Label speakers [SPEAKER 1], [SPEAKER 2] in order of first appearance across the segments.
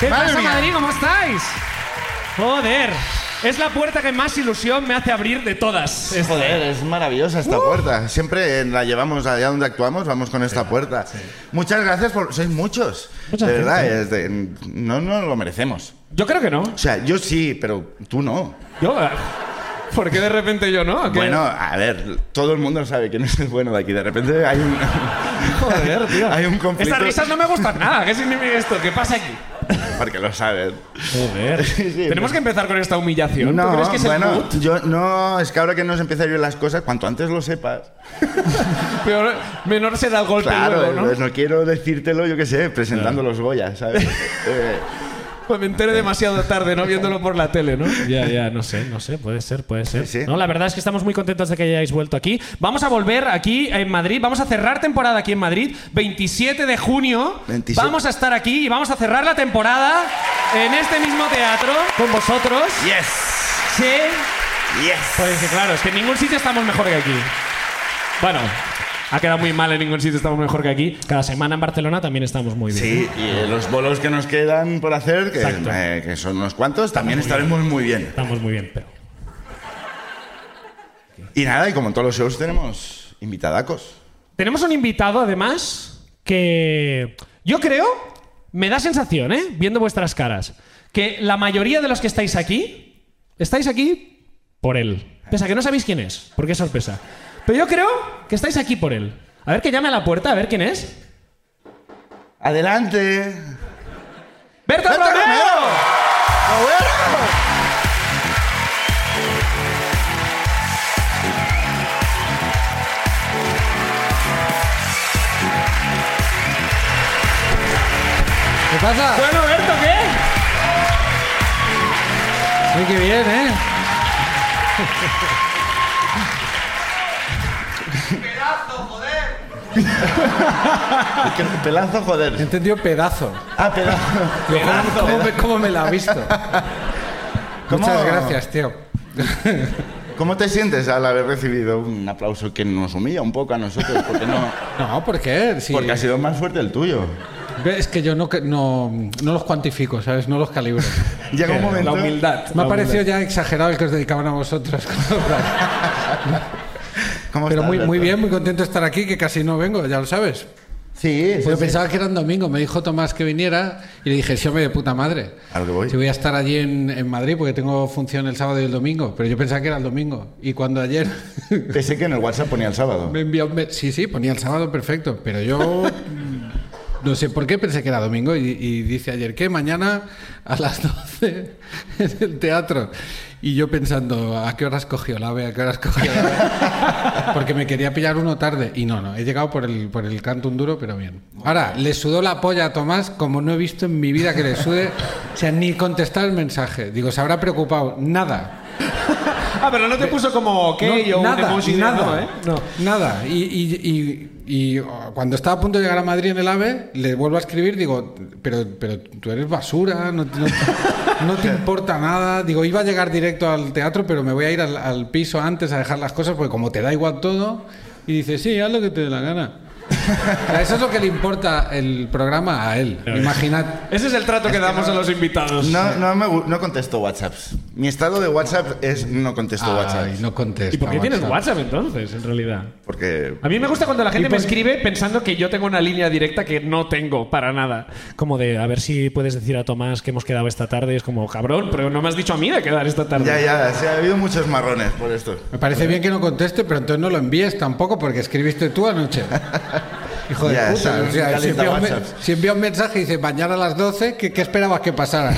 [SPEAKER 1] ¿Qué
[SPEAKER 2] Madre
[SPEAKER 1] pasa,
[SPEAKER 2] mía.
[SPEAKER 1] Madrid? ¿Cómo estáis? Joder. Es la puerta que más ilusión me hace abrir de todas. Es-
[SPEAKER 2] Joder, es maravillosa esta
[SPEAKER 1] Uh.
[SPEAKER 2] puerta. Siempre eh, la llevamos allá donde actuamos, vamos con esta puerta. Muchas gracias por. Sois muchos.
[SPEAKER 1] Mucha
[SPEAKER 2] de
[SPEAKER 1] gente.
[SPEAKER 2] verdad, es de- no nos lo merecemos.
[SPEAKER 1] Yo creo que no.
[SPEAKER 2] O sea, yo sí, pero tú no.
[SPEAKER 1] Yo, eh, ¿Por qué de repente yo no? ¿Qué?
[SPEAKER 2] Bueno, a ver, todo el mundo sabe quién es el bueno de aquí. De repente hay un.
[SPEAKER 1] Joder, tío.
[SPEAKER 2] Hay un conflicto.
[SPEAKER 1] Estas risas no me gustan nada. ¿Qué significa esto? ¿Qué pasa aquí?
[SPEAKER 2] Porque lo saben.
[SPEAKER 1] Joder.
[SPEAKER 2] Sí, sí,
[SPEAKER 1] Tenemos que empezar con esta humillación.
[SPEAKER 2] No,
[SPEAKER 1] ¿Tú crees que es el
[SPEAKER 2] bueno,
[SPEAKER 1] mood?
[SPEAKER 2] yo no, es que ahora que nos empieza a ir las cosas, cuanto antes lo sepas.
[SPEAKER 1] Peor- menor será el golpe
[SPEAKER 2] Claro,
[SPEAKER 1] luego, ¿no?
[SPEAKER 2] pues no quiero decírtelo, yo qué sé, presentando los Goya, ¿sabes? Eh,
[SPEAKER 1] Pues me enteré demasiado tarde, ¿no? Viéndolo por la tele, ¿no?
[SPEAKER 3] Ya, ya, no sé, no sé, puede ser, puede ser.
[SPEAKER 2] Sí, sí.
[SPEAKER 3] No, la verdad es que estamos muy contentos de que hayáis vuelto aquí. Vamos a volver aquí en Madrid, vamos a cerrar temporada aquí en Madrid, 27 de junio.
[SPEAKER 2] 27.
[SPEAKER 3] Vamos a estar aquí y vamos a cerrar la temporada en este mismo teatro con vosotros.
[SPEAKER 2] yes,
[SPEAKER 3] Sí.
[SPEAKER 2] yes.
[SPEAKER 3] Pues es que claro, es que en ningún sitio estamos mejor que aquí. Bueno, ha quedado muy mal en ningún sitio estamos mejor que aquí. Cada semana en Barcelona también estamos muy bien.
[SPEAKER 2] Sí, y eh, los bolos que nos quedan por hacer, que,
[SPEAKER 3] Exacto.
[SPEAKER 2] eh, que son unos cuantos, también estaremos muy bien.
[SPEAKER 3] Estamos muy bien, pero.
[SPEAKER 2] Y nada, y como en todos los shows tenemos invitadacos.
[SPEAKER 3] Tenemos un invitado, además, que yo creo, me da sensación, ¿eh? viendo vuestras caras, que la mayoría de los que estáis aquí, estáis aquí por él. Pese a que no sabéis quién es, porque es sorpresa. Pero yo creo que estáis aquí por él. A ver que llame a la puerta, a ver quién es.
[SPEAKER 2] ¡Adelante!
[SPEAKER 3] ¡Berto
[SPEAKER 2] ¡Berto
[SPEAKER 3] Romero!
[SPEAKER 2] Romero! ¡Romero!
[SPEAKER 4] ¿Qué pasa?
[SPEAKER 3] Bueno, Berto, ¿qué?
[SPEAKER 2] Pues-
[SPEAKER 4] Ay, qué bien, ¿eh?
[SPEAKER 2] ¡Qué pelazo, joder!
[SPEAKER 4] Entendió pedazo.
[SPEAKER 2] ¡Ah, pedazo!
[SPEAKER 4] Digo, ¿cómo- ¿cómo, me, cómo me la ha visto?
[SPEAKER 2] ¿Cómo-
[SPEAKER 4] Muchas gracias, tío.
[SPEAKER 2] ¿Cómo te sientes al haber recibido un aplauso que nos humilla un poco a nosotros? Porque, no,
[SPEAKER 4] No, ¿por qué? Sí.
[SPEAKER 2] porque ha sido más fuerte el tuyo.
[SPEAKER 4] Es que yo no, que- no, no los cuantifico, ¿sabes? No los calibro.
[SPEAKER 2] Llega un
[SPEAKER 1] La
[SPEAKER 2] momento...
[SPEAKER 1] humildad. la
[SPEAKER 4] Me ha parecido
[SPEAKER 1] humildad.
[SPEAKER 4] ya exagerado el que os dedicaban a vosotros.
[SPEAKER 2] ¿Cómo
[SPEAKER 4] Pero
[SPEAKER 2] estás,
[SPEAKER 4] muy, muy
[SPEAKER 2] Berto?
[SPEAKER 4] bien, muy contento de estar aquí, que casi no vengo, ya lo sabes.
[SPEAKER 2] Sí, sí,
[SPEAKER 4] Pues Yo
[SPEAKER 2] Pues sí.
[SPEAKER 4] pensaba que era un domingo, me dijo Tomás que viniera y le dije, sí, hombre, de puta madre.
[SPEAKER 2] A lo que voy.
[SPEAKER 4] Si voy a estar allí en, en Madrid porque tengo función el sábado y el domingo, pero yo pensaba que era el domingo. Y cuando ayer
[SPEAKER 2] Pensé que en el WhatsApp ponía el sábado.
[SPEAKER 4] me envió un... me- Sí, sí, ponía el sábado perfecto, pero yo mm, no sé por qué pensé que era domingo y, y dice ayer que mañana a las 12 en el teatro. Y yo pensando, ¿a qué horas cogió la AVE? ¿A qué horas cogió la AVE? Porque me quería pillar uno tarde. Y no, no, he llegado por el, por el canto un duro, pero bien. Ahora, le sudó la polla a Tomás como no he visto en mi vida que le sude. O sea, ni contestar el mensaje. Digo, se habrá preocupado. Nada.
[SPEAKER 1] Ah, pero no te puso como ok
[SPEAKER 4] No,
[SPEAKER 1] o un
[SPEAKER 4] nada,
[SPEAKER 1] emoji de
[SPEAKER 4] nada,
[SPEAKER 1] no, ¿eh? No.
[SPEAKER 4] nada. Y, y- y- y, oh, cuando estaba a punto de llegar a Madrid en el AVE, le vuelvo a escribir, digo, pero, pero tú eres basura, no, te- no te- no te importa nada. Digo, iba a llegar directo al teatro, pero me voy a ir al, al piso antes a dejar las cosas, porque como te da igual todo, y dice, sí, haz lo que te dé la gana. O sea, Eso es lo que le importa el programa a él. Imaginad.
[SPEAKER 1] Ese es el trato que damos a los invitados.
[SPEAKER 2] No, no, me gu- no contesto WhatsApps. Mi estado de WhatsApp es no contesto
[SPEAKER 4] Ay,
[SPEAKER 2] WhatsApps.
[SPEAKER 4] no contesta.
[SPEAKER 3] ¿Y por qué tienes
[SPEAKER 4] WhatsApp?
[SPEAKER 3] WhatsApp entonces, en realidad?
[SPEAKER 2] Porque
[SPEAKER 3] A mí me gusta cuando la gente
[SPEAKER 4] ¿Y
[SPEAKER 3] me
[SPEAKER 4] por-
[SPEAKER 3] escribe pensando que yo tengo una línea directa que no tengo para nada. Como de, a ver si puedes decir a Tomás que hemos quedado esta tarde. Es como, cabrón, pero no me has dicho a mí de quedar esta tarde.
[SPEAKER 2] ya, ya, se ha habido muchos marrones por esto.
[SPEAKER 4] Me parece bien que no conteste, pero entonces no lo envíes tampoco porque escribiste tú anoche. Hijo de
[SPEAKER 2] Ya,
[SPEAKER 4] puta.
[SPEAKER 2] sabes,
[SPEAKER 4] o sea, si,
[SPEAKER 2] calienta
[SPEAKER 4] envía un me-
[SPEAKER 2] WhatsApp.
[SPEAKER 4] si envía un mensaje y dice mañana a las 12, ¿qué, qué esperabas que pasara?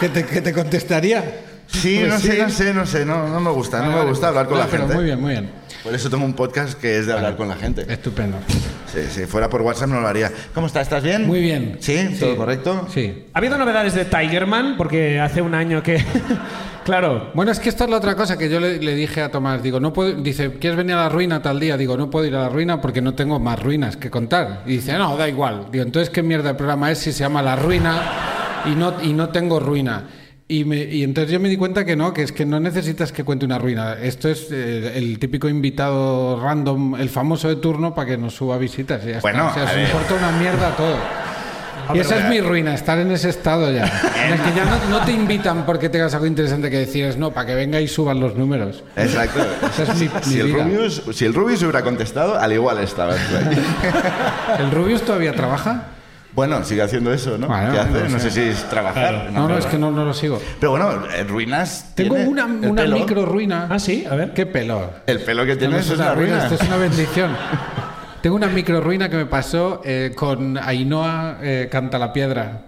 [SPEAKER 4] ¿Que te, que te contestaría?
[SPEAKER 2] Sí,
[SPEAKER 4] Pues
[SPEAKER 2] no sé,
[SPEAKER 4] sí.
[SPEAKER 2] no sé, no sé, no, no me gusta, no
[SPEAKER 4] Vale,
[SPEAKER 2] me gusta hablar con
[SPEAKER 4] No,
[SPEAKER 2] la
[SPEAKER 4] pero
[SPEAKER 2] gente.
[SPEAKER 4] Muy bien, Eh. muy bien.
[SPEAKER 2] Por eso tengo un podcast que es de hablar con la gente.
[SPEAKER 4] Estupendo.
[SPEAKER 2] Sí, si fuera por WhatsApp no lo haría. ¿Cómo estás? ¿Estás bien?
[SPEAKER 4] Muy bien.
[SPEAKER 2] ¿Sí? ¿Todo correcto?
[SPEAKER 4] Sí.
[SPEAKER 3] Ha habido novedades de Tigerman porque hace un año que. claro.
[SPEAKER 4] Bueno, es que esta es la otra cosa que yo le, le dije a Tomás. Digo, no puedo. Dice, ¿quieres venir a la ruina tal día? Digo, no puedo ir a la ruina porque no tengo más ruinas que contar. Y dice, no, da igual. Digo, entonces, ¿qué mierda de programa es si se llama La Ruina y no, y no tengo ruina? Y, me- y entonces yo me di cuenta que no, que es que no necesitas que cuente una ruina. Esto es eh, el típico invitado random, el famoso de turno, para que nos suba visitas. y ya está.
[SPEAKER 2] Bueno,
[SPEAKER 4] O sea,
[SPEAKER 2] a
[SPEAKER 4] se
[SPEAKER 2] ver.
[SPEAKER 4] importa una mierda todo. Y esa es mi ruina, estar en ese estado ya. En el que ya no, no te invitan porque tengas algo interesante que decir, es no, para que venga y suban los números.
[SPEAKER 2] Exacto.
[SPEAKER 4] Esa es mi, mi
[SPEAKER 2] Si el,
[SPEAKER 4] vida.
[SPEAKER 2] Rubius, si el Rubius hubiera contestado, al igual estaba.
[SPEAKER 4] ¿El Rubius todavía trabaja?
[SPEAKER 2] Bueno, sigue haciendo eso, ¿no?
[SPEAKER 4] Bueno,
[SPEAKER 2] ¿Qué hace?
[SPEAKER 4] no
[SPEAKER 2] No, sé
[SPEAKER 4] sé.
[SPEAKER 2] si es trabajar.
[SPEAKER 4] No, no, es que no, no lo sigo.
[SPEAKER 2] Pero bueno, eh, ruinas.
[SPEAKER 4] Tengo
[SPEAKER 2] tiene
[SPEAKER 4] una,
[SPEAKER 2] el
[SPEAKER 4] una
[SPEAKER 2] pelo.
[SPEAKER 4] micro ruina.
[SPEAKER 3] Ah, sí, a ver.
[SPEAKER 4] ¿Qué pelo?
[SPEAKER 2] El pelo que
[SPEAKER 4] No, no
[SPEAKER 2] tienes
[SPEAKER 4] es
[SPEAKER 2] es
[SPEAKER 4] una
[SPEAKER 2] una
[SPEAKER 4] ruina,
[SPEAKER 2] ruina.
[SPEAKER 4] esto es una bendición. Tengo una micro ruina que me pasó eh, con Ainhoa eh, Canta la Piedra.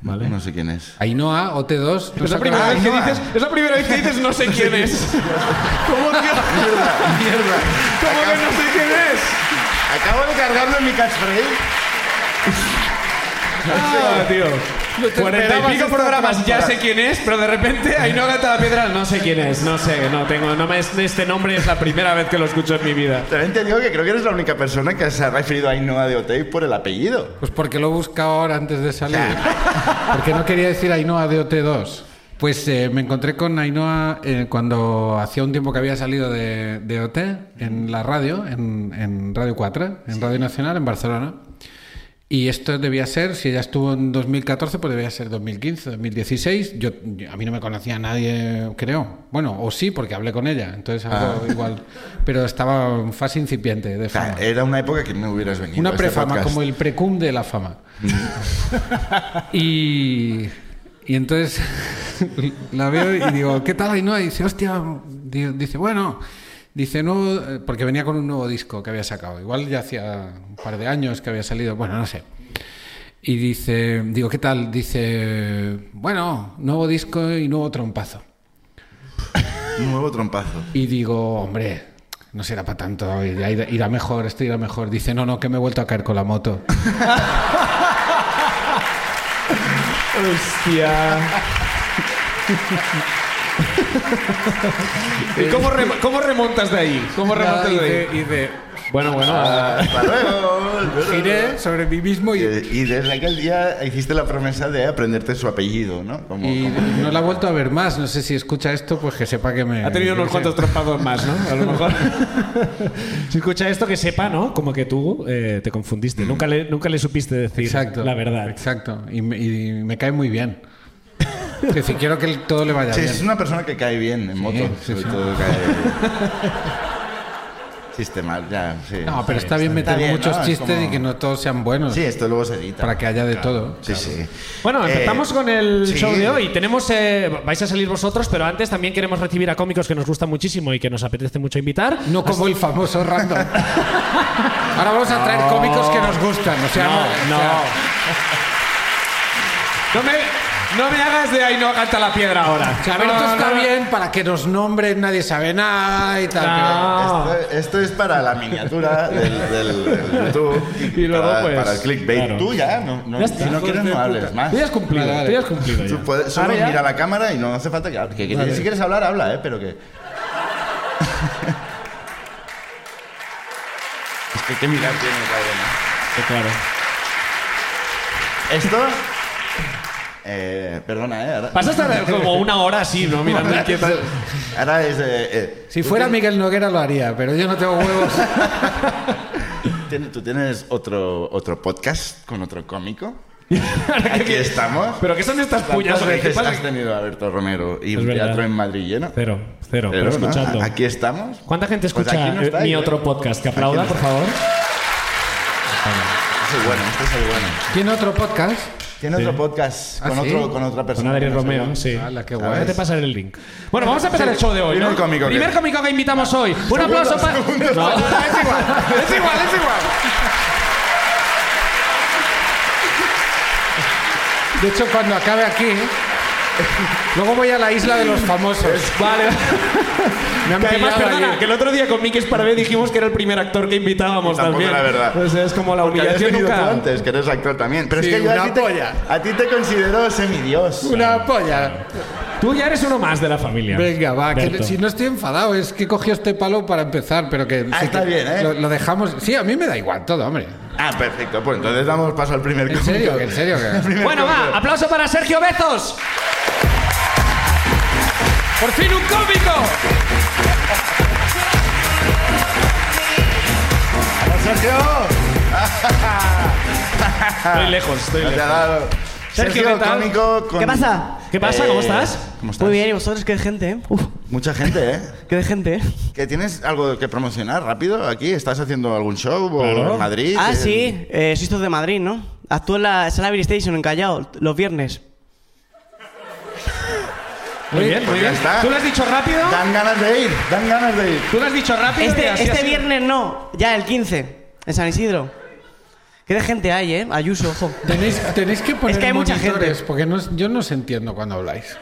[SPEAKER 2] No sé quién es.
[SPEAKER 4] Ainhoa, OT2. no
[SPEAKER 3] Es la,
[SPEAKER 4] saca-
[SPEAKER 3] primera
[SPEAKER 2] Ah,
[SPEAKER 3] vez que
[SPEAKER 2] no.
[SPEAKER 3] dices, es la primera vez que dices no sé quién es. ¿Cómo que,
[SPEAKER 2] Mierda, mierda.
[SPEAKER 3] cómo que no sé quién es?
[SPEAKER 2] Acabo de cargarlo en mi catchphrase.
[SPEAKER 3] Ah, tío.
[SPEAKER 4] te
[SPEAKER 3] Cuarenta
[SPEAKER 4] esperabas
[SPEAKER 3] y pico
[SPEAKER 4] esta
[SPEAKER 3] programas, ya
[SPEAKER 4] trampa.
[SPEAKER 3] sé quién es, pero de repente ahí no gata la piedra, no sé quién es, no sé, no tengo, no me es- este nombre es la primera vez que lo escucho en mi vida.
[SPEAKER 2] También te digo que creo que eres la única persona que se ha referido a Ainhoa de Otey por el apellido.
[SPEAKER 4] Pues porque lo he buscado ahora antes de salir. Porque no quería decir Ainhoa de OT2. Pues eh, me encontré con Ainhoa eh, cuando hacía un tiempo que había salido de, de OT en la radio, en, en Radio 4, en Radio Nacional, en Barcelona. Y esto debía ser, si ella estuvo en 2014, pues debía ser 2015, 2016. Yo, yo- a mí no me conocía nadie, creo. Bueno, o sí, porque hablé con ella, entonces algo igual. Pero estaba en fase incipiente de
[SPEAKER 2] O sea,
[SPEAKER 4] fama.
[SPEAKER 2] era una época que no hubieras venido. a
[SPEAKER 4] Una
[SPEAKER 2] este
[SPEAKER 4] prefama,
[SPEAKER 2] podcast.
[SPEAKER 4] como el precum de la fama. y, y entonces la veo y digo, ¿qué tal? Y no, y dice, hostia, di- dice, bueno, dice, no, porque venía con un nuevo disco que había sacado. Igual ya hacía un par de años que había salido, bueno, no sé. Y dice, digo, ¿qué tal? Dice, bueno, nuevo disco y nuevo trompazo.
[SPEAKER 2] Un nuevo trompazo.
[SPEAKER 4] Y digo, hombre, no será para tanto, irá, irá- irá mejor, esto irá mejor. Dice, no, no, que me he vuelto a caer con la moto.
[SPEAKER 3] Hostia. ¿Y cómo, rem- cómo remontas de ahí? ¿Cómo remontas de ahí? Bueno, bueno, ah,
[SPEAKER 2] Hasta luego.
[SPEAKER 4] giré sobre mí mismo y,
[SPEAKER 2] Eh, Y desde aquel día hiciste la promesa de aprenderte su apellido, ¿no? Como,
[SPEAKER 4] y
[SPEAKER 2] como-
[SPEAKER 4] no la he vuelto a ver más. No sé si escucha esto, pues que sepa que me.
[SPEAKER 3] ha tenido unos
[SPEAKER 4] yo qué sé.
[SPEAKER 3] cuantos trompados más, ¿no? A lo mejor. si escucha esto, que sepa, ¿no? Como que tú eh, te confundiste. Nunca le, nunca le supiste decir
[SPEAKER 4] Exacto.
[SPEAKER 3] la verdad.
[SPEAKER 4] Exacto. Y me, y me cae muy bien. Es decir, quiero que el- todo le vaya
[SPEAKER 2] Sí,
[SPEAKER 4] bien.
[SPEAKER 2] es una persona que cae bien en moto.
[SPEAKER 4] sí,
[SPEAKER 2] sobre
[SPEAKER 4] sí.
[SPEAKER 2] todo cae. Sistema, ya, sí.
[SPEAKER 4] No, pero está bien meter
[SPEAKER 2] bien,
[SPEAKER 4] muchos
[SPEAKER 2] ¿no? Es
[SPEAKER 4] chistes
[SPEAKER 2] como-
[SPEAKER 4] y que no todos sean buenos.
[SPEAKER 2] Sí, esto luego se edita.
[SPEAKER 4] Para que haya de todo.
[SPEAKER 2] Sí, sí.
[SPEAKER 3] Bueno,
[SPEAKER 2] Eh,
[SPEAKER 3] empezamos con el
[SPEAKER 2] sí.
[SPEAKER 3] show de hoy. Tenemos, eh, vais a salir vosotros, pero antes también queremos recibir a cómicos que nos gustan muchísimo y que nos apetece mucho invitar.
[SPEAKER 4] No como el famoso random. Ahora vamos a traer cómicos que nos gustan. O sea,
[SPEAKER 3] no,
[SPEAKER 4] o sea,
[SPEAKER 3] No me, no me hagas de ahí, no canta la piedra ahora.
[SPEAKER 4] O sea, a ver, esto
[SPEAKER 3] No,
[SPEAKER 4] está
[SPEAKER 3] no, no.
[SPEAKER 4] bien para que nos nombren, nadie sabe nada y tal.
[SPEAKER 3] No.
[SPEAKER 4] Ah.
[SPEAKER 2] Esto, esto es para la miniatura del, del- del YouTube.
[SPEAKER 3] Y luego,
[SPEAKER 2] para,
[SPEAKER 3] pues,
[SPEAKER 2] para el clickbait.
[SPEAKER 3] claro.
[SPEAKER 2] Tú ya, no, no-
[SPEAKER 3] Ya está.
[SPEAKER 2] si no quieres, no hables más.
[SPEAKER 3] Tú ya has cumplido,
[SPEAKER 4] Vale, vale.
[SPEAKER 3] tú ya has cumplido ya.
[SPEAKER 2] Tú puedes- solo
[SPEAKER 3] Ahora ya-
[SPEAKER 2] mira la cámara y no hace falta que hables. Que- que- Si quieres hablar, habla, ¿eh? Pero que. es que qué mirar tiene, cabrón.
[SPEAKER 3] Sí, claro.
[SPEAKER 2] Esto. Eh, perdona, ¿eh? Ahora,
[SPEAKER 3] Vas a estar como una hora así, ¿no? Mirando inquieto.
[SPEAKER 2] ahora es. eh, eh,
[SPEAKER 4] Si
[SPEAKER 2] tú
[SPEAKER 4] fuera
[SPEAKER 2] tienes-
[SPEAKER 4] Miguel Noguera lo haría, pero yo no tengo huevos.
[SPEAKER 2] tienes- Tú tienes otro, otro podcast con otro cómico. Aquí estamos.
[SPEAKER 3] ¿Pero qué son estas puñas?
[SPEAKER 2] ¿Cuántas
[SPEAKER 3] hombre? ¿Qué
[SPEAKER 2] veces
[SPEAKER 3] pasa?
[SPEAKER 2] has tenido a Alberto Romero y
[SPEAKER 3] Es
[SPEAKER 2] un
[SPEAKER 3] verdad.
[SPEAKER 2] teatro en Madrid lleno?
[SPEAKER 3] Cero, cero, pero,
[SPEAKER 2] Pero, ¿no?
[SPEAKER 3] escuchando.
[SPEAKER 2] Aquí estamos.
[SPEAKER 3] ¿Cuánta gente
[SPEAKER 2] Pues
[SPEAKER 3] escucha
[SPEAKER 2] aquí no
[SPEAKER 3] eh,
[SPEAKER 2] está,
[SPEAKER 3] mi
[SPEAKER 2] ¿eh?
[SPEAKER 3] otro podcast? Que aplauda,
[SPEAKER 2] Aquí no
[SPEAKER 3] por favor.
[SPEAKER 2] Este es bueno, este es el bueno.
[SPEAKER 4] ¿Tiene otro podcast?
[SPEAKER 2] Tiene otro podcast
[SPEAKER 4] Ah,
[SPEAKER 2] con,
[SPEAKER 4] ¿sí?
[SPEAKER 2] otro, con otra
[SPEAKER 3] Con
[SPEAKER 2] persona.
[SPEAKER 3] Adrián
[SPEAKER 2] que no sé
[SPEAKER 3] Romeo,
[SPEAKER 2] yo.
[SPEAKER 3] sí.
[SPEAKER 4] Hala, qué
[SPEAKER 3] Ahora
[SPEAKER 4] guay.
[SPEAKER 3] te pasaré el link. Bueno, vamos a empezar el show de hoy, ¿no?
[SPEAKER 2] Primer cómico que-
[SPEAKER 3] Primer cómico que invitamos hoy. Un aplauso para... No, es igual, es igual, es igual.
[SPEAKER 4] De hecho, cuando acabe aquí, luego voy a la isla de los famosos.
[SPEAKER 3] Vale.
[SPEAKER 4] Me han
[SPEAKER 3] Que además,
[SPEAKER 4] pillado
[SPEAKER 3] perdona,
[SPEAKER 4] allí.
[SPEAKER 3] que el otro día con Miki Esparvé dijimos que era el primer actor que invitábamos
[SPEAKER 2] Y tampoco
[SPEAKER 3] también.
[SPEAKER 2] era verdad.
[SPEAKER 3] Pues es como la
[SPEAKER 2] Que habías
[SPEAKER 3] humillación
[SPEAKER 2] venido tú
[SPEAKER 3] nunca...
[SPEAKER 2] antes, que eres actor también. Pero
[SPEAKER 4] Sí,
[SPEAKER 2] es que yo
[SPEAKER 4] una
[SPEAKER 2] a ti,
[SPEAKER 4] polla.
[SPEAKER 2] te, a ti te considero semidios.
[SPEAKER 4] Una polla.
[SPEAKER 3] Tú ya eres uno más de la familia.
[SPEAKER 4] Venga, va. que
[SPEAKER 3] Berto.
[SPEAKER 4] si no estoy enfadado, es que cogió este palo para empezar, pero que.
[SPEAKER 2] Ah,
[SPEAKER 4] sí
[SPEAKER 2] está
[SPEAKER 4] que
[SPEAKER 2] bien, ¿eh?
[SPEAKER 4] Lo, lo dejamos. Sí, a mí me da igual todo, hombre.
[SPEAKER 2] Ah, perfecto. Pues entonces damos paso al primer
[SPEAKER 4] En
[SPEAKER 2] cómico.
[SPEAKER 4] serio, que en serio. que-
[SPEAKER 3] Bueno, va, aplauso para Sergio Bezos. ¡Por fin un cómico!
[SPEAKER 2] ¡Sergio! Ah.
[SPEAKER 3] Estoy lejos, estoy
[SPEAKER 2] Nos ha
[SPEAKER 3] lejos.
[SPEAKER 2] dado
[SPEAKER 3] Sergio, ¿qué tal?
[SPEAKER 2] Cónico con- Eh,
[SPEAKER 5] ¿Qué pasa? Eh,
[SPEAKER 3] ¿Qué pasa? ¿Cómo estás?
[SPEAKER 2] ¿Cómo estás?
[SPEAKER 5] Muy bien, ¿y vosotros qué gente, eh? Uf,
[SPEAKER 2] Mucha gente, ¿eh?
[SPEAKER 5] qué de gente, eh.
[SPEAKER 2] ¿Que tienes algo que promocionar rápido aquí? ¿Estás haciendo algún show o
[SPEAKER 3] Claro.
[SPEAKER 2] en Madrid?
[SPEAKER 5] Ah,
[SPEAKER 2] En-
[SPEAKER 5] sí, eh, sois todos de Madrid, ¿no? Actúo en la sala Beer Station en Callao los viernes.
[SPEAKER 3] Muy bien, muy
[SPEAKER 2] Pues ya
[SPEAKER 3] bien.
[SPEAKER 2] está.
[SPEAKER 3] ¿Tú lo has dicho rápido?
[SPEAKER 2] Dan ganas de ir, dan ganas de ir.
[SPEAKER 3] ¿Tú lo has dicho rápido? y
[SPEAKER 5] Este,
[SPEAKER 3] así ha
[SPEAKER 5] este
[SPEAKER 3] sido.
[SPEAKER 5] viernes no, ya el 15, en San Isidro. Qué de gente hay, ¿eh? Ayuso, ojo.
[SPEAKER 4] Tenéis, tenéis que poner
[SPEAKER 5] Es que hay mucha
[SPEAKER 4] monitores,
[SPEAKER 5] gente.
[SPEAKER 4] porque no, os- yo no os entiendo cuando habláis.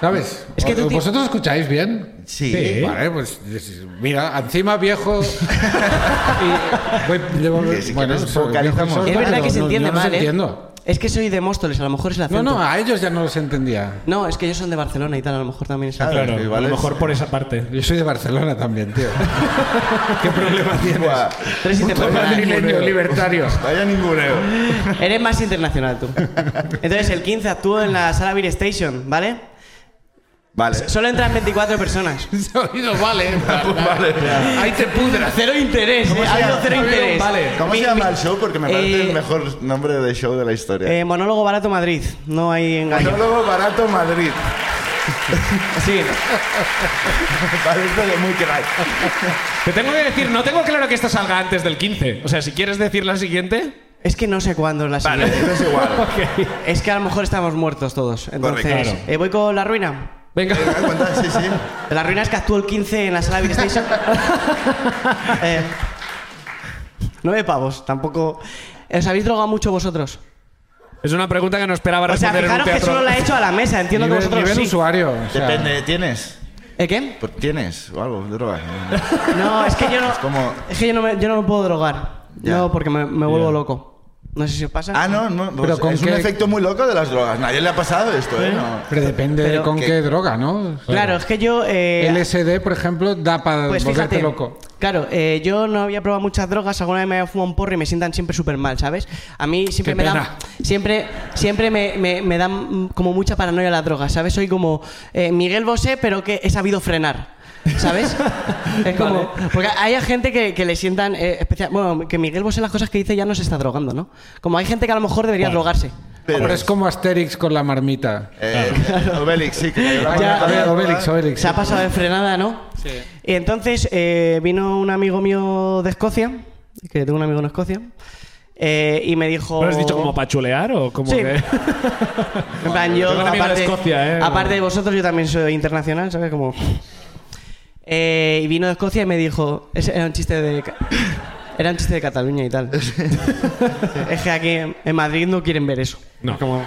[SPEAKER 4] ¿Sabes?
[SPEAKER 5] Es que
[SPEAKER 4] ¿O-
[SPEAKER 5] tú ti-
[SPEAKER 4] ¿Vosotros escucháis bien?
[SPEAKER 2] Sí.
[SPEAKER 4] Vale, pues es- mira, encima viejo. y- pues, voy- llevo-
[SPEAKER 2] Que sí, que nos
[SPEAKER 4] soy
[SPEAKER 2] focalizamos.
[SPEAKER 4] viejo, soy
[SPEAKER 5] Es
[SPEAKER 4] sordo,
[SPEAKER 5] verdad que se
[SPEAKER 4] no-
[SPEAKER 5] entiende
[SPEAKER 4] yo no os
[SPEAKER 5] mal,
[SPEAKER 4] entiendo.
[SPEAKER 5] ¿eh? Es que soy de Móstoles, a lo mejor es la
[SPEAKER 4] No, no, a ellos ya no los entendía.
[SPEAKER 5] No, es que ellos son de Barcelona y tal, a lo mejor también es
[SPEAKER 2] Claro.
[SPEAKER 5] acento.
[SPEAKER 3] Claro, a
[SPEAKER 2] Igual
[SPEAKER 3] lo
[SPEAKER 2] es-
[SPEAKER 3] mejor por esa parte.
[SPEAKER 4] Yo soy de Barcelona también, tío. ¿Qué problema tienes?
[SPEAKER 2] Buah,
[SPEAKER 5] Tú eres internacional.
[SPEAKER 4] Madrileño, libertario.
[SPEAKER 2] Vaya ninguneo.
[SPEAKER 5] Eres más internacional tú. Entonces, el 15 actúo en la sala Beer Station, ¿vale?
[SPEAKER 2] Vale.
[SPEAKER 5] Solo entran 24 personas.
[SPEAKER 4] Se ha oído, ¿eh? vale. vale. Ahí te pudras.
[SPEAKER 5] Cero interés, eh.
[SPEAKER 2] se
[SPEAKER 5] Hablo
[SPEAKER 2] llama?
[SPEAKER 5] cero interés.
[SPEAKER 4] Vale.
[SPEAKER 2] ¿Cómo
[SPEAKER 5] Mi-
[SPEAKER 2] se llama
[SPEAKER 5] mi-
[SPEAKER 2] el show? Porque me parece
[SPEAKER 5] Eh,
[SPEAKER 2] el mejor nombre de show de la historia.
[SPEAKER 5] Eh, monólogo barato Madrid, no hay engaño.
[SPEAKER 2] Monólogo barato Madrid.
[SPEAKER 5] Sí.
[SPEAKER 2] Parece de muy crack.
[SPEAKER 3] Te tengo que decir, no tengo claro que esto salga antes del 15. O sea, si quieres decir la siguiente.
[SPEAKER 5] Es que no sé cuándo es la
[SPEAKER 2] Vale,
[SPEAKER 5] siguiente.
[SPEAKER 2] eso es igual.
[SPEAKER 5] Es que a lo mejor estamos muertos todos. Entonces,
[SPEAKER 2] Correcto.
[SPEAKER 5] eh, voy con la ruina.
[SPEAKER 3] Venga.
[SPEAKER 2] ¿Te das cuenta? Sí, sí.
[SPEAKER 5] La ruina es que actúo el 15 en la sala Beer Station. eh, nueve pavos, tampoco. ¿Os habéis drogado mucho vosotros?
[SPEAKER 3] Es una pregunta que no esperaba
[SPEAKER 5] O sea,
[SPEAKER 3] responder en un
[SPEAKER 5] fijaros que
[SPEAKER 3] teatro.
[SPEAKER 5] solo la he hecho a la mesa, entiendo que
[SPEAKER 4] Nivel,
[SPEAKER 5] vosotros
[SPEAKER 4] nivel
[SPEAKER 5] sí.
[SPEAKER 4] usuario. o sea,
[SPEAKER 2] Depende, ¿tienes?
[SPEAKER 5] ¿Eh, qué?
[SPEAKER 2] Por- ¿Tienes o algo? Droga.
[SPEAKER 5] No, es que yo no.
[SPEAKER 2] Es como-
[SPEAKER 5] Es que yo no me, yo no me puedo drogar.
[SPEAKER 2] Ya.
[SPEAKER 5] No, porque me, me vuelvo loco. No sé si os pasa.
[SPEAKER 2] Ah, no, no.
[SPEAKER 4] Pero
[SPEAKER 2] pues
[SPEAKER 4] ¿con
[SPEAKER 2] es
[SPEAKER 4] qué-
[SPEAKER 2] un efecto muy loco de las drogas. Nadie le ha pasado esto, ¿eh? No.
[SPEAKER 4] Pero depende
[SPEAKER 5] Pero-
[SPEAKER 4] de con
[SPEAKER 2] ¿qué?
[SPEAKER 4] qué, droga, ¿no?
[SPEAKER 5] Claro, es que yo. eh,
[SPEAKER 4] LSD, por ejemplo, da para
[SPEAKER 5] pues
[SPEAKER 4] volverte
[SPEAKER 5] fíjate.
[SPEAKER 4] loco.
[SPEAKER 5] Claro, eh, yo no había probado muchas drogas, alguna vez me había fumado un porro y me sientan siempre súper mal, ¿sabes? A mí siempre
[SPEAKER 4] Qué
[SPEAKER 5] me dan.
[SPEAKER 4] pena.
[SPEAKER 5] Siempre, siempre me, me- me dan mm, como mucha paranoia las drogas, ¿sabes? Soy como eh, Miguel Bosé, pero que he sabido frenar. ¿Sabes? Es como. Porque hay a gente que, que le sientan. eh, especial, bueno, que Miguel Bosé las cosas que dice ya no se está drogando, ¿no? Como hay gente que a lo mejor debería drogarse.
[SPEAKER 2] Pero,
[SPEAKER 4] Pero es como Asterix con la marmita.
[SPEAKER 2] eh, Obelix, sí. que cayó la
[SPEAKER 5] Ya,
[SPEAKER 2] marmota.
[SPEAKER 5] Obelix,
[SPEAKER 4] Obelix, Obelix.
[SPEAKER 5] Se ha pasado de frenada, ¿no? Sí. Y entonces eh, vino un amigo mío de Escocia, que tengo un amigo en Escocia, eh, y me dijo.
[SPEAKER 3] ¿Lo has dicho como pachulear o como
[SPEAKER 5] Sí.
[SPEAKER 3] que.?
[SPEAKER 5] En plan, yo.
[SPEAKER 3] Tengo un amigo de
[SPEAKER 5] aparte,
[SPEAKER 3] Escocia, ¿eh?
[SPEAKER 5] aparte de vosotros, yo también soy internacional, ¿sabes? Como. Eh, y vino de Escocia y me dijo. Ese era un chiste de. Ca- Era un chiste de Cataluña y tal. es que aquí en en Madrid no quieren ver eso.
[SPEAKER 3] No, no.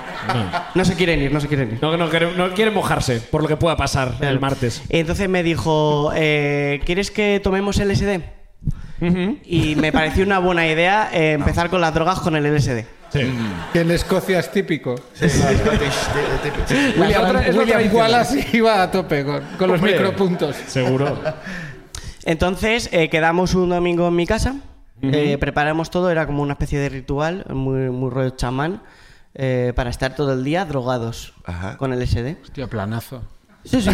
[SPEAKER 5] No se quieren ir, no se quieren ir.
[SPEAKER 3] No, no quiere, no quiere mojarse por lo que pueda pasar
[SPEAKER 5] Claro.
[SPEAKER 3] el martes.
[SPEAKER 5] Y entonces me dijo, eh, ¿quieres que tomemos LSD? Y me pareció una buena idea eh, empezar con las drogas con el LSD.
[SPEAKER 3] Sí.
[SPEAKER 4] Que en Escocia es típico.
[SPEAKER 2] Sí, sí, sí, sí, sí.
[SPEAKER 4] William,
[SPEAKER 3] otra- es la
[SPEAKER 4] William
[SPEAKER 3] tradición.
[SPEAKER 4] Wallace iba a tope con, con los
[SPEAKER 3] Hombre.
[SPEAKER 4] micropuntos.
[SPEAKER 3] Seguro.
[SPEAKER 5] Entonces eh, quedamos un domingo en mi casa, eh, preparamos todo, era como una especie de ritual, muy, muy rollo chamán, eh, para estar todo el día drogados
[SPEAKER 2] Ajá.
[SPEAKER 5] con LSD.
[SPEAKER 4] Hostia, planazo.
[SPEAKER 5] Sí, sí.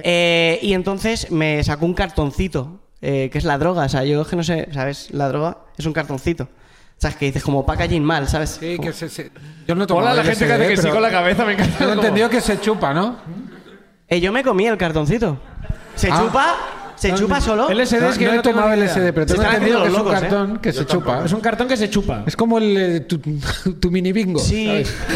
[SPEAKER 5] Eh, y entonces me sacó un cartoncito, eh, que es la droga. O sea, yo es que no sé, ¿sabes? La droga es un cartoncito. ¿Sabes? Que dices como packaging mal, ¿sabes?
[SPEAKER 4] Sí, que se, se- Yo no tomo
[SPEAKER 3] Hola, la gente que hace que sí con la cabeza, me encanta.
[SPEAKER 4] Yo
[SPEAKER 3] como-
[SPEAKER 4] entendió que se chupa, ¿no?
[SPEAKER 5] Eh, yo me comí el cartoncito. Se
[SPEAKER 4] Ah.
[SPEAKER 5] chupa, se chupa solo.
[SPEAKER 3] LSD
[SPEAKER 4] No,
[SPEAKER 3] es que
[SPEAKER 4] no
[SPEAKER 3] yo
[SPEAKER 4] he
[SPEAKER 3] no tengo
[SPEAKER 4] tomado
[SPEAKER 3] ni idea.
[SPEAKER 4] LSD, pero
[SPEAKER 5] Se
[SPEAKER 4] tengo
[SPEAKER 5] están
[SPEAKER 4] entendido que es un
[SPEAKER 5] haciendo locos, ¿eh?
[SPEAKER 4] cartón que se chupa.
[SPEAKER 3] Es un cartón que se chupa.
[SPEAKER 4] Es como el, eh, tu, tu mini bingo.
[SPEAKER 5] Sí.
[SPEAKER 4] ¿sabes?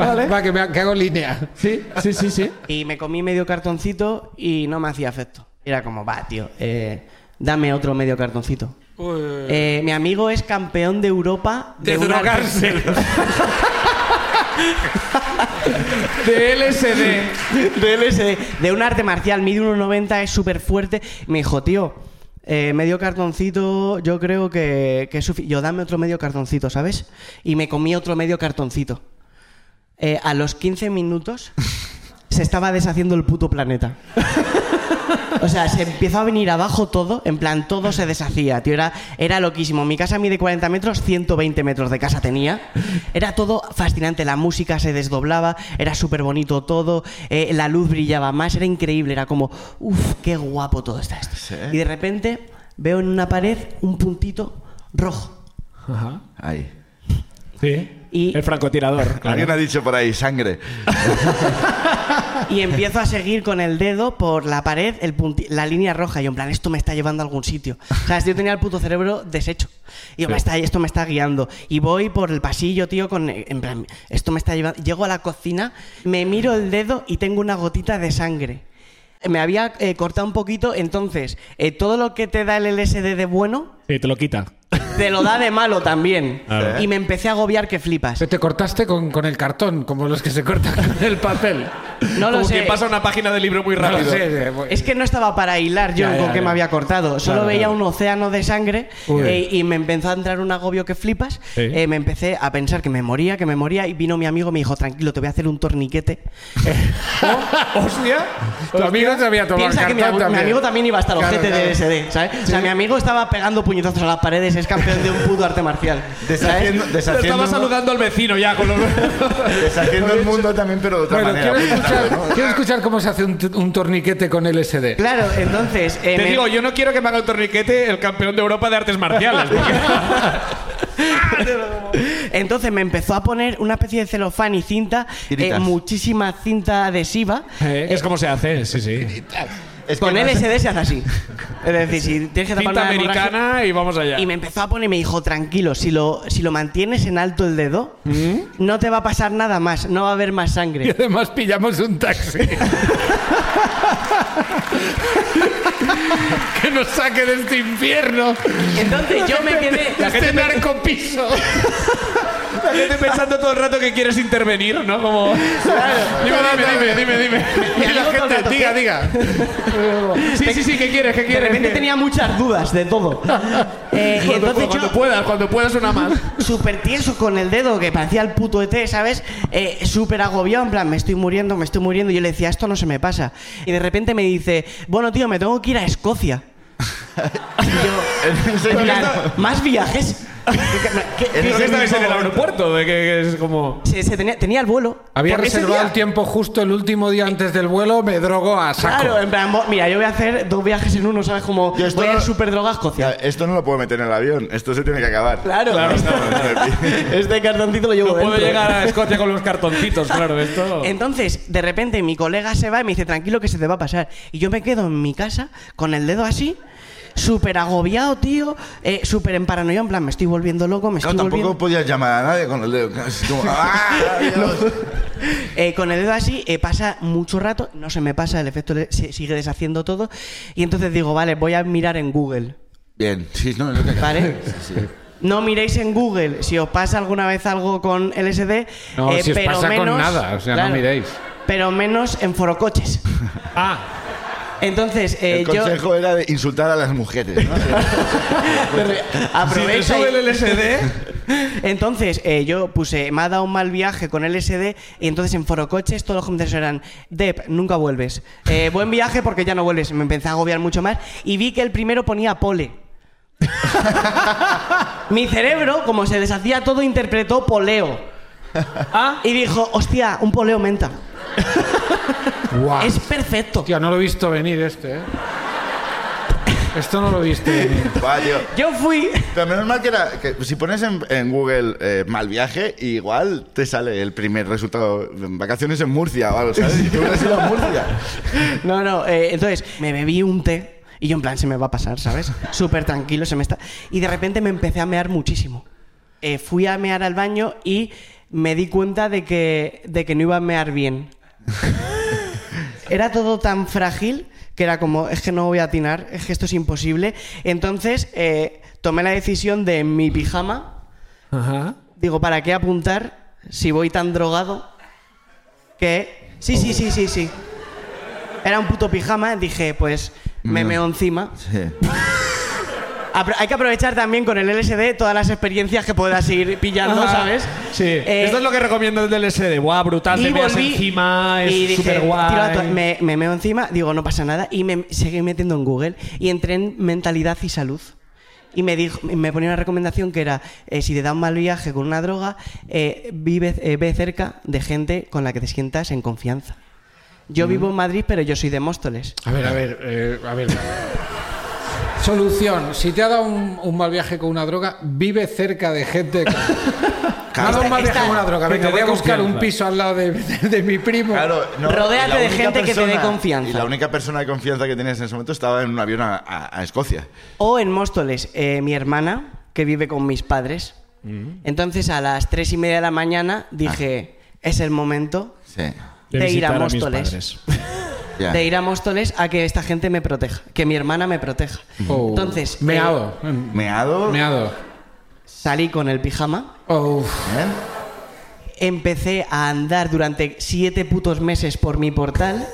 [SPEAKER 4] Va- Va, que, me, que hago línea.
[SPEAKER 3] Sí, sí, sí, sí.
[SPEAKER 5] Y me comí medio cartoncito y no me hacía efecto. Era como, va, tío, eh, dame otro medio cartoncito. Eh, mi amigo es campeón de Europa
[SPEAKER 4] De
[SPEAKER 5] una-
[SPEAKER 4] drogarse.
[SPEAKER 3] De LSD.
[SPEAKER 5] de LSD, eh, de un arte marcial, mide 1,90, es súper fuerte. Me dijo, tío, eh, medio cartoncito, yo creo que, que es suficiente. Yo dame otro medio cartoncito, ¿sabes? Y me comí otro medio cartoncito. Eh, a los 15 minutos se estaba deshaciendo el puto planeta. O sea, se empezó a venir abajo todo, en plan, todo se deshacía, tío, era, era loquísimo. Mi casa mide 40 metros, 120 metros de casa tenía. Era todo fascinante, la música se desdoblaba, era súper bonito todo, eh, la luz brillaba más, era increíble, era como, uff, qué guapo todo está esto. Y de repente veo en una pared un puntito rojo.
[SPEAKER 3] Ajá.
[SPEAKER 2] Ahí.
[SPEAKER 3] Sí.
[SPEAKER 5] Y-
[SPEAKER 3] El francotirador.
[SPEAKER 2] Alguien ha dicho por ahí sangre.
[SPEAKER 5] Y empiezo a seguir con el dedo por la pared el punti- la línea roja. Y yo, en plan, esto me está llevando a algún sitio. O sea, yo tenía el puto cerebro deshecho. Y yo, me está, esto me está guiando. Y voy por el pasillo, tío, con. En plan, esto me está llevando. Llego a la cocina, me miro el dedo y tengo una gotita de sangre. Me había eh, cortado un poquito, entonces, eh, todo lo que te da el LSD de bueno,
[SPEAKER 3] Sí, te lo quita.
[SPEAKER 5] te lo da de malo también.
[SPEAKER 2] Claro.
[SPEAKER 5] Y me empecé a agobiar que flipas.
[SPEAKER 4] Pero te cortaste con, con el cartón, como los que se cortan con el papel.
[SPEAKER 5] No lo
[SPEAKER 3] Como
[SPEAKER 5] sé.
[SPEAKER 3] quien pasa una página del libro muy rápido.
[SPEAKER 4] No sé, eh,
[SPEAKER 5] Pues Es que no estaba para hilar yo
[SPEAKER 4] Ya,
[SPEAKER 5] con
[SPEAKER 4] ya,
[SPEAKER 5] qué
[SPEAKER 4] ya.
[SPEAKER 5] me había cortado. Solo
[SPEAKER 4] Claro,
[SPEAKER 5] veía
[SPEAKER 4] claro.
[SPEAKER 5] un océano de sangre
[SPEAKER 4] Uy.
[SPEAKER 5] eh, y me empezó a entrar un agobio que flipas.
[SPEAKER 3] Sí.
[SPEAKER 5] Eh, me empecé a pensar que me moría, que me moría. Y vino mi amigo y me dijo, tranquilo, te voy a hacer un torniquete.
[SPEAKER 3] ¡Hostia!
[SPEAKER 4] tu amigo te había tomado el
[SPEAKER 5] Piensa
[SPEAKER 4] cartón
[SPEAKER 5] que mi, ab- mi
[SPEAKER 4] también.
[SPEAKER 5] amigo también iba hasta los
[SPEAKER 4] Claro,
[SPEAKER 5] ojete
[SPEAKER 4] claro.
[SPEAKER 5] de LSD, ¿sabes? O sea, mi amigo estaba pegando puñetazos a las paredes, es campeón de un puto arte marcial. ¿sabes?
[SPEAKER 2] Deshaciendo,
[SPEAKER 3] Te
[SPEAKER 2] deshaciendo,
[SPEAKER 3] estaba saludando al vecino ya con los...
[SPEAKER 2] deshaciendo el mundo también, pero de otra
[SPEAKER 4] Bueno,
[SPEAKER 2] manera.
[SPEAKER 4] quiero
[SPEAKER 2] muy
[SPEAKER 4] escuchar,
[SPEAKER 2] tarde, ¿no?
[SPEAKER 4] quiero escuchar cómo se hace un, t- un torniquete con LSD.
[SPEAKER 5] Claro, entonces... eh,
[SPEAKER 3] Te
[SPEAKER 5] me-
[SPEAKER 3] digo, yo no quiero que me haga un torniquete el campeón de Europa de artes marciales. porque-
[SPEAKER 5] Entonces me empezó a poner una especie de celofán y cinta, eh,
[SPEAKER 2] Tiritas.
[SPEAKER 5] muchísima cinta adhesiva.
[SPEAKER 3] Eh, es como se hace, sí, sí.
[SPEAKER 2] Es que
[SPEAKER 5] Con
[SPEAKER 2] no sé-
[SPEAKER 5] LSD se hace así. Es decir, si tienes que tapar
[SPEAKER 3] Cinta
[SPEAKER 5] una hemorragia-
[SPEAKER 3] americana y vamos allá.
[SPEAKER 5] Y me empezó a poner y me dijo, tranquilo, si lo, si lo mantienes en alto el dedo, no te va a pasar nada más, no va a haber más
[SPEAKER 4] Y
[SPEAKER 5] sangre.
[SPEAKER 4] además pillamos un taxi. que nos saque de este infierno.
[SPEAKER 5] Entonces yo me quedé...
[SPEAKER 4] De este narcopiso.
[SPEAKER 3] La gente pensando todo el rato que quieres intervenir, ¿no? Como... Dime, dime, dime, dime, dime.
[SPEAKER 5] Mi
[SPEAKER 4] Y la
[SPEAKER 5] amigo todo el
[SPEAKER 4] gente,
[SPEAKER 5] rato,
[SPEAKER 4] diga,
[SPEAKER 5] ¿qué?
[SPEAKER 4] diga.
[SPEAKER 3] Sí, sí, sí, ¿qué quieres? ¿Qué
[SPEAKER 5] De
[SPEAKER 3] quieres?
[SPEAKER 5] repente
[SPEAKER 3] ¿Qué-
[SPEAKER 5] tenía muchas dudas de todo. Eh, y
[SPEAKER 3] Cuando,
[SPEAKER 5] entonces
[SPEAKER 3] cuando
[SPEAKER 5] yo,
[SPEAKER 3] puedas, cuando puedas una más.
[SPEAKER 5] súper tieso con el dedo, que parecía el puto ET, ¿sabes? Eh, súper agobiado, en plan, me estoy muriendo, me estoy muriendo. Y yo le decía, esto no se me pasa. Y de repente me dice, bueno, tío, me tengo que ir a Escocia. Y yo,
[SPEAKER 2] En serio,
[SPEAKER 5] en plan,
[SPEAKER 2] no.
[SPEAKER 5] ¿más viajes? ¿Qué- qué-
[SPEAKER 2] Eso
[SPEAKER 3] ¿Por
[SPEAKER 2] que
[SPEAKER 3] qué
[SPEAKER 5] qué-
[SPEAKER 3] estabais en el aeropuerto? De que, que es como...
[SPEAKER 5] se, se tenía, tenía el vuelo.
[SPEAKER 4] Había
[SPEAKER 5] Por ese
[SPEAKER 4] reservado
[SPEAKER 5] día.
[SPEAKER 4] el tiempo justo el último día antes del vuelo, me drogo a saco.
[SPEAKER 5] Claro, eh, en plan, mo- mira, yo voy a hacer dos viajes en uno, ¿sabes? Como
[SPEAKER 2] Yo esto
[SPEAKER 5] voy a
[SPEAKER 2] no-
[SPEAKER 5] ir súper droga a
[SPEAKER 2] Ya,
[SPEAKER 5] Escocia.
[SPEAKER 2] Esto no lo puedo meter en el avión. Esto se tiene que acabar.
[SPEAKER 5] Claro, este cartoncito lo llevo
[SPEAKER 3] No puedo
[SPEAKER 5] dentro.
[SPEAKER 3] llegar a Escocia con los cartoncitos, claro, esto...
[SPEAKER 5] Entonces, de repente, mi colega se va y me dice, tranquilo, que se te va a pasar. Y yo me quedo en mi casa con el dedo así, súper agobiado, tío, eh, súper en paranoia, en plan, me estoy volviendo loco, me
[SPEAKER 2] Claro,
[SPEAKER 5] estoy
[SPEAKER 2] tampoco
[SPEAKER 5] volviendo...
[SPEAKER 2] podías llamar a nadie con el dedo. Es como, ¡ah, Dios!
[SPEAKER 5] Eh, con el dedo así eh, pasa mucho rato, no se me pasa, el efecto le- se- sigue deshaciendo todo. Y entonces digo, vale, voy a mirar en Google.
[SPEAKER 2] Bien, sí, no, es lo que acabo.
[SPEAKER 5] ¿Vale?
[SPEAKER 2] Sí.
[SPEAKER 5] No miréis en Google si os pasa alguna vez algo con LSD.
[SPEAKER 4] No, si os
[SPEAKER 5] eh, pero
[SPEAKER 4] pasa con
[SPEAKER 5] menos-
[SPEAKER 4] nada, o sea, no miréis.
[SPEAKER 5] Pero menos en forocoches.
[SPEAKER 3] Ah,
[SPEAKER 5] Entonces, eh,
[SPEAKER 2] El
[SPEAKER 5] yo
[SPEAKER 2] consejo era de insultar a las mujeres. ¿no?
[SPEAKER 3] si te
[SPEAKER 5] aprovecho.
[SPEAKER 3] sube el LSD...
[SPEAKER 5] Entonces, eh, yo puse, me ha dado un mal viaje con LSD. Y entonces en forocoches todos los comentarios eran: Dep, nunca vuelves. Eh, buen viaje porque ya no vuelves. Me empecé a agobiar mucho más. Y vi que el primero ponía pole. Mi cerebro, como se deshacía todo, interpretó poleo.
[SPEAKER 3] Ah,
[SPEAKER 5] Y dijo, hostia, un poleo menta.
[SPEAKER 3] Ah.
[SPEAKER 4] Guau.
[SPEAKER 5] Es perfecto.
[SPEAKER 4] Tío, no lo he visto venir este, ¿eh? Esto no lo viste venir.
[SPEAKER 2] Va, tío.
[SPEAKER 5] Yo fui.
[SPEAKER 2] Pero menos mal que era. Que si pones en, en Google eh, mal viaje, igual te sale el primer resultado. En vacaciones en Murcia o algo, ¿sabes? Y tú hubieras ido a Murcia.
[SPEAKER 5] No, no, eh, entonces me bebí un té y yo en plan se me va a pasar, ¿sabes? Súper tranquilo, se me está. Y de repente me empecé a mear muchísimo. Eh, fui a mear al baño y me di cuenta de que, de que no iba a mear bien. Era todo tan frágil que era como, es que no voy a atinar, es que esto es imposible. Entonces eh, tomé la decisión de en mi pijama
[SPEAKER 3] Ajá.
[SPEAKER 5] Digo, ¿para qué apuntar si voy tan drogado que... Sí, sí, sí, sí, sí. Era un puto pijama, dije, pues me
[SPEAKER 2] No.
[SPEAKER 5] meo encima.
[SPEAKER 2] Sí.
[SPEAKER 5] Apro- hay que aprovechar también con el LSD todas las experiencias que puedas ir pillando,
[SPEAKER 3] Ajá.
[SPEAKER 5] ¿sabes?
[SPEAKER 3] Sí.
[SPEAKER 5] Eh,
[SPEAKER 3] Esto es lo que recomiendo del LSD. Guau, brutal, te veas encima,
[SPEAKER 5] y
[SPEAKER 3] es
[SPEAKER 5] dije,
[SPEAKER 3] súper
[SPEAKER 5] "Tiro la to-
[SPEAKER 3] guay.
[SPEAKER 5] me, me meo encima, digo, no pasa nada. Y me seguí metiendo en Google y entré en mentalidad y salud. Y me, dijo, y me ponía una recomendación que era, eh, si te da un mal viaje con una droga, eh, vive, eh, ve cerca de gente con la que te sientas en confianza.
[SPEAKER 3] Mm.
[SPEAKER 5] Yo vivo en Madrid, pero yo soy de Móstoles.
[SPEAKER 4] A ver, a ver, eh, a ver. Solución. Si te ha dado un, un mal viaje con una droga, vive cerca de gente. con- Me ha dado un mal viaje con una droga.
[SPEAKER 3] Que
[SPEAKER 4] Venga,
[SPEAKER 3] te
[SPEAKER 4] voy
[SPEAKER 3] dé
[SPEAKER 4] a buscar un
[SPEAKER 3] confianza.
[SPEAKER 4] piso al lado de, de mi primo.
[SPEAKER 2] Claro, no,
[SPEAKER 5] Rodéate
[SPEAKER 2] y la
[SPEAKER 5] de
[SPEAKER 2] única
[SPEAKER 5] gente que te dé confianza.
[SPEAKER 2] Y la única persona de confianza que tenías en ese momento estaba en un avión a, a- a Escocia.
[SPEAKER 5] O en Móstoles, eh, mi hermana, que vive con mis padres.
[SPEAKER 3] Mm.
[SPEAKER 5] Entonces a las tres y media de la mañana dije, es el momento
[SPEAKER 2] Sí.
[SPEAKER 5] de, ir
[SPEAKER 3] Ah. visitar
[SPEAKER 5] a
[SPEAKER 3] a mis
[SPEAKER 5] Móstoles.
[SPEAKER 3] padres.
[SPEAKER 2] ya.
[SPEAKER 5] de ir a Móstoles a que esta gente me proteja, que mi hermana me proteja.
[SPEAKER 4] Oh.
[SPEAKER 5] Entonces, eh,
[SPEAKER 4] Meado.
[SPEAKER 2] Meado.
[SPEAKER 4] Meado.
[SPEAKER 5] salí con el pijama,
[SPEAKER 4] Oh,
[SPEAKER 2] ¿eh?
[SPEAKER 5] empecé a andar durante siete putos meses por mi portal.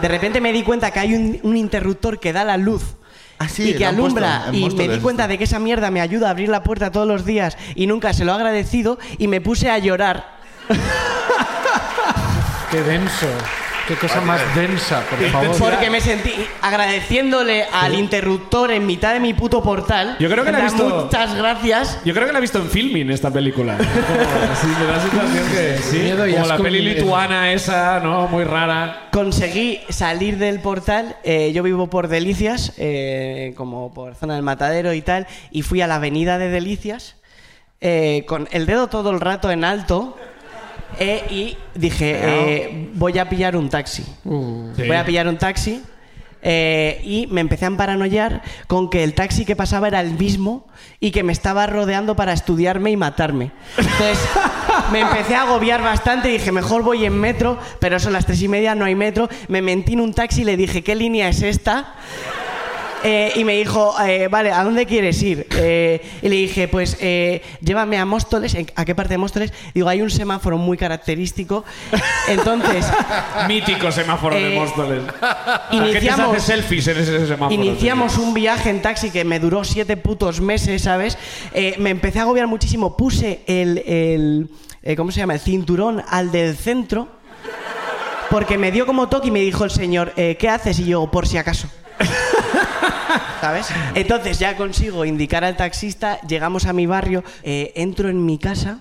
[SPEAKER 5] De repente me di cuenta que hay un, un interruptor que da la luz.
[SPEAKER 2] Ah, sí,
[SPEAKER 5] y que
[SPEAKER 2] lo han
[SPEAKER 5] alumbra
[SPEAKER 2] puesto en
[SPEAKER 5] y me
[SPEAKER 2] Móstoles
[SPEAKER 5] di cuenta
[SPEAKER 2] esto.
[SPEAKER 5] de que esa mierda me ayuda a abrir la puerta todos los días y nunca se lo he agradecido y me puse a llorar.
[SPEAKER 4] qué denso. Qué cosa más densa, por favor.
[SPEAKER 5] Porque me sentí agradeciéndole al interruptor en mitad de mi puto portal.
[SPEAKER 3] Yo creo que la he
[SPEAKER 5] En plan,
[SPEAKER 3] visto-
[SPEAKER 5] Muchas gracias.
[SPEAKER 3] Yo creo que la he visto en filming esta película. Como, así, me da la sensación que sí,
[SPEAKER 4] Miedo y
[SPEAKER 3] como la
[SPEAKER 4] asco
[SPEAKER 3] peli
[SPEAKER 4] en-
[SPEAKER 3] lituana esa, ¿no? Muy rara.
[SPEAKER 5] Conseguí salir del portal, eh, yo vivo por Delicias, eh, como por zona del matadero y tal, y fui a la avenida de Delicias, eh, con el dedo todo el rato en alto, eh, y dije, eh, voy a pillar un taxi.
[SPEAKER 4] Uh,
[SPEAKER 3] Sí.
[SPEAKER 5] Voy a pillar un taxi. eh, y me empecé a paranoiar con que el taxi que pasaba era el mismo y que me estaba rodeando para estudiarme y matarme. Entonces me empecé a agobiar bastante. Dije, mejor voy en metro, pero son las tres y media, no hay metro. Me mentí en un taxi y le dije, ¿qué línea es esta? Eh, y me dijo, eh, vale, ¿a dónde quieres ir? Eh, y le dije, pues eh, llévame a Móstoles. ¿En- ¿A qué parte de Móstoles? Digo, hay un semáforo muy característico. Entonces,
[SPEAKER 3] Mítico semáforo de
[SPEAKER 5] Eh,
[SPEAKER 3] Móstoles. La gente se hace
[SPEAKER 5] iniciamos-
[SPEAKER 3] selfies en ese semáforo.
[SPEAKER 5] Iniciamos
[SPEAKER 3] tío.
[SPEAKER 5] un viaje en taxi que me duró siete putos meses, ¿sabes? Eh, me empecé a agobiar muchísimo. Puse el, el, eh, ¿Cómo se llama? El cinturón al del centro. Porque me dio como toque y me dijo el señor, eh, ¿qué haces? Y yo, por si acaso. ¿Sabes? Entonces ya consigo indicar al taxista, llegamos a mi barrio, eh, entro en mi casa.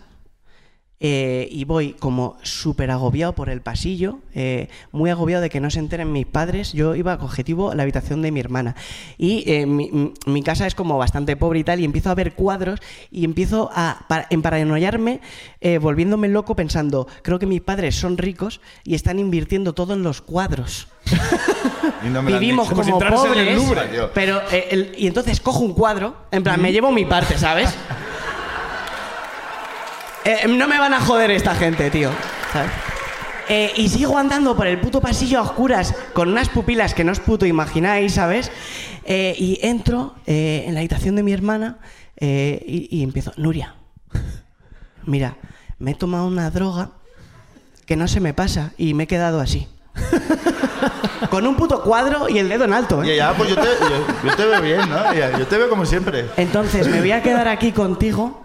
[SPEAKER 5] eh, y voy como súper agobiado por el pasillo, eh, muy agobiado de que no se enteren mis padres. Yo iba con objetivo a la habitación de mi hermana. Y eh, mi, mi- mi casa es como bastante pobre y tal, y empiezo a ver cuadros y empiezo a pa- emparanoiarme, eh, volviéndome loco pensando, creo que mis padres son ricos y están invirtiendo todo en los cuadros.
[SPEAKER 2] Y no me lo han
[SPEAKER 5] Vivimos
[SPEAKER 2] dicho.
[SPEAKER 5] como,
[SPEAKER 3] si entrase en
[SPEAKER 5] pobres,
[SPEAKER 3] el
[SPEAKER 2] Louvre, tío.
[SPEAKER 5] pero eh, el- y entonces cojo un cuadro, en plan me llevo mi parte, ¿sabes? Eh, no me van a joder esta gente, tío. ¿sabes? Eh, y sigo andando por el puto pasillo a oscuras con unas pupilas que no os puto imagináis, ¿sabes? Eh, y entro eh, en la habitación de mi hermana eh, y, y empiezo, Nuria, mira, me he tomado una droga que no se me pasa y me he quedado así. con un puto cuadro y el dedo en alto. ¿eh?
[SPEAKER 2] Y ya, pues yo te, yo, yo te veo bien, ¿no? Ya, yo te veo como siempre.
[SPEAKER 5] Eh. Entonces me voy a quedar aquí contigo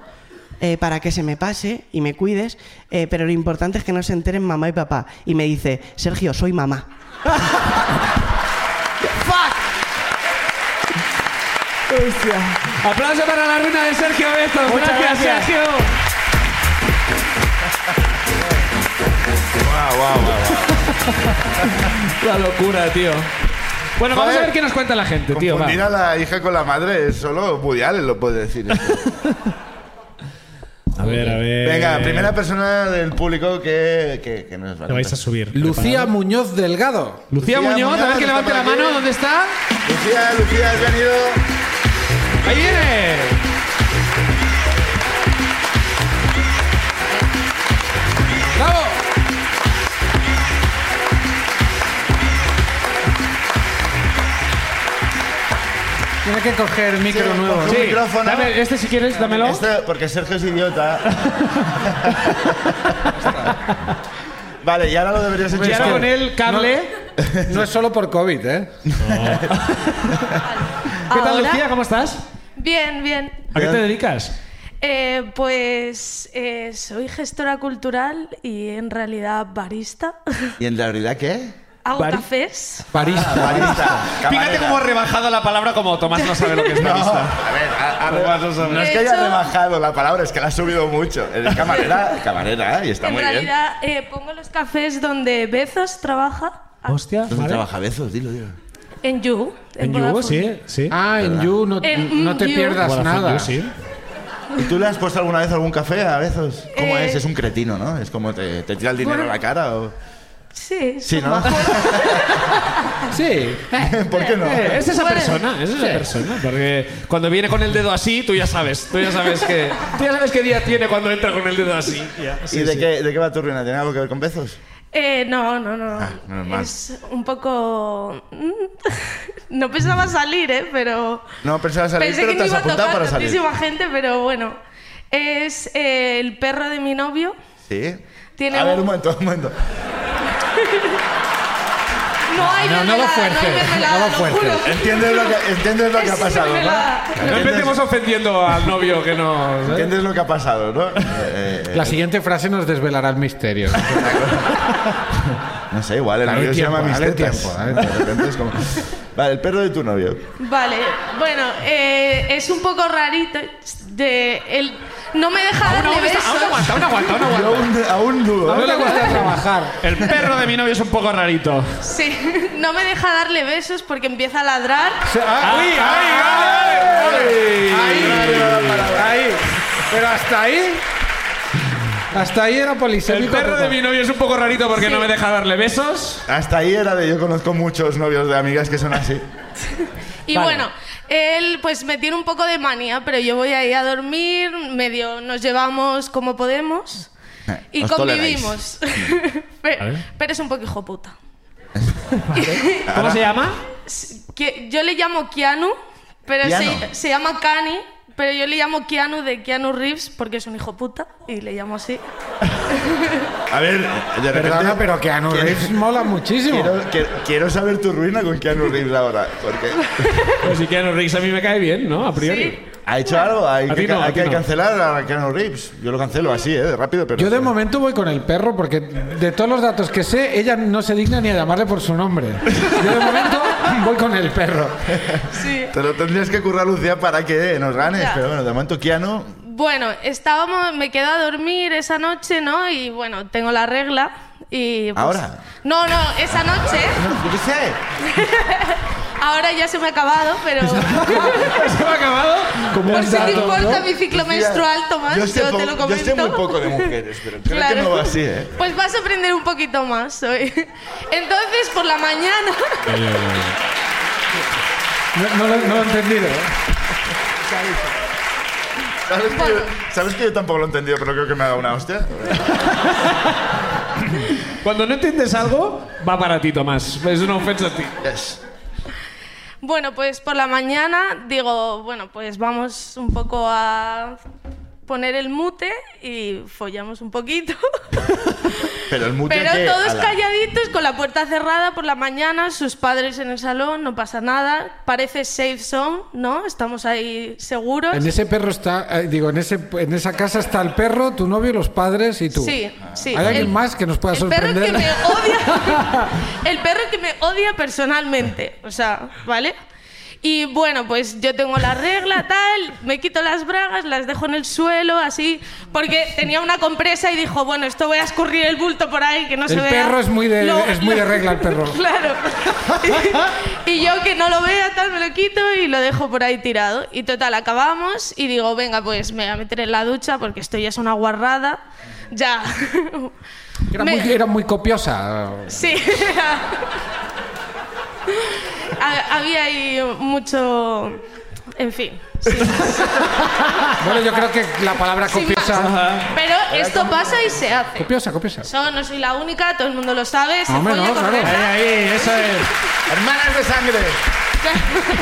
[SPEAKER 5] eh, para que se me pase y me cuides, eh, pero lo importante es que no se enteren mamá y papá. Y me dice, Sergio, soy mamá. ¡Fuck!
[SPEAKER 3] Aplauso para la ruina de Sergio Bezos.
[SPEAKER 5] Muchas
[SPEAKER 3] gracias,
[SPEAKER 5] gracias.
[SPEAKER 3] Sergio.
[SPEAKER 2] Guau, guau, guau.
[SPEAKER 3] La locura, tío. Bueno, vamos a
[SPEAKER 2] Joder.
[SPEAKER 3] ver qué nos cuenta la gente, tío. va.
[SPEAKER 2] Confundir a la hija con la madre es solo Woody Allen lo puede decir.
[SPEAKER 3] A ver, a ver.
[SPEAKER 2] Venga, primera persona del público que, que, que nos va
[SPEAKER 3] Te vais a
[SPEAKER 2] contar.
[SPEAKER 3] subir.
[SPEAKER 4] Lucía Muñoz Delgado.
[SPEAKER 3] Lucía,
[SPEAKER 2] Lucía
[SPEAKER 3] Muñoz, a ver
[SPEAKER 2] Muñoz,
[SPEAKER 3] que levante la
[SPEAKER 2] está por
[SPEAKER 3] mano.
[SPEAKER 2] aquí.
[SPEAKER 3] ¿Dónde está?
[SPEAKER 2] Lucía, Lucía, has venido.
[SPEAKER 3] Ahí viene.
[SPEAKER 4] ¡Bravo! Tiene que coger micro
[SPEAKER 2] Sí,
[SPEAKER 4] nuevo.
[SPEAKER 2] coge
[SPEAKER 4] ¿no?
[SPEAKER 2] Un micrófono.
[SPEAKER 3] dame este si quieres, dámelo.
[SPEAKER 2] Esto, porque Sergio es idiota. vale, y ahora lo deberías
[SPEAKER 3] Y ahora
[SPEAKER 2] echar.
[SPEAKER 3] con el cable.
[SPEAKER 4] No es solo por COVID, ¿eh?
[SPEAKER 3] ¿Qué tal,
[SPEAKER 6] Ahora-
[SPEAKER 3] Lucía? ¿Cómo estás?
[SPEAKER 6] Bien, bien.
[SPEAKER 3] ¿A qué te dedicas?
[SPEAKER 6] Eh, pues eh, soy gestora cultural y en realidad barista.
[SPEAKER 2] ¿Y en realidad qué?
[SPEAKER 6] Hago
[SPEAKER 3] Bari-
[SPEAKER 6] cafés.
[SPEAKER 4] Barista.
[SPEAKER 2] Barista.
[SPEAKER 3] Fíjate
[SPEAKER 2] camarera.
[SPEAKER 3] cómo ha rebajado la palabra como Tomás no sabe lo que es
[SPEAKER 2] No,
[SPEAKER 3] barista.
[SPEAKER 2] a ver, ha- ha rebajado- no es
[SPEAKER 6] De
[SPEAKER 2] que haya
[SPEAKER 6] hecho-
[SPEAKER 2] rebajado la palabra, es que la ha subido mucho. Es camarera, camarera, y está
[SPEAKER 6] en
[SPEAKER 2] muy
[SPEAKER 6] realidad eh, pongo los cafés donde Bezos trabaja.
[SPEAKER 3] Hostia,
[SPEAKER 2] bien.
[SPEAKER 3] vale.
[SPEAKER 2] trabaja Bezos? Dilo, dilo.
[SPEAKER 6] En You.
[SPEAKER 3] En You,
[SPEAKER 6] Vodafone.
[SPEAKER 3] sí, sí.
[SPEAKER 4] Ah, en You no,
[SPEAKER 6] En
[SPEAKER 4] no te
[SPEAKER 6] You.
[SPEAKER 4] pierdas
[SPEAKER 3] Vodafone
[SPEAKER 4] nada.
[SPEAKER 3] You, sí.
[SPEAKER 2] ¿Y tú le has puesto alguna vez algún café a veces? ¿Cómo
[SPEAKER 6] Eh,
[SPEAKER 2] es? Es un cretino, ¿no? Es como te, te tira el dinero
[SPEAKER 6] bueno.
[SPEAKER 2] a la cara o...
[SPEAKER 6] Sí,
[SPEAKER 2] Sí, ¿no?
[SPEAKER 4] Sí.
[SPEAKER 2] ¿Por qué no?
[SPEAKER 3] Eh, Es esa
[SPEAKER 6] Bueno.
[SPEAKER 3] persona, es esa persona. Porque cuando viene con el dedo así, tú ya sabes. Tú ya sabes que, tú ya sabes qué día tiene cuando entra con el dedo así. Ya, sí,
[SPEAKER 2] ¿Y de,
[SPEAKER 3] sí.
[SPEAKER 2] Qué, de qué va tu ruina? ¿Tiene algo que ver con besos?
[SPEAKER 6] Eh, no, no, no.
[SPEAKER 2] Ah, menos mal.
[SPEAKER 6] Es un poco. mm, no pensaba
[SPEAKER 2] Mm.
[SPEAKER 6] salir, ¿eh? Pero.
[SPEAKER 2] No, pensaba salir,
[SPEAKER 6] Pensé
[SPEAKER 2] pero
[SPEAKER 6] que
[SPEAKER 2] te
[SPEAKER 6] no
[SPEAKER 2] has
[SPEAKER 6] iba a
[SPEAKER 2] apuntado
[SPEAKER 6] tocar
[SPEAKER 2] para salir.
[SPEAKER 6] tantísima gente, pero bueno. Es eh, el perro de mi novio.
[SPEAKER 2] Sí.
[SPEAKER 6] Tiene
[SPEAKER 2] a ver,
[SPEAKER 6] un-
[SPEAKER 2] un momento, un momento.
[SPEAKER 6] No hay
[SPEAKER 4] No, no lo
[SPEAKER 6] mermelada,
[SPEAKER 4] fuerces,
[SPEAKER 6] no hay
[SPEAKER 4] no
[SPEAKER 6] mermelada,
[SPEAKER 4] lo
[SPEAKER 6] lo
[SPEAKER 4] fuerces.
[SPEAKER 6] juro.
[SPEAKER 2] ¿Entiendes lo que, entiendes lo que ha
[SPEAKER 6] Es
[SPEAKER 2] pasado,
[SPEAKER 6] mermelada.
[SPEAKER 2] no?
[SPEAKER 3] No empecemos ofendiendo al novio que no. ¿sabes?
[SPEAKER 2] ¿Entiendes lo que ha pasado, no? Eh, eh,
[SPEAKER 4] La siguiente frase nos desvelará el misterio.
[SPEAKER 2] no sé, igual el
[SPEAKER 4] Dale
[SPEAKER 2] novio se
[SPEAKER 4] tiempo,
[SPEAKER 2] llama mis
[SPEAKER 4] dale
[SPEAKER 2] tetas.
[SPEAKER 4] tiempo, dale
[SPEAKER 2] De repente es como... Vale, el perro de tu novio.
[SPEAKER 6] Vale, bueno, eh, es un poco rarito. De, él no me deja darle besos.
[SPEAKER 3] Aún aguanta, aún aguanta, aún
[SPEAKER 2] Yo
[SPEAKER 3] aguanta.
[SPEAKER 2] aún, aún dudo.
[SPEAKER 4] No le cuesta trabajar.
[SPEAKER 3] El perro de mi novio es un poco rarito.
[SPEAKER 6] Sí, no me deja darle besos porque empieza a ladrar.
[SPEAKER 4] Ah,
[SPEAKER 3] ¡Ay, ay, ah.
[SPEAKER 4] ay, Ahí. Pero hasta ahí. Hasta ahí era
[SPEAKER 3] El
[SPEAKER 4] polisémico.
[SPEAKER 3] perro de mi novio es un poco rarito porque
[SPEAKER 6] Sí.
[SPEAKER 3] no me deja darle besos.
[SPEAKER 2] Hasta ahí era de yo conozco muchos novios de amigas que son así.
[SPEAKER 6] Y bueno, él pues me tiene un poco de manía, pero yo voy ahí a dormir, medio nos llevamos como podemos
[SPEAKER 2] Eh,
[SPEAKER 6] y
[SPEAKER 2] os toleráis.
[SPEAKER 6] convivimos. Pe- pero, es un poco hijo puta.
[SPEAKER 3] ¿Cómo se llama?
[SPEAKER 6] S- que- Yo le llamo Keanu, pero
[SPEAKER 2] Keanu.
[SPEAKER 6] se, se llama Cani, pero yo le llamo Keanu de Keanu Reeves porque es un hijo puta y le llamo así.
[SPEAKER 2] A ver, de repente...
[SPEAKER 4] Perdona, pero que Anu
[SPEAKER 2] Quiero-
[SPEAKER 4] Reeves mola muchísimo.
[SPEAKER 2] Quiero, quiero, quiero saber tu ruina con Keanu Reeves ahora, porque
[SPEAKER 3] Pues si Keanu Reeves a mí me cae bien, ¿no? A priori.
[SPEAKER 6] Sí.
[SPEAKER 2] ha hecho algo, hay
[SPEAKER 3] A
[SPEAKER 2] que,
[SPEAKER 3] ti no, a
[SPEAKER 2] hay
[SPEAKER 3] ti
[SPEAKER 2] que
[SPEAKER 3] no.
[SPEAKER 2] cancelar a Keanu Reeves. Yo lo cancelo así, ¿eh? de rápido, pero...
[SPEAKER 4] Yo de momento voy con el perro porque de todos los datos que sé, ella no se digna ni a llamarle por su nombre. Yo de momento voy con el perro.
[SPEAKER 6] Sí.
[SPEAKER 2] Te lo tendrías que currar, Lucía, para que nos ganes,
[SPEAKER 6] Ya.
[SPEAKER 2] pero bueno, de momento Keanu...
[SPEAKER 6] Bueno, estábamos, me quedo a dormir esa noche, ¿no? Y bueno, tengo la regla y... pues-
[SPEAKER 2] ¿Ahora?
[SPEAKER 6] No, no, esa noche.
[SPEAKER 2] No, yo qué sé.
[SPEAKER 6] Ahora ya se me ha acabado, pero...
[SPEAKER 3] ¿Se me ha acabado?
[SPEAKER 4] Como
[SPEAKER 6] Por
[SPEAKER 4] un
[SPEAKER 6] si te
[SPEAKER 4] dato,
[SPEAKER 6] importa
[SPEAKER 4] ¿no?
[SPEAKER 6] mi ciclo menstrual, Tomás, yo,
[SPEAKER 2] sé
[SPEAKER 6] te
[SPEAKER 2] po-
[SPEAKER 6] lo comento.
[SPEAKER 2] Yo sé muy poco de mujeres, pero creo que
[SPEAKER 6] Claro.
[SPEAKER 2] no va así, ¿eh?
[SPEAKER 6] Pues vas a aprender un poquito más hoy. Entonces, por la mañana,
[SPEAKER 4] No, no lo, no lo he entendido. ¿eh?
[SPEAKER 2] ¿Sabes que, yo, sabes que yo tampoco lo he entendido, pero creo que me ha dado una hostia?
[SPEAKER 3] Cuando no entiendes algo, va para ti, Tomás. Es una ofensa a ti.
[SPEAKER 2] Yes.
[SPEAKER 6] bueno, pues por la mañana digo, bueno, pues vamos un poco a poner el mute y follamos un poquito.
[SPEAKER 2] Pero el mute
[SPEAKER 6] Pero
[SPEAKER 2] que...
[SPEAKER 6] todos
[SPEAKER 2] ala.
[SPEAKER 6] calladitos, con la puerta cerrada por la mañana, sus padres en el salón, no pasa nada. Parece safe zone, ¿no? Estamos ahí seguros.
[SPEAKER 4] En ese perro está, eh, digo, en, ese, en esa casa está el perro, tu novio, los padres y tú.
[SPEAKER 6] Sí, sí.
[SPEAKER 4] ¿Hay alguien
[SPEAKER 6] El-
[SPEAKER 4] más que nos pueda
[SPEAKER 6] el perro
[SPEAKER 4] sorprender?
[SPEAKER 6] que me odia. el perro que me odia personalmente. O sea, ¿vale? Y bueno, pues yo tengo la regla, tal, me quito las bragas, las dejo en el suelo, así, porque tenía una compresa y dijo, bueno, esto voy a escurrir el bulto por ahí, que no se
[SPEAKER 4] El
[SPEAKER 6] vea.
[SPEAKER 4] perro es muy de- es muy de regla, el perro.
[SPEAKER 6] claro. y yo que no lo vea, tal, me lo quito y lo dejo por ahí tirado. Y total, acabamos y digo, venga, pues me voy a meter en la ducha porque esto ya es una guarrada. Ya.
[SPEAKER 4] Era,
[SPEAKER 6] Me-
[SPEAKER 4] muy, era muy copiosa.
[SPEAKER 6] Sí. Ha- Había ahí mucho... En fin. sí.
[SPEAKER 4] Bueno, yo creo que la palabra
[SPEAKER 6] Sin
[SPEAKER 4] copiosa.
[SPEAKER 6] más. Pero esto pasa y se hace.
[SPEAKER 4] Copiosa, copiosa.
[SPEAKER 6] Yo no soy la única, todo el mundo lo sabe. Se
[SPEAKER 4] Hombre,
[SPEAKER 6] folla
[SPEAKER 4] no,
[SPEAKER 6] con
[SPEAKER 4] claro.
[SPEAKER 6] regla.
[SPEAKER 3] Ahí, eso es.
[SPEAKER 2] ¡Hermanas de sangre!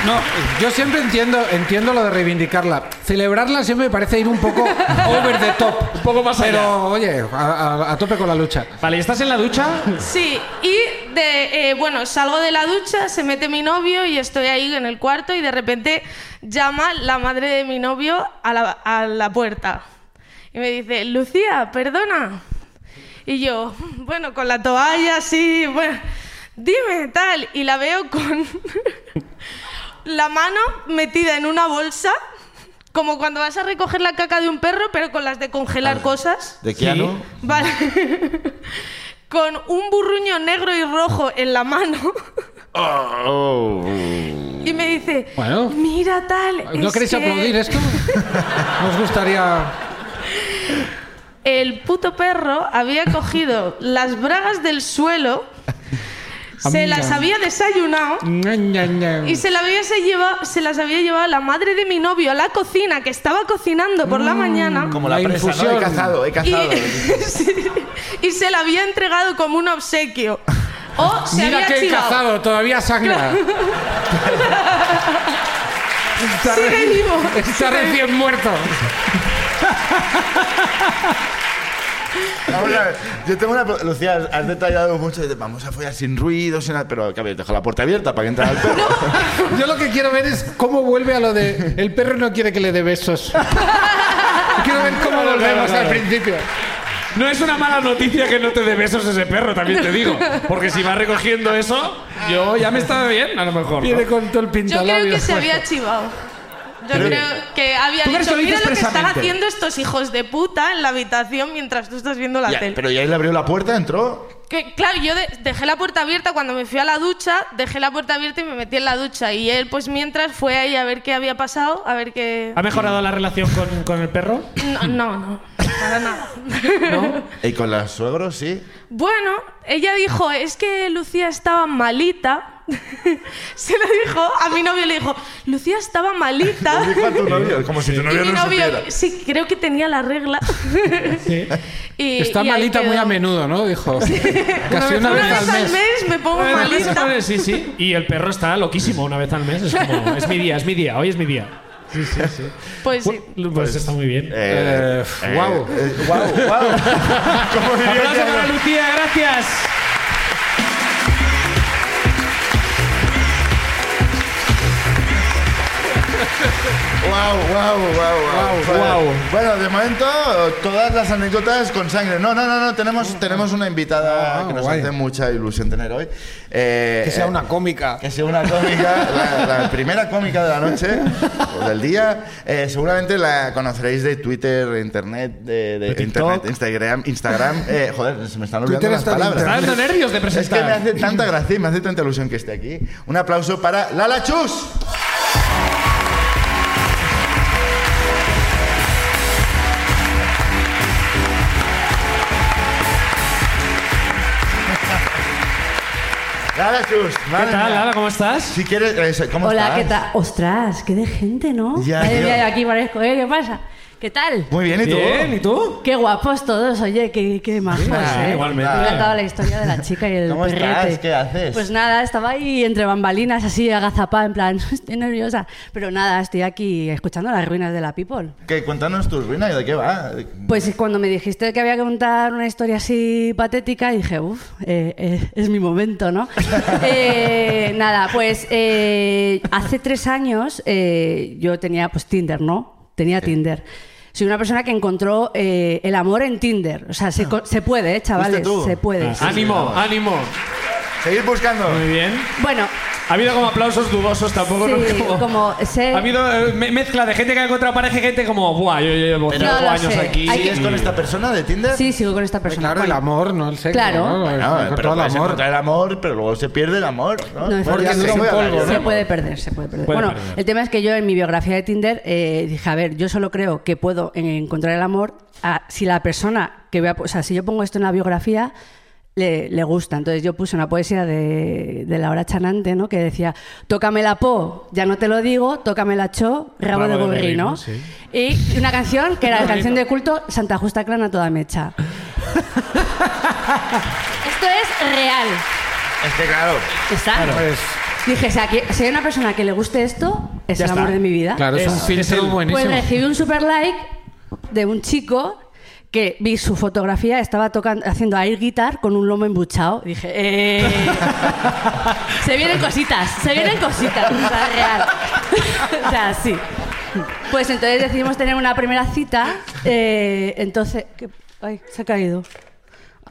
[SPEAKER 4] No, yo siempre entiendo, entiendo lo de reivindicarla. Celebrarla siempre me parece ir un poco over the top.
[SPEAKER 3] Un poco más allá.
[SPEAKER 4] Pero, oye, a, a- a tope con la lucha.
[SPEAKER 3] Vale, ¿y ¿estás en la ducha?
[SPEAKER 6] Sí, y de, eh, bueno, salgo de la ducha, se mete mi novio y estoy ahí en el cuarto y de repente llama la madre de mi novio a la, a la puerta y me dice, Lucía, perdona. Y yo, bueno, con la toalla así, bueno, dime tal. Y la veo con la mano metida en una bolsa, como cuando vas a recoger la caca de un perro, pero con las de congelar cosas.
[SPEAKER 2] ¿De Keanu?
[SPEAKER 6] Vale. Con un burruño negro y rojo en la mano
[SPEAKER 2] Oh.
[SPEAKER 6] Y me dice,
[SPEAKER 4] Bueno.
[SPEAKER 6] mira tal.
[SPEAKER 4] ¿No
[SPEAKER 6] es
[SPEAKER 4] queréis
[SPEAKER 6] que
[SPEAKER 4] aplaudir esto? Nos gustaría.
[SPEAKER 6] El puto perro había cogido las bragas del suelo, se
[SPEAKER 4] Amiga.
[SPEAKER 6] las había desayunado
[SPEAKER 4] Ña, Ña, Ña.
[SPEAKER 6] y se, la había se, lleva- se las había llevado la madre de mi novio a la cocina, que estaba cocinando por
[SPEAKER 4] Mm.
[SPEAKER 6] la mañana.
[SPEAKER 2] Como la,
[SPEAKER 4] La
[SPEAKER 2] presa, ¿no?
[SPEAKER 4] infusión.
[SPEAKER 2] He cazado, he
[SPEAKER 6] Y,
[SPEAKER 2] cazado.
[SPEAKER 6] sí, y se la había entregado como un obsequio. O se
[SPEAKER 4] Mira
[SPEAKER 6] había
[SPEAKER 4] que he
[SPEAKER 6] chivado.
[SPEAKER 4] cazado, todavía sangra. Está,
[SPEAKER 6] Sigue
[SPEAKER 4] re-
[SPEAKER 6] vivo.
[SPEAKER 4] está recién muerto.
[SPEAKER 2] Vamos a ver, Yo tengo una. pro- Lucía, has- has detallado mucho. de- Vamos a follar sin ruido, sin nada. Pero que habéis dejado la puerta abierta para que entrara el perro.
[SPEAKER 4] Yo lo que quiero ver es cómo vuelve a lo de. El perro no quiere que le dé besos. Quiero ver cómo volvemos al principio.
[SPEAKER 3] No es una mala noticia que no te dé besos ese perro, también te digo. Porque si va recogiendo eso, yo ya me estaba bien, a lo mejor. ¿no?
[SPEAKER 4] Viene con todo el
[SPEAKER 6] Yo
[SPEAKER 4] pintalabios.
[SPEAKER 6] creo que se
[SPEAKER 4] puesto.
[SPEAKER 6] había chivado. Yo creo que había
[SPEAKER 3] ¿Tú crees
[SPEAKER 6] dicho,
[SPEAKER 3] que lo
[SPEAKER 6] mira
[SPEAKER 3] dice
[SPEAKER 6] lo que están
[SPEAKER 3] expresamente?
[SPEAKER 6] haciendo estos hijos de puta en la habitación mientras tú estás viendo la
[SPEAKER 2] Ya,
[SPEAKER 6] tele.
[SPEAKER 2] pero ya él abrió la puerta, entró.
[SPEAKER 6] Que, claro, yo de- dejé la puerta abierta cuando me fui a la ducha, dejé la puerta abierta y me metí en la ducha. Y él, pues mientras, fue ahí a ver qué había pasado, a ver qué...
[SPEAKER 3] ¿Ha mejorado la relación con, con el perro?
[SPEAKER 6] No, no, no, para nada.
[SPEAKER 2] Y con los suegros, sí.
[SPEAKER 6] Bueno, ella dijo, es que Lucía estaba malita. Se lo dijo, a mi novio le dijo, Lucía estaba malita.
[SPEAKER 2] Dijo a tu novio, como si tu
[SPEAKER 6] Y
[SPEAKER 2] novio
[SPEAKER 6] mi
[SPEAKER 2] no
[SPEAKER 6] novio,
[SPEAKER 2] supiera.
[SPEAKER 6] sí, creo que tenía la regla. Y-
[SPEAKER 4] Está
[SPEAKER 6] y ahí
[SPEAKER 4] malita muy
[SPEAKER 6] quedó.
[SPEAKER 4] a menudo, ¿no? Dijo. Casi
[SPEAKER 6] Una vez al mes, me pongo
[SPEAKER 3] Bueno,
[SPEAKER 6] malita.
[SPEAKER 3] Sí, sí. Y el perro está loquísimo una vez al mes. Es como, es mi día, es mi día, hoy es mi día. Sí, sí, sí.
[SPEAKER 6] Pues sí.
[SPEAKER 3] Pues, está muy bien.
[SPEAKER 2] Eh,
[SPEAKER 4] Eh, guau.
[SPEAKER 2] eh, guau, guau. Como diría
[SPEAKER 3] ¡Aplauso
[SPEAKER 2] Diego.
[SPEAKER 3] para Lucía, gracias!
[SPEAKER 2] Guau, guau, guau, guau.
[SPEAKER 4] Guau,
[SPEAKER 2] Bueno,
[SPEAKER 4] guau.
[SPEAKER 2] Bueno, de momento todas las anécdotas con sangre. No, no, no, no. Tenemos, tenemos una invitada
[SPEAKER 4] Ah,
[SPEAKER 2] que nos
[SPEAKER 4] guay.
[SPEAKER 2] hace mucha ilusión tener hoy. Eh,
[SPEAKER 4] Que sea
[SPEAKER 2] eh,
[SPEAKER 4] una cómica.
[SPEAKER 2] Que sea una cómica, la, la primera cómica de la noche o del día. Eh, seguramente la conoceréis de Twitter, de internet, de, de internet, Instagram. Instagram eh, joder, se me están olvidando
[SPEAKER 4] Twitter
[SPEAKER 2] las
[SPEAKER 4] está de
[SPEAKER 2] palabras.
[SPEAKER 3] Está dando nervios de
[SPEAKER 2] Es que me
[SPEAKER 3] presentar.
[SPEAKER 2] hace tanta gracia y me hace tanta ilusión que esté aquí. Un aplauso para Lala Chus. Lala Chus.
[SPEAKER 3] ¿Qué tal, Lala? ¿Cómo estás?
[SPEAKER 2] Si quieres, eh, ¿cómo
[SPEAKER 7] Hola,
[SPEAKER 2] estás?
[SPEAKER 7] ¿qué tal? Ostras, qué de gente, ¿no?
[SPEAKER 2] Ya,
[SPEAKER 7] Madre
[SPEAKER 2] tío.
[SPEAKER 7] mía, yo aquí parezco, ¿eh? ¿Qué pasa? ¿Qué tal?
[SPEAKER 2] Muy bien, ¿y tú?
[SPEAKER 3] Bien, ¿y tú?
[SPEAKER 7] Qué guapos todos, oye, qué, qué majos,
[SPEAKER 3] Ah,
[SPEAKER 7] ¿eh?
[SPEAKER 3] igualmente.
[SPEAKER 7] Me ha encantado la historia de la chica y el
[SPEAKER 2] ¿Cómo estás?
[SPEAKER 7] perrete.
[SPEAKER 2] ¿Qué haces?
[SPEAKER 7] Pues nada, estaba ahí entre bambalinas, así agazapada, en plan, estoy nerviosa. Pero nada, estoy aquí escuchando las ruinas de la people.
[SPEAKER 2] ¿Qué, cuéntanos tus ruinas, ¿de qué va?
[SPEAKER 7] Pues cuando me dijiste que había que contar una historia así patética, dije, uff, es mi momento, ¿no? Eh, nada, pues eh, hace tres años eh, yo tenía pues Tinder, ¿no? Tenía Tinder. Soy una persona que encontró eh, el amor en Tinder. O sea, se, co- se puede, ¿eh, chavales?
[SPEAKER 2] tú?
[SPEAKER 7] Se puede.
[SPEAKER 3] Ah.
[SPEAKER 7] sí.
[SPEAKER 3] ánimo, ánimo.
[SPEAKER 2] Seguir buscando.
[SPEAKER 3] Muy bien.
[SPEAKER 7] Bueno,
[SPEAKER 3] Ha habido como aplausos dudosos tampoco.
[SPEAKER 7] sí,
[SPEAKER 3] ¿no? Como-
[SPEAKER 7] como sé...
[SPEAKER 3] Ha habido eh, me- mezcla de gente que ha encontrado pareja y gente como, buah, yo llevo
[SPEAKER 7] Pero-
[SPEAKER 3] cinco
[SPEAKER 7] No lo
[SPEAKER 3] años
[SPEAKER 7] sé.
[SPEAKER 3] aquí. Mm.
[SPEAKER 7] Hay que-
[SPEAKER 2] ¿Sigues con esta persona de Tinder?
[SPEAKER 7] Sí, sigo con esta persona.
[SPEAKER 4] Claro, el
[SPEAKER 7] Bueno,
[SPEAKER 4] amor, no el sexo.
[SPEAKER 7] Claro.
[SPEAKER 4] ¿no?
[SPEAKER 2] Bueno,
[SPEAKER 4] Con
[SPEAKER 2] pero
[SPEAKER 4] todo el
[SPEAKER 2] puedes
[SPEAKER 4] amor.
[SPEAKER 2] encontrar el amor, pero luego se pierde el amor, ¿no?
[SPEAKER 7] No, es
[SPEAKER 2] Bueno,
[SPEAKER 7] verdad.
[SPEAKER 2] ya sé,
[SPEAKER 4] Es un
[SPEAKER 2] voy a hablar
[SPEAKER 4] polvo,
[SPEAKER 2] yo,
[SPEAKER 4] ¿no?
[SPEAKER 7] Se
[SPEAKER 2] ¿no?
[SPEAKER 7] puede perder, se puede perder.
[SPEAKER 3] Puede
[SPEAKER 7] bueno,
[SPEAKER 3] perder.
[SPEAKER 7] el tema es que yo en mi biografía de Tinder eh, dije, a ver, yo solo creo que puedo en- encontrar el amor a- si la persona que voy a... po- O sea, si yo pongo esto en la biografía... Le, le gusta. Entonces yo puse una poesía de, de Laura Chanante, ¿no? Que decía, tócame la po, ya no te lo digo, tócame la cho, rabo, de gorrino. Y una canción que era la canción de culto, Santa Justa Clana toda mecha. esto es real.
[SPEAKER 2] Es que claro,
[SPEAKER 7] Está.
[SPEAKER 4] Pues,
[SPEAKER 7] Dije, si, aquí- si hay una persona que le guste esto, es
[SPEAKER 3] Ya
[SPEAKER 7] el
[SPEAKER 3] está.
[SPEAKER 7] amor de mi vida.
[SPEAKER 4] claro, es,
[SPEAKER 3] Es-
[SPEAKER 4] un
[SPEAKER 3] es el-
[SPEAKER 4] filtro
[SPEAKER 7] Pues
[SPEAKER 4] buenísimo.
[SPEAKER 7] recibí un super like de un chico que vi su fotografía, estaba tocando, haciendo air guitar con un lomo embuchado. Dije, eh, se vienen cositas, se vienen cositas, o sea, real. o sea, sí. Pues entonces decidimos tener una primera cita. eh, entonces, ¿qué? ay, se ha caído.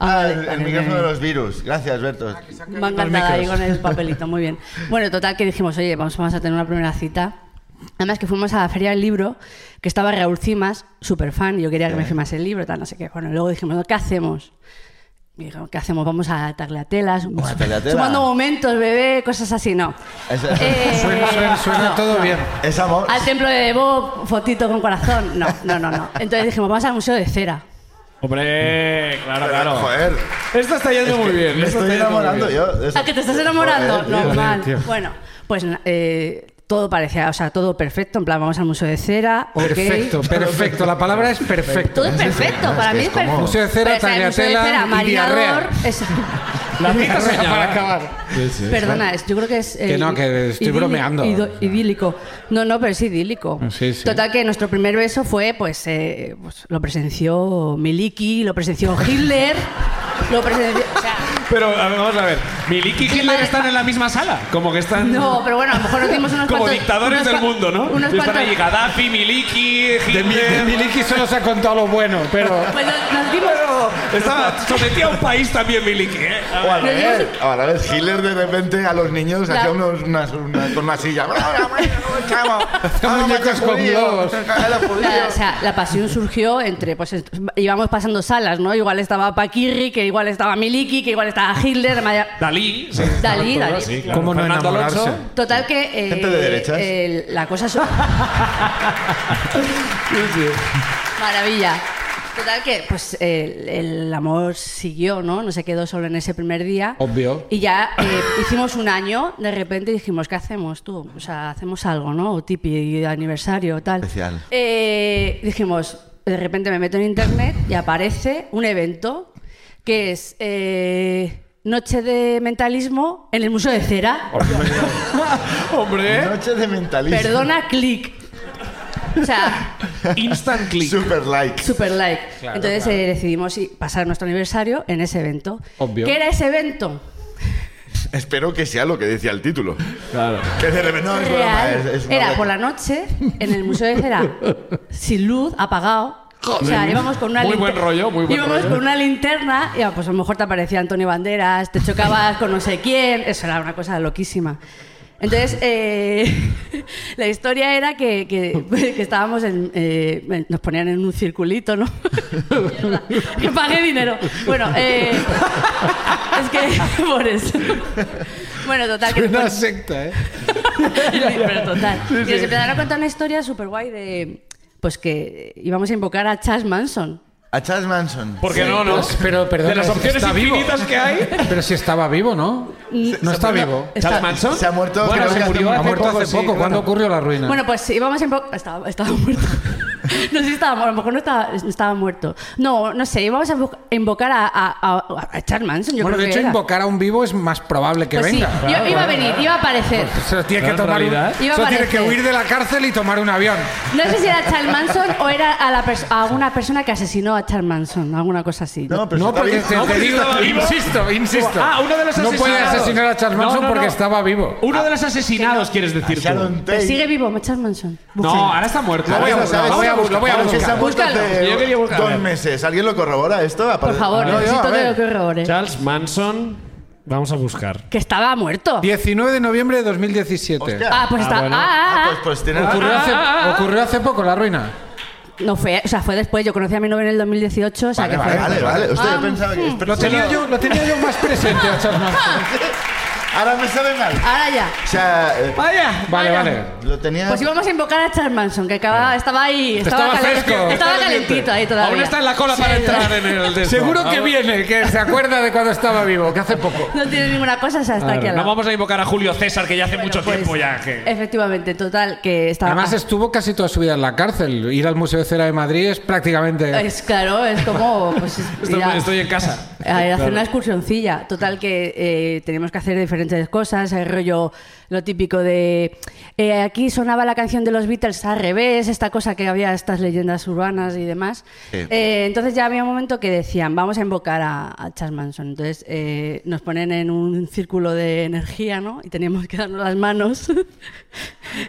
[SPEAKER 7] Ah,
[SPEAKER 2] Ah,
[SPEAKER 7] vale,
[SPEAKER 2] el, el
[SPEAKER 7] vale,
[SPEAKER 2] micrófono
[SPEAKER 7] vale.
[SPEAKER 2] de los virus. Gracias, Berto.
[SPEAKER 7] Me ha encantado ahí con el papelito, muy bien. Bueno, total que dijimos, oye, vamos, vamos a tener una primera cita. Además que fuimos a la Feria del Libro, que estaba Raúl Cimas, súper fan, yo quería que me firmase el libro, tal, no sé qué. Bueno, luego dijimos, ¿qué hacemos? Y digo, ¿qué hacemos? Vamos a tagliatelas,
[SPEAKER 2] Una tagliatela.
[SPEAKER 7] sumando momentos, bebé, cosas así, no.
[SPEAKER 2] Es-
[SPEAKER 7] Eh,
[SPEAKER 4] Suena, suena- suena
[SPEAKER 7] no,
[SPEAKER 4] todo
[SPEAKER 7] no. Ah,
[SPEAKER 4] bien.
[SPEAKER 2] Es amor.
[SPEAKER 7] Al templo de Debo, fotito con corazón. No, no, no, no. Entonces dijimos, vamos al museo de cera.
[SPEAKER 3] Hombre, claro, claro.
[SPEAKER 2] Joder.
[SPEAKER 3] Esto está yendo muy bien.
[SPEAKER 2] Me
[SPEAKER 3] esto
[SPEAKER 2] estoy
[SPEAKER 3] está yendo muy
[SPEAKER 2] enamorando
[SPEAKER 3] bien.
[SPEAKER 2] yo. de eso.
[SPEAKER 7] ¿A Ah, que te estás enamorando?
[SPEAKER 2] Joder, tío.
[SPEAKER 7] Normal.
[SPEAKER 4] Eh, tío.
[SPEAKER 7] Bueno, pues eh, todo parecía, o sea, todo perfecto. En plan, vamos al museo de cera, ok.
[SPEAKER 4] Perfecto, perfecto. La palabra es perfecto.
[SPEAKER 7] Todo es perfecto, para mí
[SPEAKER 2] es
[SPEAKER 7] es
[SPEAKER 2] como-
[SPEAKER 7] perfecto.
[SPEAKER 4] Museo de cera,
[SPEAKER 7] Pero está el museo de
[SPEAKER 4] tagliatela
[SPEAKER 7] cera,
[SPEAKER 4] y
[SPEAKER 7] marinador.
[SPEAKER 4] diarrea.
[SPEAKER 7] es-
[SPEAKER 3] La cita
[SPEAKER 4] Para
[SPEAKER 3] soñada.
[SPEAKER 4] acabar.
[SPEAKER 7] Perdona, es- yo creo que es. eh,
[SPEAKER 4] Que no, que estoy
[SPEAKER 7] idílico-
[SPEAKER 4] bromeando.
[SPEAKER 7] ido-
[SPEAKER 4] O sea.
[SPEAKER 7] idílico. No, no, pero es idílico.
[SPEAKER 4] Sí, sí.
[SPEAKER 7] Total, que nuestro primer beso fue, pues, eh, pues, lo presenció Miliki, lo presenció Hitler, lo presenció. O sea,
[SPEAKER 3] Pero a ver, vamos a ver. Miliki y Hitler
[SPEAKER 7] madre-
[SPEAKER 3] están en la misma sala. Como que están.
[SPEAKER 7] no, pero bueno, a lo mejor nos dimos unos
[SPEAKER 3] Como
[SPEAKER 7] cuantos-
[SPEAKER 3] dictadores
[SPEAKER 7] unos
[SPEAKER 3] del
[SPEAKER 7] cua-
[SPEAKER 3] mundo, ¿no?
[SPEAKER 7] Unos
[SPEAKER 3] están
[SPEAKER 7] cuantos.
[SPEAKER 3] ahí Gaddafi, Miliki,
[SPEAKER 4] De, mi, de
[SPEAKER 3] Hitler.
[SPEAKER 4] Miliki solo se ha contado lo bueno, pero.
[SPEAKER 7] Pues nos, nos dimos.
[SPEAKER 3] Estaba sometido a un país también, Miliki, ¿eh? A
[SPEAKER 2] O
[SPEAKER 3] ver.
[SPEAKER 2] al revés. O al revés. Hitler de repente a los niños
[SPEAKER 7] Claro.
[SPEAKER 2] hacía unos, unas, una, con una silla.
[SPEAKER 4] muñecos con globos.
[SPEAKER 7] La, o sea, la pasión surgió entre, pues, est- íbamos pasando salas, ¿no? Igual estaba Paquirri, que igual estaba Miliki, que igual estaba Hitler, Maya-
[SPEAKER 3] Dalí. sí.
[SPEAKER 7] Dalí,
[SPEAKER 3] Todo,
[SPEAKER 7] Dalí.
[SPEAKER 3] sí,
[SPEAKER 4] ¿Cómo no
[SPEAKER 3] Fernando Alonso.
[SPEAKER 4] enamorarse?
[SPEAKER 7] Total que... eh,
[SPEAKER 2] Gente de derechas.
[SPEAKER 7] eh, la cosa... es... Maravilla. Total que, pues, el, el amor siguió, ¿no? No se quedó solo en ese primer día.
[SPEAKER 4] Obvio.
[SPEAKER 7] Y ya eh, hicimos un año, de repente dijimos, ¿qué hacemos tú? O sea, hacemos algo, ¿no? O tipi, aniversario, tal.
[SPEAKER 2] Especial.
[SPEAKER 7] Eh, dijimos, de repente me meto en internet y aparece un evento que es eh, Noche de Mentalismo en el Museo de Cera.
[SPEAKER 3] Hombre.
[SPEAKER 2] Noche de mentalismo.
[SPEAKER 7] Perdona, clic. O sea,
[SPEAKER 3] Instant click.
[SPEAKER 2] Super like.
[SPEAKER 7] super like. Entonces eh, decidimos sí, pasar nuestro aniversario en ese evento.
[SPEAKER 4] Obvio.
[SPEAKER 7] ¿Qué era ese evento?
[SPEAKER 2] Espero que sea lo que decía el título.
[SPEAKER 3] Claro.
[SPEAKER 2] Que de repente. pues No, es broma,
[SPEAKER 7] Real.
[SPEAKER 2] es- es una
[SPEAKER 7] era
[SPEAKER 2] broma.
[SPEAKER 7] por la noche en el Museo de Cera, sin luz, apagado. O sea, íbamos con una
[SPEAKER 3] Muy buen
[SPEAKER 7] linter-
[SPEAKER 3] rollo, muy buen
[SPEAKER 7] íbamos
[SPEAKER 3] rollo.
[SPEAKER 7] con una linterna y ah, pues a lo mejor te aparecía Antonio Banderas, te chocabas con no sé quién. Eso era una cosa loquísima. Entonces, eh, la historia era que, que- que estábamos en. eh, nos ponían en un circulito, ¿no? Mierda, que pagué dinero. Bueno, eh, es que por eso. Bueno, total. que
[SPEAKER 4] Suena a
[SPEAKER 7] nos pon-
[SPEAKER 4] secta, ¿eh?
[SPEAKER 7] pero total. Y nos empezaron a contar una historia súper guay de. Pues que íbamos a invocar a Chas Manson.
[SPEAKER 2] A Charles Manson.
[SPEAKER 3] Porque no, no.
[SPEAKER 4] Pues, pero, perdona,
[SPEAKER 3] de las opciones
[SPEAKER 4] está vivo.
[SPEAKER 3] infinitas que hay.
[SPEAKER 4] Pero si estaba vivo, ¿no? No está vivo.
[SPEAKER 7] Está-
[SPEAKER 3] ¿Charles Manson?
[SPEAKER 2] Se ha muerto.
[SPEAKER 3] Bueno,
[SPEAKER 2] creo
[SPEAKER 3] se
[SPEAKER 2] que hace
[SPEAKER 3] murió
[SPEAKER 2] un-
[SPEAKER 4] Ha muerto hace
[SPEAKER 3] sí,
[SPEAKER 4] poco.
[SPEAKER 3] claro.
[SPEAKER 4] ¿Cuándo ocurrió la ruina?
[SPEAKER 7] Bueno, pues íbamos a invocar. Estaba, estaba muerto. No sé si estaba muerto, a lo mejor no estaba, estaba muerto. No, no sé, íbamos a invo- a invocar a, a, a- a Charles Manson. Yo
[SPEAKER 4] Bueno,
[SPEAKER 7] creo
[SPEAKER 4] de
[SPEAKER 7] que
[SPEAKER 4] hecho,
[SPEAKER 7] era.
[SPEAKER 4] invocar a un vivo es más probable que
[SPEAKER 7] Pues sí,
[SPEAKER 4] venga. pues.
[SPEAKER 7] yo- iba a venir, iba a aparecer.
[SPEAKER 4] Se lo tiene que
[SPEAKER 3] Claro, en
[SPEAKER 4] tomar un-
[SPEAKER 3] realidad.
[SPEAKER 7] Iba a
[SPEAKER 4] se lo tiene que
[SPEAKER 7] aparecer.
[SPEAKER 4] huir de la cárcel y tomar un avión.
[SPEAKER 7] No sé si era Charles Manson o era a, la pers- a alguna persona que asesinó a Charles Manson, alguna cosa así.
[SPEAKER 2] No, pero
[SPEAKER 4] No,
[SPEAKER 2] está
[SPEAKER 4] porque
[SPEAKER 2] bien.
[SPEAKER 4] te,
[SPEAKER 3] No,
[SPEAKER 4] te
[SPEAKER 3] porque
[SPEAKER 4] digo,
[SPEAKER 3] estaba vivo.
[SPEAKER 4] insisto, insisto.
[SPEAKER 3] Ah, uno de los
[SPEAKER 4] no puede
[SPEAKER 3] asesinados.
[SPEAKER 4] asesinar a Charles
[SPEAKER 3] No,
[SPEAKER 4] Manson
[SPEAKER 3] no,
[SPEAKER 4] porque
[SPEAKER 3] no.
[SPEAKER 4] estaba vivo.
[SPEAKER 3] Uno de los asesinados, quieres decir tú.
[SPEAKER 2] Sharon Tate.
[SPEAKER 7] Pero sigue vivo, Charles Manson. Búscalo.
[SPEAKER 3] No, ahora está muerto.
[SPEAKER 4] Lo voy a
[SPEAKER 2] Ahora
[SPEAKER 4] buscar,
[SPEAKER 2] sabes-
[SPEAKER 4] lo voy a bu- lo voy a
[SPEAKER 2] ahora que se ha
[SPEAKER 4] buscar.
[SPEAKER 2] muerto
[SPEAKER 7] Búscalo.
[SPEAKER 2] hace
[SPEAKER 3] Yo quería buscar.
[SPEAKER 2] dos meses. ¿Alguien lo corrobora esto?
[SPEAKER 7] Por favor,
[SPEAKER 2] no, yo,
[SPEAKER 7] necesito
[SPEAKER 2] a
[SPEAKER 7] que lo
[SPEAKER 2] ver.
[SPEAKER 7] corrobore.
[SPEAKER 3] Charles Manson. Vamos a buscar.
[SPEAKER 7] Que estaba muerto.
[SPEAKER 4] 19 de noviembre de 2017.
[SPEAKER 2] Hostia.
[SPEAKER 7] Ah, pues
[SPEAKER 3] Ah,
[SPEAKER 7] está.
[SPEAKER 3] bueno.
[SPEAKER 7] ah,
[SPEAKER 2] Ah,
[SPEAKER 7] ah,
[SPEAKER 2] pues, pues tiene
[SPEAKER 4] Ocurrió, hace, ocurrió hace poco la ruina.
[SPEAKER 7] ah.
[SPEAKER 3] pues-
[SPEAKER 7] No fue, o sea, fue después. Yo conocí a mi novio en el 2018, o sea
[SPEAKER 4] Vale,
[SPEAKER 7] que fue.
[SPEAKER 2] Vale, vale, vale. Hostia, yo pensaba que.
[SPEAKER 4] Lo tenía, yo, lo tenía yo más presente a Charles Manson.
[SPEAKER 2] Ahora me sabe mal.
[SPEAKER 7] Ahora ya.
[SPEAKER 2] O sea, eh,
[SPEAKER 3] ¡Vaya!
[SPEAKER 4] Vale,
[SPEAKER 7] Vaya.
[SPEAKER 4] vale.
[SPEAKER 2] lo tenía.
[SPEAKER 7] Pues íbamos a invocar a Charles Manson, que acaba- estaba ahí. Estaba,
[SPEAKER 4] Estaba
[SPEAKER 7] calen-
[SPEAKER 4] fresco.
[SPEAKER 7] Estaba calentito ahí todavía.
[SPEAKER 3] Aún está en la cola para
[SPEAKER 7] Sí.
[SPEAKER 3] entrar en el. de esto.
[SPEAKER 4] Seguro que
[SPEAKER 3] Ahora-
[SPEAKER 4] viene, que se acuerda de cuando estaba vivo, que hace poco.
[SPEAKER 7] No tiene ninguna cosa, o sea, está aquí al
[SPEAKER 3] No
[SPEAKER 7] lado.
[SPEAKER 3] vamos a invocar a Julio César, que ya hace mucho
[SPEAKER 7] Pues,
[SPEAKER 3] tiempo ya. Que...
[SPEAKER 7] Efectivamente, total, que estaba.
[SPEAKER 4] Además estuvo casi toda su vida en la cárcel. Ir al Museo de Cera de Madrid es prácticamente...
[SPEAKER 7] Es claro, es como. Pues,
[SPEAKER 3] Estoy,
[SPEAKER 7] ir a-
[SPEAKER 3] estoy en casa.
[SPEAKER 7] A ver, Eh, hacer una excursioncilla. Total, que eh, tenemos que hacer diferentes cosas. El rollo, lo típico de. eh, aquí sonaba la canción de los Beatles al revés, esta cosa que había, estas leyendas urbanas y demás.
[SPEAKER 2] Sí.
[SPEAKER 7] Eh, entonces ya había un momento que decían, vamos a invocar a, a Charles Manson. Entonces eh, nos ponen en un círculo de energía, ¿no? Y teníamos que darnos las manos.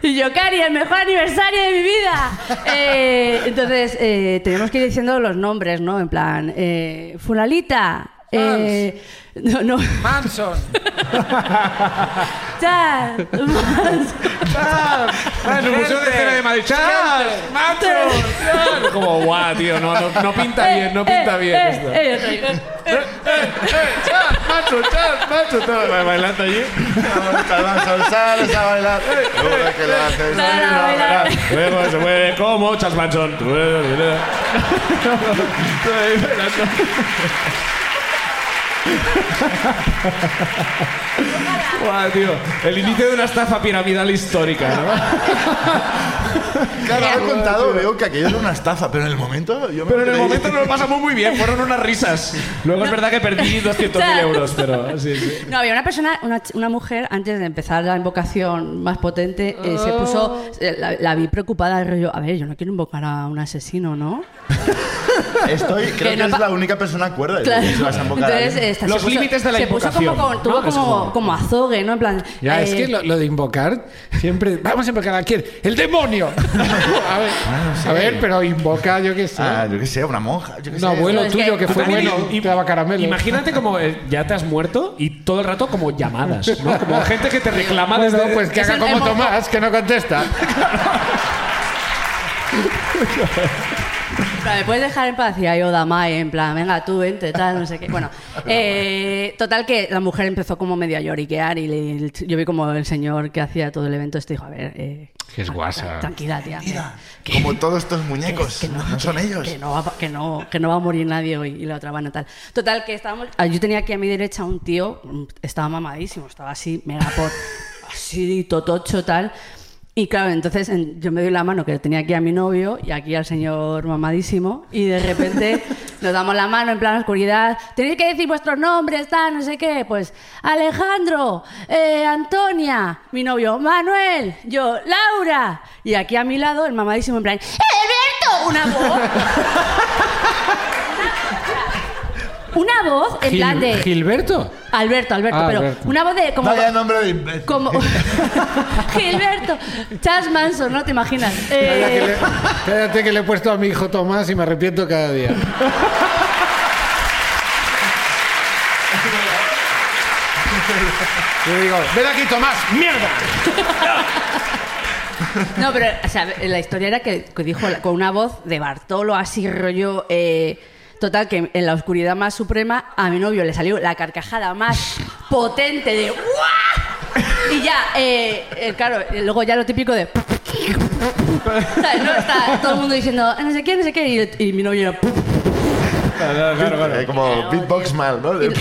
[SPEAKER 7] Y yo, Cari, el mejor aniversario de mi vida. Eh, entonces, eh, tenemos que ir diciendo los nombres, ¿no? En plan, eh, Fulalita. eh, no, no.
[SPEAKER 4] Manson.
[SPEAKER 7] Chas. Mans-
[SPEAKER 3] Ah, en el Museo de Cera de Madrid. ¡Chas! ¡Machos! ¡Chas! Como, guau, tío, no, no, no pinta bien, no pinta bien esto. ¡Eh, eh, eh! ¡Chas! ¡Macho, chas! ¡Macho! Todo bailando allí.
[SPEAKER 2] Sales a bailar. Seguro que la haces.
[SPEAKER 3] Luego se mueve como Chas Manson. Tú eres- tú eres- Tú eres bailando. Guau, tío. El inicio de una estafa piramidal histórica, ¿no?
[SPEAKER 2] Claro, lo he contado, veo que aquello era una estafa, pero en el momento yo me
[SPEAKER 3] Pero en el
[SPEAKER 2] creí.
[SPEAKER 3] momento nos lo pasamos muy bien, fueron unas risas. Luego es verdad que perdí 200.000 euros, pero sí, sí.
[SPEAKER 7] No, había una persona, una, ch- una mujer, antes de empezar la invocación más potente, eh,
[SPEAKER 3] Oh.
[SPEAKER 7] se puso, eh, la, la vi preocupada, rollo, a ver, yo no quiero invocar a un asesino, ¿no?
[SPEAKER 2] Estoy, creo
[SPEAKER 7] Que
[SPEAKER 2] que,
[SPEAKER 7] no
[SPEAKER 2] es
[SPEAKER 7] pa-
[SPEAKER 2] la única persona cuerda.
[SPEAKER 7] Claro.
[SPEAKER 2] Si vas a invocar a
[SPEAKER 7] Entonces, eh,
[SPEAKER 2] alguien.
[SPEAKER 7] esta,
[SPEAKER 3] Los
[SPEAKER 7] se puso-
[SPEAKER 3] límites de la
[SPEAKER 7] se puso como,
[SPEAKER 3] invocación,
[SPEAKER 7] con- tuvo
[SPEAKER 3] ¿no? Es
[SPEAKER 7] como,
[SPEAKER 3] como-
[SPEAKER 7] como azogue, ¿no? En plan.
[SPEAKER 4] Ya, es
[SPEAKER 7] eh,
[SPEAKER 4] que lo, lo de invocar, siempre. Vamos a invocar a quién? ¡El demonio! a ver, a ver, pero invoca, yo qué sé.
[SPEAKER 2] Ah, yo qué sé, una monja. Yo qué
[SPEAKER 4] un
[SPEAKER 2] sé.
[SPEAKER 4] abuelo
[SPEAKER 7] No, es
[SPEAKER 4] tuyo
[SPEAKER 7] que-
[SPEAKER 4] que, fue
[SPEAKER 3] También
[SPEAKER 4] bueno,
[SPEAKER 3] im-
[SPEAKER 4] te daba caramelo.
[SPEAKER 3] Imagínate como eh, ya te has muerto y todo el rato como llamadas, ¿no? Como gente que te reclama
[SPEAKER 4] Bueno,
[SPEAKER 3] desde...
[SPEAKER 4] pues que
[SPEAKER 7] Es
[SPEAKER 4] haga
[SPEAKER 7] el
[SPEAKER 4] como
[SPEAKER 7] demonio.
[SPEAKER 4] Tomás, que no contesta.
[SPEAKER 7] Pero me puedes dejar en paz y ahí Odamai, en plan, venga tú, vente, tal, no sé qué. Bueno, eh, total que la mujer empezó como medio a lloriquear y le- yo vi como el señor que hacía todo el evento, este dijo, a ver. eh,
[SPEAKER 4] Que es
[SPEAKER 7] tra-
[SPEAKER 4] guasa.
[SPEAKER 7] tra- Tranquila, tía.
[SPEAKER 2] Mira,
[SPEAKER 7] que-
[SPEAKER 2] como todos estos muñecos,
[SPEAKER 7] que
[SPEAKER 2] no, son ellos.
[SPEAKER 7] Que no, va, pa- que, no, que no va a morir nadie hoy. Y la otra, bueno, tal. Total, que estábamos. ah, Yo tenía aquí a mi derecha un tío, mm, estaba mamadísimo, estaba así, mega por. así, totocho, tal. Y claro, entonces en- yo me doy la mano, que tenía aquí a mi novio y aquí al señor mamadísimo, y de repente nos damos la mano en plan oscuridad. Tenéis que decir vuestros nombres, tal, no sé qué. Pues Alejandro, eh, Antonia, mi novio, Manuel, yo, Laura. Y aquí a mi lado el mamadísimo en plan, ¡Alberto! Una voz. Una voz en plan de.
[SPEAKER 4] Gil- Gilberto.
[SPEAKER 7] Alberto, Alberto,
[SPEAKER 4] Ah,
[SPEAKER 7] pero
[SPEAKER 4] Alberto.
[SPEAKER 7] una voz de como.
[SPEAKER 2] Vaya nombre de imbécil.
[SPEAKER 7] como Gilberto, Charles Manson, ¿no te imaginas?
[SPEAKER 4] Cállate que,
[SPEAKER 7] Eh,
[SPEAKER 4] le, cállate que le he puesto a mi hijo Tomás y me arrepiento cada día. Yo digo, ven aquí Tomás, mierda.
[SPEAKER 7] no, pero o sea, la historia era que, que dijo la- con una voz de Bartolo, así rollo. eh, total, que en la oscuridad más suprema a mi novio le salió la carcajada más potente de. "¡Guau!". Y ya, eh, eh, claro, eh, luego ya lo típico de. ¿Sabes, no? Está todo el mundo diciendo, "Ah, no sé qué, no sé qué, y, y mi novio.
[SPEAKER 2] Eh, como beatbox mal, ¿no? De-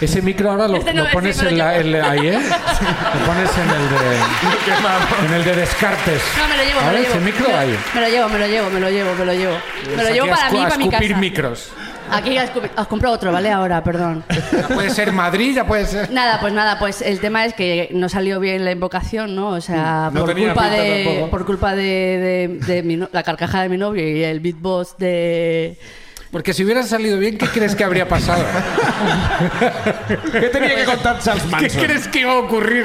[SPEAKER 4] Ese micro ahora lo,
[SPEAKER 7] Este no
[SPEAKER 4] lo
[SPEAKER 7] es,
[SPEAKER 4] pones
[SPEAKER 7] sí,
[SPEAKER 4] en la,
[SPEAKER 7] pero yo-
[SPEAKER 4] el- ahí, ¿eh? Lo pones en el de, en el de Descartes.
[SPEAKER 7] No, me lo llevo, me
[SPEAKER 4] Ahora
[SPEAKER 7] lo llevo.
[SPEAKER 4] ese micro
[SPEAKER 7] me, lo-
[SPEAKER 4] ahí.
[SPEAKER 7] me lo llevo, me lo llevo, me lo llevo, me lo llevo. Me lo
[SPEAKER 4] Aquí
[SPEAKER 7] llevo
[SPEAKER 4] a
[SPEAKER 7] para
[SPEAKER 4] escu-
[SPEAKER 7] mí y
[SPEAKER 4] a
[SPEAKER 7] para mi
[SPEAKER 4] escupir
[SPEAKER 7] casa.
[SPEAKER 4] micros.
[SPEAKER 7] Aquí a escupir. Os compro otro, ¿vale? Ahora, perdón.
[SPEAKER 4] Ya puede ser Madrid, ya puede ser.
[SPEAKER 7] Nada, pues nada, pues el tema es que no salió bien la invocación, ¿no? O sea,
[SPEAKER 3] No
[SPEAKER 7] por,
[SPEAKER 3] tenía
[SPEAKER 7] culpa
[SPEAKER 3] pinta
[SPEAKER 7] de,
[SPEAKER 3] tampoco.
[SPEAKER 7] por culpa de, de- de mi no- la carcajada de mi novio y el beatbox de...
[SPEAKER 4] Porque si hubiera salido bien, ¿qué crees que habría pasado?
[SPEAKER 3] ¿Qué tenía que contar Charles
[SPEAKER 4] Pues, ¿Qué
[SPEAKER 3] Manson?
[SPEAKER 4] crees que iba a ocurrir?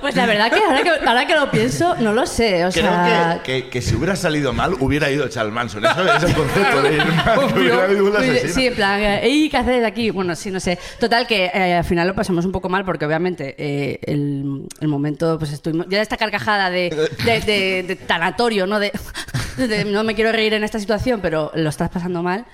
[SPEAKER 7] Pues la verdad que ahora que, ahora que lo pienso, no lo sé. O sea,
[SPEAKER 2] Creo que, que, que si hubiera salido mal, hubiera ido Charles Manson. Eso es el concepto de ir mal, que
[SPEAKER 4] Obvio.
[SPEAKER 2] hubiera habido un
[SPEAKER 7] Muy de-
[SPEAKER 2] asesino.
[SPEAKER 7] Sí, en plan, eh, "Ey, ¿qué haces aquí? Bueno, sí, no sé. Total, que eh, al final lo pasamos un poco mal porque obviamente eh, el, el momento, pues estuvimos. Ya esta carcajada de, de, de- de tanatorio, ¿no? De, de no me quiero reír en esta situación, pero lo estás pasando mal.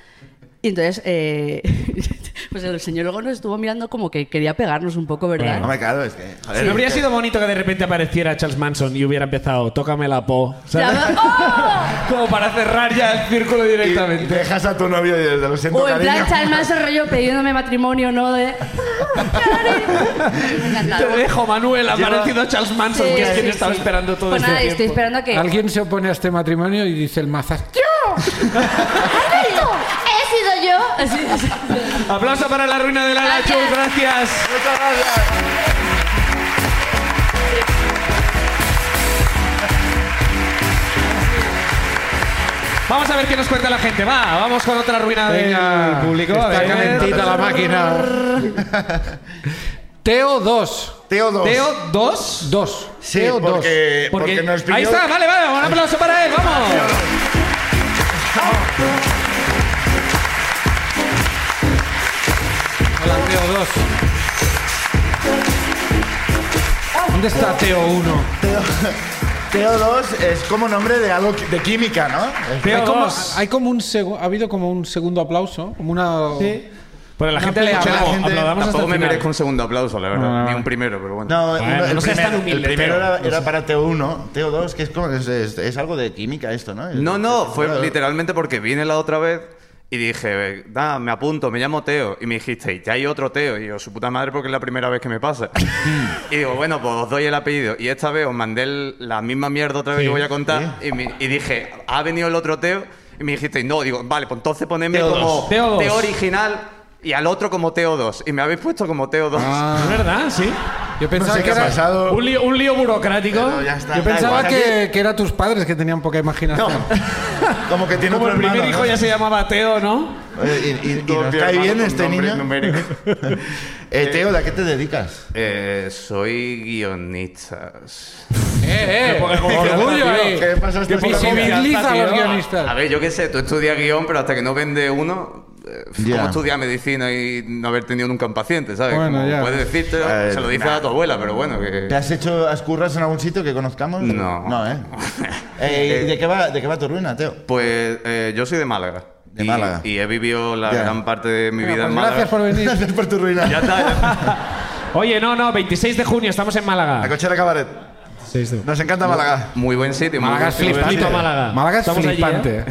[SPEAKER 7] Y entonces, eh, pues el señor luego nos estuvo mirando como que quería pegarnos un poco, ¿verdad?
[SPEAKER 2] No me cago, es que. Joder,
[SPEAKER 3] No Eh, habría
[SPEAKER 2] es que-
[SPEAKER 3] sido bonito que de repente apareciera Charles Manson y hubiera empezado Tócame la po. ¿sabes?
[SPEAKER 7] Ya, ¡oh!
[SPEAKER 3] Como para cerrar ya el círculo
[SPEAKER 2] y- y
[SPEAKER 3] directamente.
[SPEAKER 2] Dejas a tu novio y desde lo siento,
[SPEAKER 7] O en
[SPEAKER 2] cariño.
[SPEAKER 7] plan, Chalmás rollo pidiéndome matrimonio, ¿no? De... Me encantaba.
[SPEAKER 3] Te dejo, Manuel. Ha aparecido Charles Manson,
[SPEAKER 7] Sí,
[SPEAKER 3] que es
[SPEAKER 7] sí,
[SPEAKER 3] quien estaba
[SPEAKER 7] sí.
[SPEAKER 3] esperando todo
[SPEAKER 7] Pues
[SPEAKER 3] este
[SPEAKER 7] nada, estoy
[SPEAKER 3] tiempo.
[SPEAKER 7] esperando a que.
[SPEAKER 4] Alguien se opone a este matrimonio y dice el mazas.
[SPEAKER 7] ¡Alberto! ¡He sido yo! Así, así.
[SPEAKER 3] Aplauso para la ruina de la Nacho.
[SPEAKER 7] Gracias.
[SPEAKER 3] Gracias.
[SPEAKER 2] Muchas gracias.
[SPEAKER 3] Vamos a ver qué nos cuenta la gente. Va, vamos con otra ruina del público. A
[SPEAKER 4] Está
[SPEAKER 3] ver.
[SPEAKER 4] calentita la máquina. Teo 2.
[SPEAKER 2] Teo 2.
[SPEAKER 3] Teo 2.
[SPEAKER 4] 2.
[SPEAKER 2] Sí,
[SPEAKER 4] Teo 2.
[SPEAKER 3] Eh,
[SPEAKER 2] porque, porque nos pidió...
[SPEAKER 3] Ahí está, vale, vale. Un aplauso para él. Vamos.
[SPEAKER 4] Hola, Teo 2. ¿Dónde está Teo 1?
[SPEAKER 2] TO2 es como nombre de algo qui- de química, ¿no?
[SPEAKER 4] Hay
[SPEAKER 3] Teo
[SPEAKER 4] como,
[SPEAKER 3] dos.
[SPEAKER 4] hay como un segu- ha habido como un segundo aplauso, como una
[SPEAKER 3] Pero la
[SPEAKER 4] No,
[SPEAKER 3] gente le
[SPEAKER 4] pero
[SPEAKER 2] que la
[SPEAKER 3] aplauda.
[SPEAKER 2] gente-
[SPEAKER 3] aplaudamos hasta
[SPEAKER 8] Tampoco
[SPEAKER 3] el
[SPEAKER 8] me
[SPEAKER 3] final.
[SPEAKER 8] merezco un segundo aplauso, la verdad. Ni un primero, pero bueno.
[SPEAKER 2] No,
[SPEAKER 3] Bueno,
[SPEAKER 2] uno- el,
[SPEAKER 3] no seas
[SPEAKER 2] primero-
[SPEAKER 3] tan humilde,
[SPEAKER 2] el primero
[SPEAKER 3] Teo.
[SPEAKER 2] era, era para TO1, TO2, que es, como, es, es- es algo de química esto, ¿no?
[SPEAKER 8] No, no, fue
[SPEAKER 2] Claro.
[SPEAKER 8] literalmente porque vine la otra vez y dije, da, me apunto, me llamo Teo. Y me dijiste, y ya hay otro Teo. Y yo, su puta madre, porque es la primera vez que me pasa. y digo, bueno, pues os doy el apellido. Y esta vez os mandé el- la misma mierda otra vez que voy a contar. Y, me- y dije, ha venido el otro Teo. Y me dijiste, no, digo, vale, pues entonces ponedme
[SPEAKER 2] Teo
[SPEAKER 8] como
[SPEAKER 3] dos. Teo dos.
[SPEAKER 8] Teo original y al otro como Teo 2. Y me habéis puesto como Teo 2.
[SPEAKER 3] Es verdad, sí.
[SPEAKER 4] Yo
[SPEAKER 2] No
[SPEAKER 4] pensaba
[SPEAKER 2] sé
[SPEAKER 4] que
[SPEAKER 2] qué ha
[SPEAKER 4] era
[SPEAKER 2] pasado.
[SPEAKER 3] Un lío, un lío burocrático.
[SPEAKER 2] pero ya está,
[SPEAKER 4] yo
[SPEAKER 2] da
[SPEAKER 4] pensaba
[SPEAKER 2] igual.
[SPEAKER 4] que, que era tus padres que tenían poca imaginación.
[SPEAKER 2] Como que tiene
[SPEAKER 3] Como
[SPEAKER 2] otro
[SPEAKER 3] el primer
[SPEAKER 2] hermano,
[SPEAKER 3] hijo
[SPEAKER 2] ¿no?
[SPEAKER 3] ya se llamaba Teo, ¿no?
[SPEAKER 2] Oye, Y, y- y
[SPEAKER 8] Todo
[SPEAKER 2] nos
[SPEAKER 8] mi
[SPEAKER 2] cae
[SPEAKER 8] hermano
[SPEAKER 2] bien
[SPEAKER 8] con
[SPEAKER 2] este
[SPEAKER 8] nombre
[SPEAKER 2] niño.
[SPEAKER 8] numérico.
[SPEAKER 2] Eh, Teo, ¿a qué te dedicas?
[SPEAKER 8] Eh, soy guionistas.
[SPEAKER 4] ¡Eh, eh!
[SPEAKER 3] Qué poca
[SPEAKER 4] orgullo ahí!
[SPEAKER 2] ¿Qué pasa?
[SPEAKER 4] Que
[SPEAKER 2] Qué poca
[SPEAKER 4] visibiliza a
[SPEAKER 3] confianza,
[SPEAKER 4] los
[SPEAKER 3] tío.
[SPEAKER 8] A
[SPEAKER 4] guionistas.
[SPEAKER 8] ver, yo qué sé, tú estudias guión, pero hasta que no vende uno, eh,
[SPEAKER 2] Ya.
[SPEAKER 8] ¿cómo estudias medicina y no haber tenido nunca un paciente, sabes?
[SPEAKER 4] Bueno,
[SPEAKER 8] Como
[SPEAKER 4] ya.
[SPEAKER 8] Puedes decirte,
[SPEAKER 2] Eh,
[SPEAKER 8] se lo dices a tu abuela, pero bueno, que...
[SPEAKER 2] ¿Te has hecho ascurras en algún sitio que conozcamos?
[SPEAKER 8] No.
[SPEAKER 2] No, ¿eh? Eh, ¿y ¿de, qué va, ¿De qué va tu ruina, Teo?
[SPEAKER 8] Pues eh, yo soy de Málaga.
[SPEAKER 2] De
[SPEAKER 8] y,
[SPEAKER 2] Málaga.
[SPEAKER 8] Y he vivido la
[SPEAKER 2] Ya.
[SPEAKER 8] gran parte de mi vida
[SPEAKER 4] Bueno,
[SPEAKER 8] en
[SPEAKER 4] pues
[SPEAKER 8] Málaga.
[SPEAKER 4] gracias por venir.
[SPEAKER 2] Gracias por tu ruina.
[SPEAKER 8] Ya está, ya-
[SPEAKER 3] Oye, no, no, 26 de junio estamos en
[SPEAKER 2] La
[SPEAKER 3] Málaga.
[SPEAKER 2] cochera cabaret. Nos encanta Málaga.
[SPEAKER 8] Muy buen sitio. muy
[SPEAKER 4] Málaga
[SPEAKER 8] buen
[SPEAKER 4] es
[SPEAKER 8] sitio.
[SPEAKER 4] flipante.
[SPEAKER 3] Flipito Málaga.
[SPEAKER 4] Málaga es
[SPEAKER 3] Estamos allí, ¿eh?
[SPEAKER 4] flipante.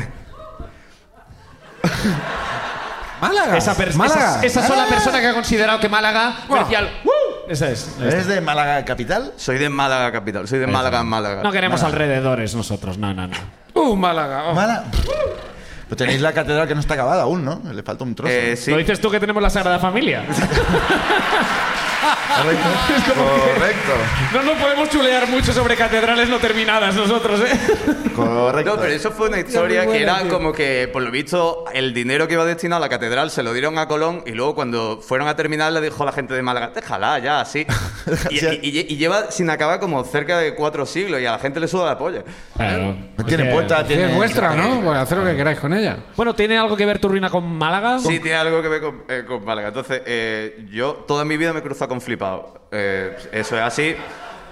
[SPEAKER 4] Málaga.
[SPEAKER 3] Esa, per-
[SPEAKER 4] Málaga.
[SPEAKER 3] esa- esa sola persona que ha considerado que Málaga merecía el- ¡Uh! Esa es.
[SPEAKER 2] ¿Eres de Málaga capital?
[SPEAKER 8] Soy de Málaga capital, soy de Málaga en Málaga.
[SPEAKER 3] No queremos alrededores nosotros, no, no, no.
[SPEAKER 4] Uh, Málaga. oh.
[SPEAKER 2] Málaga. Pero tenéis la catedral que no está acabada aún, ¿no? Le falta un trozo.
[SPEAKER 8] Eh, sí.
[SPEAKER 3] Lo dices tú que tenemos la Sagrada Familia.
[SPEAKER 2] Correcto. Correcto.
[SPEAKER 3] No nos podemos chulear mucho sobre catedrales no terminadas nosotros, ¿eh?
[SPEAKER 2] Correcto.
[SPEAKER 8] No, pero eso fue una historia
[SPEAKER 4] muy
[SPEAKER 8] que
[SPEAKER 4] buena,
[SPEAKER 8] era
[SPEAKER 4] tío.
[SPEAKER 8] como que, por lo visto, el dinero que iba destinado a la catedral se lo dieron a Colón y luego cuando fueron a terminar le dijo la gente de Málaga, déjala ya, así. y, y- y- y lleva sin acabar como cerca de cuatro siglos y a la gente le suda la polla.
[SPEAKER 3] Claro.
[SPEAKER 2] Tiene puerta,
[SPEAKER 3] pues
[SPEAKER 4] Sí,
[SPEAKER 2] tiene.
[SPEAKER 4] es vuestra, ¿no? Bueno, hacer lo que queráis con ella.
[SPEAKER 3] Bueno, ¿tiene algo que ver tu ruina con Málaga?
[SPEAKER 8] Sí, tiene algo que ver con, eh, con Málaga. Entonces, eh, yo toda mi vida me he cruzado con flipado. Eh, eso es así.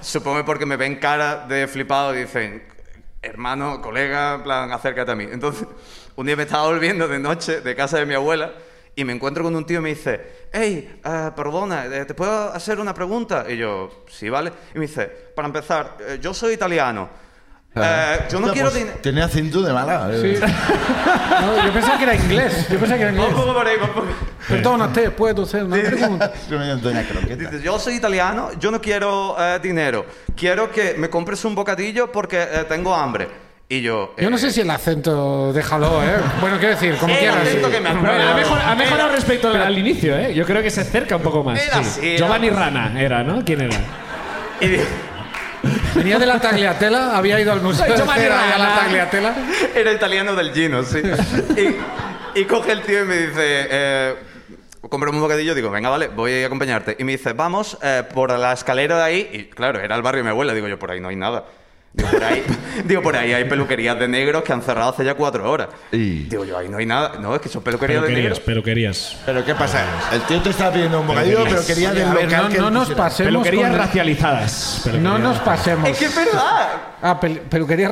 [SPEAKER 8] Supongo que porque me ven cara de flipado y dicen, hermano, colega, en plan, acércate a mí. Entonces, un día me estaba volviendo de noche de casa de mi abuela y me encuentro con un tío y me dice, hey, ah, perdona, eh, ¿te puedo hacer una pregunta? Y yo, sí, vale. Y me dice, para empezar, eh, yo soy italiano. Eh, yo no
[SPEAKER 2] Hostia,
[SPEAKER 8] quiero
[SPEAKER 2] pues,
[SPEAKER 8] dinero.
[SPEAKER 2] Tiene acento de Málaga.
[SPEAKER 4] Sí. No, yo pensaba que era inglés. Yo pensaba que era
[SPEAKER 8] Va un
[SPEAKER 4] inglés.
[SPEAKER 8] poco por ahí, va un poco.
[SPEAKER 4] Perdona, te puedo hacer una pregunta.
[SPEAKER 2] Doña Croqueta.
[SPEAKER 8] Dices, yo soy italiano, yo no quiero eh, dinero. Quiero que me compres un bocadillo porque eh, tengo hambre. Y yo...
[SPEAKER 4] Yo no
[SPEAKER 8] eh,
[SPEAKER 4] sé si el acento, déjalo, ¿eh? Bueno, quiero decir, como
[SPEAKER 8] El
[SPEAKER 4] quieras.
[SPEAKER 8] acento que me
[SPEAKER 3] Bueno, ha,
[SPEAKER 8] Pero-
[SPEAKER 3] mejor- ha mejorado respecto al, al inicio, ¿eh? Yo creo que se acerca un poco más.
[SPEAKER 8] Era
[SPEAKER 3] sí.
[SPEAKER 8] así, era-
[SPEAKER 3] Giovanni Rana era, ¿no? ¿Quién era?
[SPEAKER 8] y di-
[SPEAKER 4] Venía de la Tagliatela, había ido al museo.
[SPEAKER 3] Soy
[SPEAKER 4] de
[SPEAKER 3] Giovanni
[SPEAKER 4] cera y a la
[SPEAKER 3] Rana.
[SPEAKER 4] Tagliatela.
[SPEAKER 8] era italiano del Gino, sí. Y, y coge el tío y me dice... Eh, Compramos un bocadillo, digo, venga, vale, voy a acompañarte. Y me dice, vamos eh, por la escalera de ahí. Y claro, era el barrio de mi abuela, digo yo, por ahí no hay nada. Digo, por ahí, digo, por ahí hay peluquerías de negros que han cerrado hace ya cuatro horas. Digo yo, ahí no hay nada. No, es que son peluquerías de negros.
[SPEAKER 3] peluquerías.
[SPEAKER 2] Pero ¿qué pasa? El tío te estaba pidiendo un bocadillo, pero quería
[SPEAKER 4] Oye,
[SPEAKER 2] del
[SPEAKER 4] a ver,
[SPEAKER 2] local
[SPEAKER 4] no,
[SPEAKER 2] que
[SPEAKER 4] no nos
[SPEAKER 2] quisiera.
[SPEAKER 4] pasemos.
[SPEAKER 3] Peluquerías
[SPEAKER 4] con-
[SPEAKER 3] racializadas.
[SPEAKER 4] No nos pasemos.
[SPEAKER 8] Es que es verdad.
[SPEAKER 4] Ah, pel- peluquerías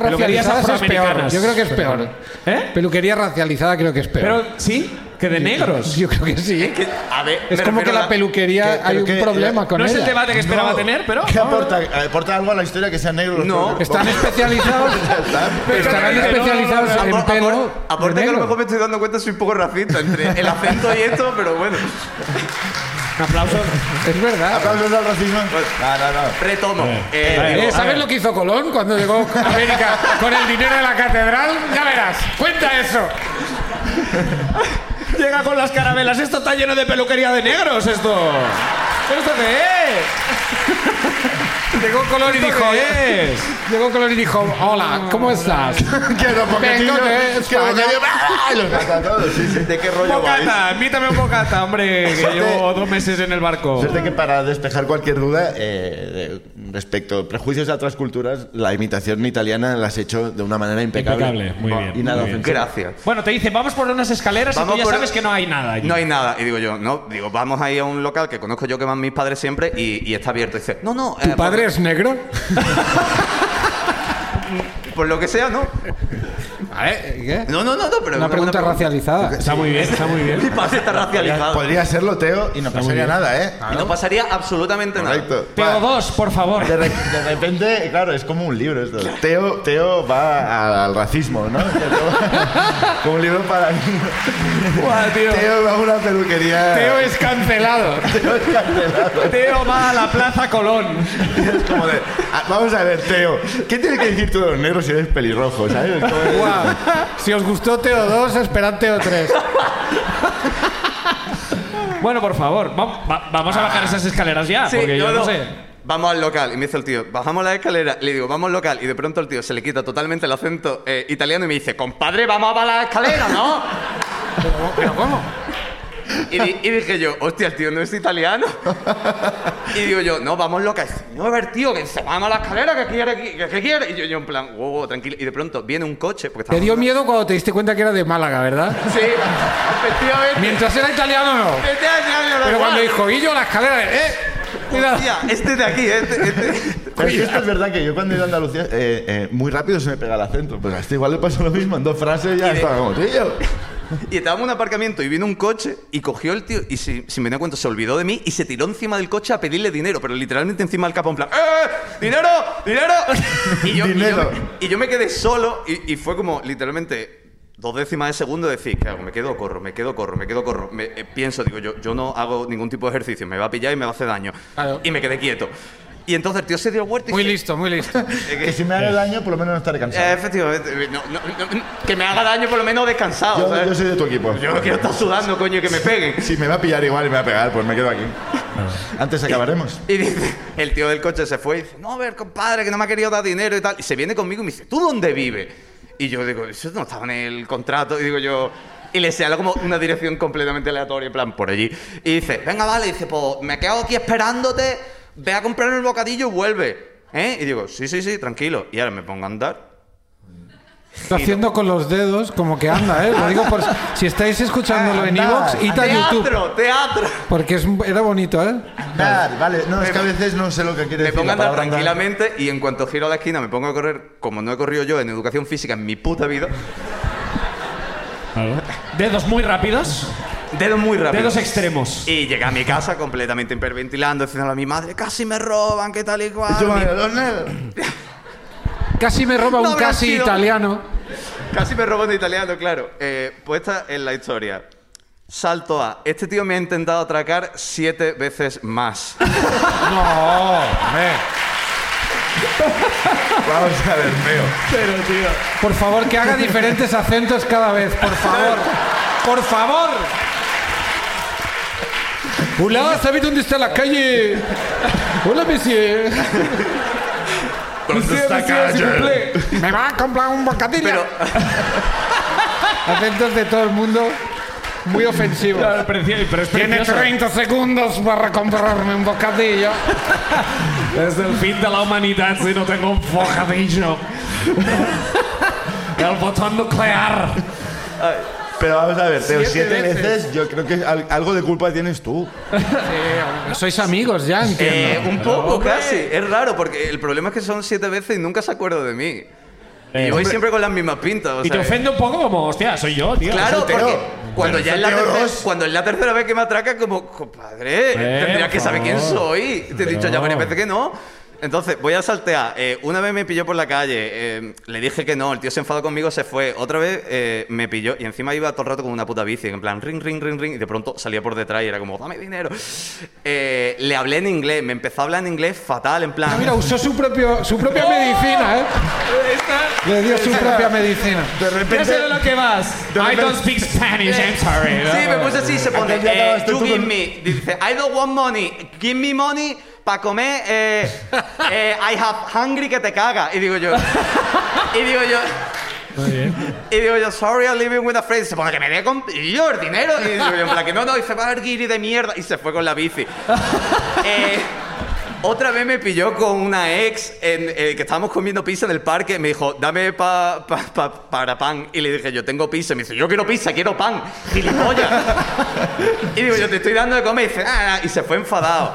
[SPEAKER 3] Peluquerías
[SPEAKER 4] racializadas es peor.
[SPEAKER 3] afroamericanas.
[SPEAKER 4] Yo creo que es peor.
[SPEAKER 3] ¿Eh?
[SPEAKER 4] Peluquería racializada creo que es
[SPEAKER 3] Pero
[SPEAKER 4] peor.
[SPEAKER 3] sí, que de negros.
[SPEAKER 4] Yo creo que sí.
[SPEAKER 8] Que- a ver,
[SPEAKER 4] Es
[SPEAKER 8] me
[SPEAKER 4] como que
[SPEAKER 8] refiero a
[SPEAKER 4] la peluquería
[SPEAKER 2] que-
[SPEAKER 4] hay
[SPEAKER 2] pero
[SPEAKER 4] un
[SPEAKER 2] que-
[SPEAKER 4] problema con
[SPEAKER 3] No es el
[SPEAKER 4] ella.
[SPEAKER 3] debate que esperaba
[SPEAKER 2] No.
[SPEAKER 3] tener, pero.
[SPEAKER 2] ¿Qué aporta? ¿Aporta algo a la historia que sean negros? los
[SPEAKER 8] No,
[SPEAKER 2] pobres?
[SPEAKER 4] Están especializados. estarán
[SPEAKER 3] no, no, no,
[SPEAKER 4] especializados
[SPEAKER 8] Apor-
[SPEAKER 4] en
[SPEAKER 8] apor-
[SPEAKER 4] pelo.
[SPEAKER 8] Aparte que a lo
[SPEAKER 4] negro.
[SPEAKER 8] mejor me estoy dando cuenta soy un poco racista entre el acento y esto, pero bueno.
[SPEAKER 3] Un aplauso.
[SPEAKER 4] Es verdad.
[SPEAKER 2] Aplausos al racismo. No, no, no.
[SPEAKER 8] Retomo. Eh,
[SPEAKER 4] Eh,
[SPEAKER 8] digo,
[SPEAKER 4] ¿Sabes lo que hizo Colón cuando llegó a América con el dinero de la catedral? Ya verás. Cuenta eso.
[SPEAKER 3] Llega con las caramelas. Esto está lleno de peluquería de negros, esto. ¿Esto qué
[SPEAKER 4] Llegó Colón y
[SPEAKER 3] es?
[SPEAKER 4] dijo,
[SPEAKER 3] ¿Esto
[SPEAKER 4] eh,
[SPEAKER 3] qué es?
[SPEAKER 4] Llegó Colón y dijo, hola, ¿cómo estás?
[SPEAKER 2] Quiero bocadillo.
[SPEAKER 4] Vengo de
[SPEAKER 2] Quiero
[SPEAKER 4] España.
[SPEAKER 2] bocadillo. ¡Ah! Y los mata a todos. Sí, sí.
[SPEAKER 8] ¿De qué rollo vais?
[SPEAKER 3] Bocata, invítame un bocata, hombre, que
[SPEAKER 2] Suerte.
[SPEAKER 3] llevo dos meses en el barco.
[SPEAKER 2] Suerte Pues que para despejar cualquier duda eh, de- respecto a prejuicios a otras culturas, la imitación italiana la has hecho de una manera impecable.
[SPEAKER 3] Impecable, muy bien,
[SPEAKER 2] Y nada
[SPEAKER 3] muy bien.
[SPEAKER 2] ofensiva.
[SPEAKER 8] Gracias.
[SPEAKER 3] Bueno, te dice, vamos por unas escaleras y tú ya
[SPEAKER 8] por-
[SPEAKER 3] sabes que no hay nada allí.
[SPEAKER 8] No hay nada. Y digo yo, no, digo, vamos ahí a un local que conozco yo que van mis padres siempre y, y está abierto. Y dice, no, no. eh,
[SPEAKER 4] Tu padre
[SPEAKER 8] porque-
[SPEAKER 4] es es negro?
[SPEAKER 8] Por lo que sea, ¿no?
[SPEAKER 4] ¿Eh? ¿Qué?
[SPEAKER 8] No, no, no, no, pero...
[SPEAKER 4] Una pregunta racializada.
[SPEAKER 3] Está muy bien, está muy bien.
[SPEAKER 8] Mi padre está racializado.
[SPEAKER 2] Podría serlo, Teo, y no pasaría nada, ¿eh?
[SPEAKER 8] Y no pasaría absolutamente nada.
[SPEAKER 2] Correcto.
[SPEAKER 3] Teo 2, por favor.
[SPEAKER 2] De, re- de repente, claro, es como un libro esto. Teo, Teo va a- al racismo, ¿no? como un libro para mí.
[SPEAKER 8] Ah,
[SPEAKER 9] Buah, tío.
[SPEAKER 2] Teo va a una peluquería.
[SPEAKER 9] Teo es cancelado.
[SPEAKER 2] Teo es cancelado.
[SPEAKER 3] Teo va a la Plaza Colón.
[SPEAKER 2] Es como de. ah, Vamos a ver, Teo. ¿Qué tienes que decir tú de los negros si eres pelirrojo, sabes? Como de-
[SPEAKER 4] Guau. Si os gustó Teo 2, esperad Teo 3.
[SPEAKER 3] Bueno, por favor, va- va- vamos a bajar esas escaleras ya,
[SPEAKER 8] Sí,
[SPEAKER 3] porque yo
[SPEAKER 8] no,
[SPEAKER 3] no
[SPEAKER 8] no.
[SPEAKER 3] sé.
[SPEAKER 8] Vamos al local. Y me dice el tío, bajamos la escalera. Le digo, vamos al local. Y de pronto el tío se le quita totalmente el acento eh, italiano y me dice, compadre, vamos a bajar la escalera, ¿no?
[SPEAKER 4] ¿Pero cómo?
[SPEAKER 8] Y, di- y dije yo, hostia, el tío no es italiano. Y digo yo, no, vamos loca. Y, No, a ver, tío, que se vamos a la escalera, que quiere, aquí? que, que quiere. Y yo, yo en plan, wow, wow, tranquilo. Y de pronto viene un coche. Porque
[SPEAKER 4] Te dio
[SPEAKER 8] estábamos-
[SPEAKER 4] miedo cuando te diste cuenta que era de Málaga, ¿verdad?
[SPEAKER 8] Sí, efectivamente.
[SPEAKER 4] Mientras era italiano, no.
[SPEAKER 8] Este año,
[SPEAKER 4] Pero cuando dijo Guillo a la escalera, ¿eh? Cuidado.
[SPEAKER 8] Hostia, este de aquí, este, este.
[SPEAKER 2] Pero es que esto es verdad que yo cuando he ido a Andalucía, eh, eh, muy rápido se me pega el acento. Pues a este igual le pasó lo mismo. En dos frases ya
[SPEAKER 8] de-
[SPEAKER 2] estaba como, tío.
[SPEAKER 8] Y estábamos en un aparcamiento y vino un coche y cogió el tío y si- sin venir a cuenta se olvidó de mí y se tiró encima del coche a pedirle dinero, pero literalmente encima del capó en plan ¡Eh! ¡Dinero! ¡Dinero! Y yo, y yo-
[SPEAKER 2] Dinero.
[SPEAKER 8] Y, yo, me quedé solo y, y fue como literalmente dos décimas de segundo decir, claro, me quedo corro, me quedo corro, me quedo corro. Me, eh, pienso, digo yo, yo no hago ningún tipo de ejercicio, me va a pillar y me va a hacer daño.
[SPEAKER 4] Claro.
[SPEAKER 8] Y me quedé quieto. Y entonces el tío se dio vuelta y
[SPEAKER 4] Muy
[SPEAKER 8] se-
[SPEAKER 4] listo, muy listo.
[SPEAKER 8] eh, que-
[SPEAKER 2] Que si me haga daño, por lo menos no estaré
[SPEAKER 8] eh,
[SPEAKER 2] cansado.
[SPEAKER 8] efectivamente, no, no, no, que me haga daño por lo menos descansado.
[SPEAKER 2] Yo,
[SPEAKER 8] ¿sabes?
[SPEAKER 2] yo soy de tu equipo.
[SPEAKER 8] Yo no quiero estar sudando, coño, que me peguen.
[SPEAKER 2] Si me va a pillar igual y me va a pegar, pues me quedo aquí. Antes acabaremos.
[SPEAKER 8] Y dice, el tío del coche se fue y dice, no, a ver, compadre, que no me ha querido dar dinero y tal. Y se viene conmigo y me dice, ¿tú dónde vives? Y yo digo, eso no estaba en el contrato. Y digo yo, y le señalo como una dirección completamente aleatoria, en plan, por allí. Y dice, venga, vale, y dice, pues me quedo aquí esperándote, ve a comprar el bocadillo y vuelve. ¿Eh? Y digo, sí, sí, sí, tranquilo. Y ahora me pongo a andar.
[SPEAKER 4] Está haciendo con los dedos como que anda, ¿eh? Lo digo por si estáis escuchándolo en Evox, id a YouTube.
[SPEAKER 8] Teatro, teatro.
[SPEAKER 4] Porque es, era bonito, ¿eh?
[SPEAKER 2] Ah. Vale, vale. No, es que a veces no sé lo que quiere
[SPEAKER 8] Me
[SPEAKER 2] decir.
[SPEAKER 8] pongo a
[SPEAKER 2] la
[SPEAKER 8] andar
[SPEAKER 2] palabra andar.
[SPEAKER 8] tranquilamente y en cuanto giro a la esquina me pongo a correr como no he corrido yo en educación física en mi puta vida.
[SPEAKER 3] Dedos muy rápidos,
[SPEAKER 8] Dedos muy rápido.
[SPEAKER 3] dedos extremos.
[SPEAKER 8] Y llegué a mi casa completamente hiperventilando, diciendo a mi madre, casi me roban, qué tal y cual.
[SPEAKER 2] Yo,
[SPEAKER 8] Mi-
[SPEAKER 2] Leonel.
[SPEAKER 4] Casi me roba
[SPEAKER 8] No
[SPEAKER 4] un
[SPEAKER 8] habrá
[SPEAKER 4] casi
[SPEAKER 8] sido.
[SPEAKER 4] italiano.
[SPEAKER 8] Casi me roban de italiano, claro. Eh, puesta en la historia. Salto A. Este tío me ha intentado atracar siete veces más.
[SPEAKER 4] No, hombre.
[SPEAKER 2] Vamos a ver, Teo.
[SPEAKER 4] Por favor, que haga diferentes acentos cada vez, por favor. Por favor. Hola, ¿sabes dónde está la calle? Hola, monsieur.
[SPEAKER 2] ¿Dónde está
[SPEAKER 4] s'il vous
[SPEAKER 2] calle?
[SPEAKER 4] plaît. Me va a comprar un bocadillo.
[SPEAKER 8] Pero
[SPEAKER 4] Acentos de todo el mundo. Muy ofensivos.
[SPEAKER 3] Pero es
[SPEAKER 4] Tiene 30 segundos para comprarme un bocadillo.
[SPEAKER 3] Es el fin de la humanidad si no tengo un bocadillo. El botón nuclear.
[SPEAKER 2] Pero vamos a ver, Teo.
[SPEAKER 4] Siete
[SPEAKER 2] Siete
[SPEAKER 4] veces.
[SPEAKER 2] veces, yo creo que al- algo de culpa tienes tú.
[SPEAKER 4] Sois amigos ya,
[SPEAKER 8] eh,
[SPEAKER 4] entiendo.
[SPEAKER 8] un poco casi. Es raro porque el problema es que son siete veces y nunca se acuerda de mí. y voy siempre con las mismas pintas. o
[SPEAKER 3] Eh, Y te
[SPEAKER 8] sea,
[SPEAKER 3] ofende un poco como, hostia, soy yo, tío.
[SPEAKER 8] Claro,
[SPEAKER 2] Soltero.
[SPEAKER 8] porque cuando ya, es la
[SPEAKER 2] Soltero
[SPEAKER 8] tercera,
[SPEAKER 2] dos.
[SPEAKER 8] cuando es la tercera vez que me atraca, como, compadre, tendrías
[SPEAKER 3] por
[SPEAKER 8] que saber quién
[SPEAKER 3] favor.
[SPEAKER 8] soy. Te he dicho ya varias veces que no. Entonces, voy a saltear. Eh, una vez me pilló por la calle, eh, le dije que no, el tío se enfadó conmigo, se fue. Otra vez eh, me pilló y encima iba todo el rato con una puta bici, en plan ring, ring, ring, ring, y de pronto salía por detrás y era como, dame dinero. Eh, le hablé en inglés, me empezó a hablar en inglés fatal, en plan.
[SPEAKER 4] Ah, Mira, usó su, propio, su propia medicina, ¿eh? Le dio su propia medicina.
[SPEAKER 2] De
[SPEAKER 3] Ya
[SPEAKER 2] repente.
[SPEAKER 3] sé de lo que vas. I don't speak Spanish, I'm sorry.
[SPEAKER 8] Sí, me puse así, se pone.
[SPEAKER 2] Aquel día
[SPEAKER 8] eh,
[SPEAKER 2] acabaste
[SPEAKER 8] you
[SPEAKER 2] tú
[SPEAKER 8] give
[SPEAKER 2] con-
[SPEAKER 8] me. Dice, I don't want money. Give me money para comer. Eh, eh, I have hungry que te caga. Y digo yo. y digo yo. Y digo yo, sorry, I'm living with a friend. Y Se pone que me dé con y yo el dinero. Y digo yo, en plan que no, no. Y se va a guiri de mierda. Y se fue con la bici. Eh, otra vez me pilló con una ex en, eh, que estábamos comiendo pizza en el parque. Me dijo, dame pa, pa- pa- para pan. Y le dije, yo tengo pizza. Y me dice, yo quiero pizza, quiero pan. Gilipollas. y digo, yo te estoy dando de comer. Y dice, ah, ah, y se fue enfadado.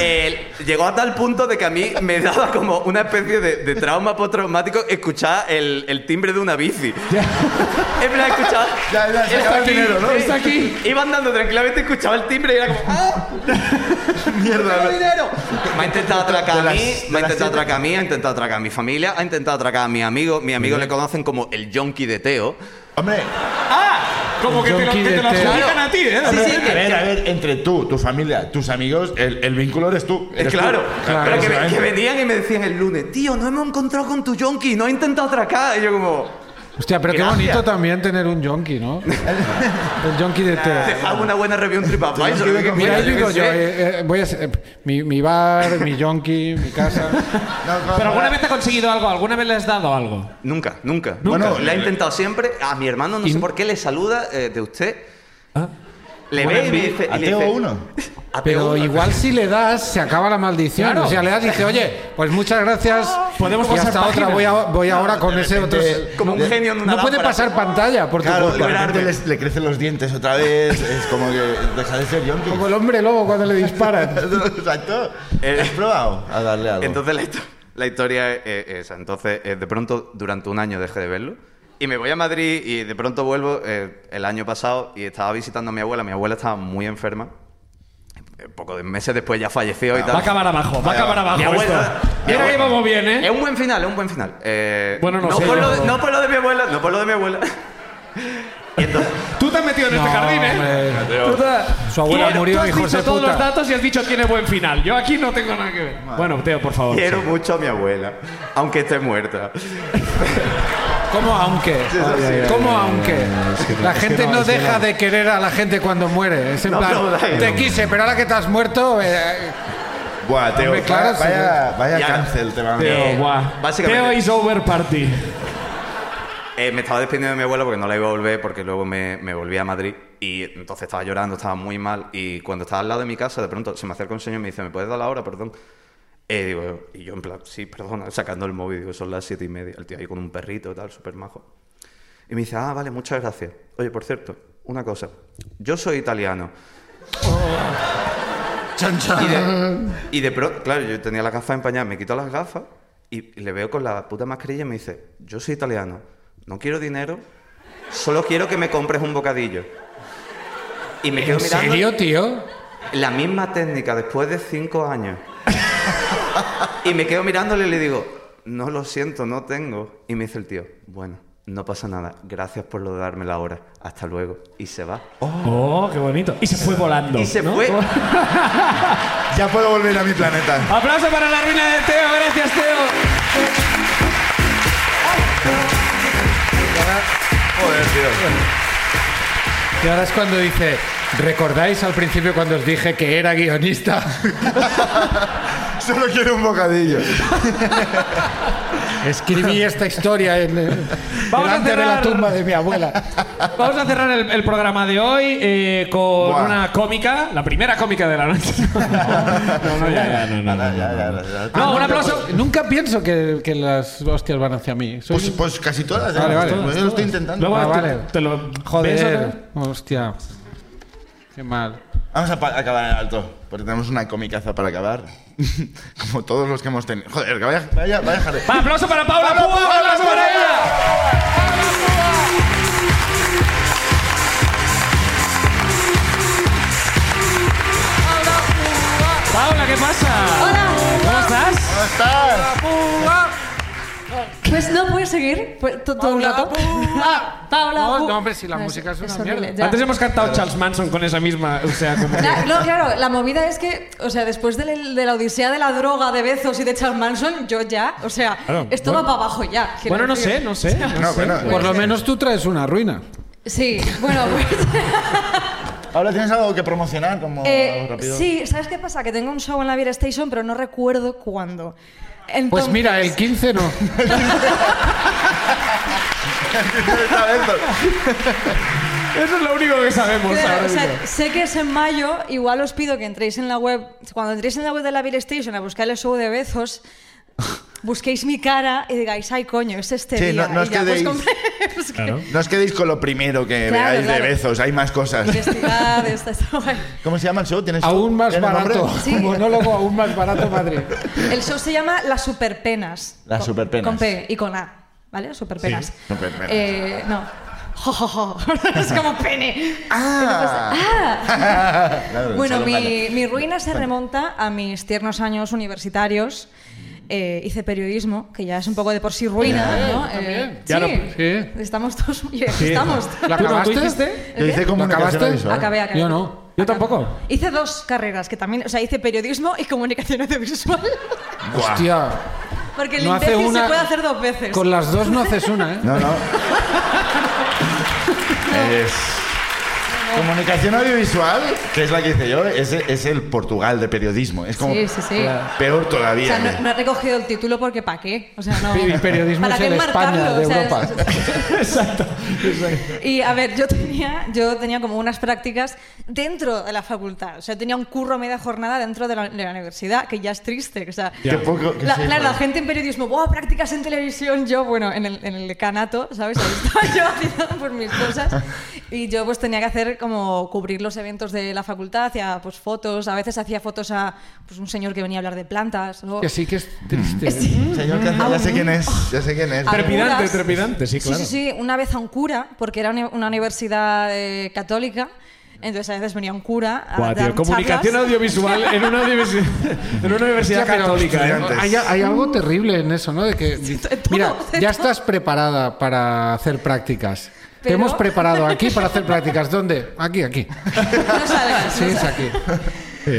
[SPEAKER 8] Eh, llegó a tal punto de que a mí me daba como una especie de, de trauma postraumático escuchar el, el timbre de una bici. en plan, escuchaba.
[SPEAKER 2] Ya, ya, se
[SPEAKER 8] Está
[SPEAKER 2] acaba el
[SPEAKER 8] aquí,
[SPEAKER 2] dinero, ¿no?
[SPEAKER 8] está aquí. Iba andando tranquilamente, escuchaba el timbre y era como. ¡Ah!
[SPEAKER 2] Mierda.
[SPEAKER 8] ¡Tengo
[SPEAKER 2] ¿no?
[SPEAKER 8] dinero! Me ha intentado atracar a
[SPEAKER 2] de las-
[SPEAKER 8] mí,
[SPEAKER 2] de
[SPEAKER 8] me ha
[SPEAKER 2] las
[SPEAKER 8] intentado
[SPEAKER 2] siete.
[SPEAKER 8] atracar a mí, ha intentado atracar a mi familia, ha intentado atracar a mi amigo. Mi amigo le conocen como el yonki de Teo.
[SPEAKER 2] Hombre,
[SPEAKER 3] Ah,
[SPEAKER 9] Como que te lo, que te lo adjudican a ti, ¿eh?
[SPEAKER 8] Sí, sí,
[SPEAKER 2] a
[SPEAKER 8] que-
[SPEAKER 2] ver, a ver, entre tú, tu familia, tus amigos, el, el vínculo eres tú.
[SPEAKER 8] Eh,
[SPEAKER 2] eres
[SPEAKER 8] claro,
[SPEAKER 2] tú.
[SPEAKER 8] pero que, me-
[SPEAKER 2] básicamente.
[SPEAKER 8] que venían y me decían el lunes, tío, no hemos encontrado con tu yonki, no he intentado atracar. Y yo como,
[SPEAKER 4] Hostia, pero
[SPEAKER 8] Gracias.
[SPEAKER 4] qué bonito también tener un yonki, ¿no? El yonki de Teo.
[SPEAKER 2] Eh,
[SPEAKER 8] te hago una buena review en TripAdvisor.
[SPEAKER 2] Yonki de
[SPEAKER 8] que-
[SPEAKER 4] Mira,
[SPEAKER 2] Mira,
[SPEAKER 4] ahí digo
[SPEAKER 8] qué
[SPEAKER 4] yo,
[SPEAKER 8] sé.
[SPEAKER 4] eh, eh, voy a ser- mi, mi bar, mi yonki, mi
[SPEAKER 2] No,
[SPEAKER 4] casa.
[SPEAKER 2] no,
[SPEAKER 3] ¿Pero
[SPEAKER 2] no,
[SPEAKER 3] alguna
[SPEAKER 2] no.
[SPEAKER 3] vez te ha conseguido algo? ¿Alguna vez le has dado algo?
[SPEAKER 8] Nunca, nunca.
[SPEAKER 2] Bueno,
[SPEAKER 8] Bueno, le ha
[SPEAKER 2] el-
[SPEAKER 8] intentado siempre. A mi hermano no sé por qué le saluda eh, de usted. Le
[SPEAKER 2] Ah. Bueno,
[SPEAKER 8] ve y me dice... y le
[SPEAKER 2] ateo
[SPEAKER 8] dice,
[SPEAKER 2] uno.
[SPEAKER 8] "Ateo
[SPEAKER 4] Ah, Pero
[SPEAKER 8] uno".
[SPEAKER 4] igual si le das, se acaba la maldición.
[SPEAKER 3] Claro.
[SPEAKER 4] O sea, le das y dice, oye, pues muchas gracias.
[SPEAKER 3] Podemos
[SPEAKER 4] y
[SPEAKER 3] pasar
[SPEAKER 4] hasta
[SPEAKER 3] página.
[SPEAKER 4] otra. Voy, a- voy ahora con
[SPEAKER 2] de
[SPEAKER 4] ese otro.
[SPEAKER 2] repente-
[SPEAKER 8] Como un genio en una
[SPEAKER 4] No puede
[SPEAKER 8] lámpara.
[SPEAKER 4] pasar pantalla por tu
[SPEAKER 2] Claro,
[SPEAKER 4] culpa.
[SPEAKER 2] de repente le, le crecen los dientes otra vez, es como que deja de ser yonki.
[SPEAKER 4] Como el hombre lobo cuando le disparan.
[SPEAKER 2] Exacto.
[SPEAKER 8] Eh,
[SPEAKER 2] ¿Has probado a darle algo?
[SPEAKER 8] Entonces la, histo- la historia es es esa. Entonces, eh, de pronto, durante un año dejé de verlo. Y me voy a Madrid y de pronto vuelvo eh, el año pasado y estaba visitando a mi abuela. Mi abuela estaba muy enferma. Eh, Pocos de- meses después ya falleció y tal.
[SPEAKER 3] Ah. Va a acabar abajo, va a acabar abajo.
[SPEAKER 8] Mi abuela-
[SPEAKER 3] esto. Mira
[SPEAKER 8] mi
[SPEAKER 3] que
[SPEAKER 8] abuela-
[SPEAKER 3] vamos bien, ¿eh?
[SPEAKER 8] Es un buen final, es un buen final. Eh,
[SPEAKER 3] Bueno, no sé,
[SPEAKER 8] Por lo
[SPEAKER 3] yo-
[SPEAKER 8] de, no por lo de mi abuela, no por lo de mi abuela. Y entonces,
[SPEAKER 3] Tú te has metido en este
[SPEAKER 4] No,
[SPEAKER 3] jardín, ¿eh?
[SPEAKER 4] hombre.
[SPEAKER 3] Tú te-
[SPEAKER 4] Su abuela
[SPEAKER 3] Tú
[SPEAKER 4] murió,
[SPEAKER 3] has
[SPEAKER 4] hijo
[SPEAKER 3] dicho
[SPEAKER 4] de
[SPEAKER 3] todos los
[SPEAKER 4] puta.
[SPEAKER 3] datos y has dicho tiene buen final. Yo aquí no tengo nada que ver. Bueno, Teo, por favor.
[SPEAKER 8] quiero mucho a mi abuela, aunque esté muerta.
[SPEAKER 4] Como aunque. Como aunque. La gente no deja de querer a la gente cuando muere. Es en
[SPEAKER 8] No
[SPEAKER 4] plan,
[SPEAKER 8] aplaudáis.
[SPEAKER 4] te quise, pero ahora que te has muerto. eh,
[SPEAKER 2] Buah, Teo,
[SPEAKER 4] Hombre, claro,
[SPEAKER 2] vaya, vaya, vaya
[SPEAKER 8] Ya.
[SPEAKER 2] cancel te van a
[SPEAKER 3] Teo, guau.
[SPEAKER 8] básicamente-
[SPEAKER 3] Teo is over party.
[SPEAKER 8] Eh, me estaba despidiendo de mi abuela porque no la iba a volver, porque luego me, me volví a Madrid. Y entonces estaba llorando, estaba muy mal. Y cuando estaba al lado de mi casa, de pronto se me acerca un señor y me dice: ¿Me puedes dar la hora? Perdón. Eh, digo, y yo en plan, sí, perdona, sacando el móvil, digo, son las siete y media. El tío ahí con un perrito y tal, súper majo. Y me dice, ah, vale, muchas gracias. Oye, por cierto, una cosa. Yo soy italiano. Y de, y de pronto, claro, yo tenía las gafas empañadas, me quito las gafas y le veo con la puta mascarilla y me dice, yo soy italiano, no quiero dinero, solo quiero que me compres un bocadillo. Y me quedo
[SPEAKER 4] ¿En
[SPEAKER 8] mirando
[SPEAKER 4] serio, tío?
[SPEAKER 8] la misma técnica después de cinco años. y me quedo mirándole y le digo, no lo siento, no tengo. Y me dice el tío, bueno, no pasa nada, gracias por lo de darme la hora, hasta luego. Y se va.
[SPEAKER 3] Oh, qué bonito. Y se fue volando.
[SPEAKER 8] y se
[SPEAKER 3] ¿no?
[SPEAKER 8] fue.
[SPEAKER 2] Ya puedo volver a mi planeta.
[SPEAKER 3] Aplauso para la ruina de Teo. Gracias, Teo.
[SPEAKER 2] Joder, tío.
[SPEAKER 4] Y ahora es cuando dice, ¿recordáis al principio cuando os dije que era guionista?
[SPEAKER 2] Solo quiero un bocadillo.
[SPEAKER 4] Escribí esta historia en, eh,
[SPEAKER 3] Vamos a
[SPEAKER 4] delante de la
[SPEAKER 3] cerrar.
[SPEAKER 4] tumba de mi abuela.
[SPEAKER 3] Vamos a cerrar el, el programa de hoy eh, con
[SPEAKER 2] Buah.
[SPEAKER 3] una cómica, la primera cómica de la noche. no, no, ya, ya, no, no, no,
[SPEAKER 2] Ahora,
[SPEAKER 3] no.
[SPEAKER 2] ya, ya, ya.
[SPEAKER 3] No, un aplauso.
[SPEAKER 4] Nunca pienso que, que las hostias van hacia mí. Soy
[SPEAKER 2] Pues,
[SPEAKER 4] un-
[SPEAKER 2] pues casi todas. ¿eh?
[SPEAKER 4] Vale, vale.
[SPEAKER 2] Pues yo lo estoy intentando.
[SPEAKER 3] Luego
[SPEAKER 4] Ah,
[SPEAKER 3] te-
[SPEAKER 4] vale.
[SPEAKER 3] te lo beso,
[SPEAKER 4] Joder, hostia. Qué mal.
[SPEAKER 2] Vamos a pa- acabar en alto, porque tenemos una comicaza para acabar. Como todos los que hemos tenido. Joder, que vaya, vaya, vaya jare-
[SPEAKER 3] Va, aplauso para Paula Púa, un aplauso para ella. Paula, ¿qué pasa? ¿Cómo estás?
[SPEAKER 2] ¿Cómo estás?
[SPEAKER 10] Pues no puedes seguir pues, to- todo el rato. Ah, Paula.
[SPEAKER 4] No,
[SPEAKER 10] Pu-
[SPEAKER 4] no, hombre, si la música es una
[SPEAKER 10] horrible,
[SPEAKER 4] mierda.
[SPEAKER 10] ya.
[SPEAKER 3] Antes hemos cantado Charles Manson con esa misma, o sea, como que-
[SPEAKER 10] Claro, no, claro, la movida es que, o sea, después de la, de la odisea de la droga de Bezos y de Charles Manson, yo ya, o sea,
[SPEAKER 3] Claro,
[SPEAKER 10] esto
[SPEAKER 3] bueno.
[SPEAKER 10] va para abajo ya. quiero
[SPEAKER 3] Bueno, no
[SPEAKER 10] decir.
[SPEAKER 3] sé, no sé. no
[SPEAKER 2] No,
[SPEAKER 3] sé.
[SPEAKER 2] bueno,
[SPEAKER 4] Por lo menos tú traes una ruina.
[SPEAKER 10] Sí, bueno, pues...
[SPEAKER 2] ahora tienes algo que promocionar, como
[SPEAKER 10] eh,
[SPEAKER 2] algo rápido.
[SPEAKER 10] sí, ¿sabes qué pasa? Que tengo un show en la Beer Station, pero no recuerdo cuándo.
[SPEAKER 4] Pues mira, el
[SPEAKER 10] Entonces-
[SPEAKER 4] 15 no.
[SPEAKER 3] Eso es lo único que sabemos
[SPEAKER 10] Claro,
[SPEAKER 3] ahora
[SPEAKER 10] o sea,
[SPEAKER 3] mismo.
[SPEAKER 10] sé que es en mayo, igual os pido que entréis en la web, cuando entréis en la web de la Beer Station a buscar el show de Bezos, busquéis mi cara y digáis, ay, coño, es este
[SPEAKER 2] Sí,
[SPEAKER 10] día.
[SPEAKER 2] no- no
[SPEAKER 10] y
[SPEAKER 2] os
[SPEAKER 10] ya,
[SPEAKER 2] quedeis-
[SPEAKER 10] pues, compré- es que
[SPEAKER 2] No os quedéis con lo primero que
[SPEAKER 10] Claro,
[SPEAKER 2] veáis
[SPEAKER 10] claro.
[SPEAKER 2] de Bezos, hay más cosas.
[SPEAKER 10] Investigad, está, está guay.
[SPEAKER 2] ¿Cómo se llama el show? ¿Tienes
[SPEAKER 4] Aún más
[SPEAKER 2] ¿Tiene nombre?
[SPEAKER 4] barato.
[SPEAKER 10] Sí.
[SPEAKER 4] Monólogo aún más barato, Madrid.
[SPEAKER 10] El show se llama Las Superpenas.
[SPEAKER 2] Las
[SPEAKER 10] Con-
[SPEAKER 2] Superpenas.
[SPEAKER 10] Con P y con A. ¿Vale? Superpenas.
[SPEAKER 2] Superpenas.
[SPEAKER 10] Eh, no. Jo, jo, jo. es como pene.
[SPEAKER 2] Ah, Claro,
[SPEAKER 10] pues, ah. Bueno,
[SPEAKER 2] solo
[SPEAKER 10] mi, ¿eh?
[SPEAKER 2] vale.
[SPEAKER 10] mi ruina se remonta a mis tiernos años universitarios. Eh, hice periodismo, que ya es un poco de por sí ruina, ¿no? Eh,
[SPEAKER 4] Ya
[SPEAKER 10] sí.
[SPEAKER 4] no- sí.
[SPEAKER 10] Estamos todos... Estamos.
[SPEAKER 4] ¿La
[SPEAKER 10] ¿Tú no?
[SPEAKER 4] acabaste?
[SPEAKER 2] Yo hice comunicación
[SPEAKER 4] ¿Acabaste?
[SPEAKER 3] ¿eh?
[SPEAKER 2] audiovisual.
[SPEAKER 10] Acabé, acabé.
[SPEAKER 4] Yo no.
[SPEAKER 3] Yo tampoco.
[SPEAKER 10] Hice dos carreras que también... O sea, hice periodismo y comunicación audiovisual.
[SPEAKER 2] Buah.
[SPEAKER 4] Hostia.
[SPEAKER 10] Porque el
[SPEAKER 4] No hace
[SPEAKER 10] imbécil
[SPEAKER 4] una-
[SPEAKER 10] se puede hacer dos veces.
[SPEAKER 4] Con las dos no haces una, ¿eh?
[SPEAKER 2] No, no. Es- Comunicación audiovisual, que es la que hice yo, es, es el Portugal de periodismo. Es como
[SPEAKER 10] Sí, sí, sí.
[SPEAKER 2] peor
[SPEAKER 10] O
[SPEAKER 2] todavía.
[SPEAKER 10] sea, no, no he recogido el título porque ¿para qué? O sea, no...
[SPEAKER 4] Y periodismo
[SPEAKER 10] ¿Para
[SPEAKER 4] es
[SPEAKER 10] qué
[SPEAKER 4] el España
[SPEAKER 10] enmarcarlo?
[SPEAKER 4] de
[SPEAKER 10] O sea,
[SPEAKER 4] Europa.
[SPEAKER 10] Y a ver, yo tenía, yo tenía como unas prácticas dentro de la facultad. O sea, tenía un curro a media jornada dentro de la, de la universidad, que ya es triste. O sea,
[SPEAKER 2] Qué poco- que
[SPEAKER 10] la,
[SPEAKER 2] sí,
[SPEAKER 10] claro, la
[SPEAKER 2] joder.
[SPEAKER 10] gente en periodismo, ¡buah! Prácticas en televisión. Yo, bueno, en el, en el canato, ¿sabes? Ahí estaba yo haciendo por mis cosas. Y yo, pues tenía que hacer como cubrir los eventos de la facultad, hacía pues fotos. A veces hacía fotos a pues, un señor que venía a hablar de plantas. ¿no?
[SPEAKER 4] Que sí que es triste. ¿eh?
[SPEAKER 2] Señor Cazzo, ya sé quién es, ya sé quién es.
[SPEAKER 10] Ah,
[SPEAKER 3] Trepidante,
[SPEAKER 10] Algunas-
[SPEAKER 3] trepidante, sí, claro.
[SPEAKER 10] Sí, sí, sí, una vez a un cura, porque era uni- una universidad eh, católica, entonces a veces venía un cura a
[SPEAKER 3] Buah,
[SPEAKER 10] dar
[SPEAKER 3] tío, comunicación
[SPEAKER 10] charlas.
[SPEAKER 3] audiovisual en una, universi- en una universidad
[SPEAKER 4] Ya, pero-
[SPEAKER 3] católica. ¿eh?
[SPEAKER 2] estudiantes.
[SPEAKER 4] Hay, hay algo terrible en eso, ¿no? De que,
[SPEAKER 10] de todo,
[SPEAKER 4] mira,
[SPEAKER 10] de
[SPEAKER 4] ya
[SPEAKER 10] todo.
[SPEAKER 4] estás preparada para hacer prácticas. Te
[SPEAKER 10] Pero-
[SPEAKER 4] hemos preparado aquí para hacer prácticas. ¿Dónde? Aquí, aquí.
[SPEAKER 10] No sabes,
[SPEAKER 4] Sí,
[SPEAKER 10] no
[SPEAKER 4] es
[SPEAKER 10] sabes.
[SPEAKER 4] aquí.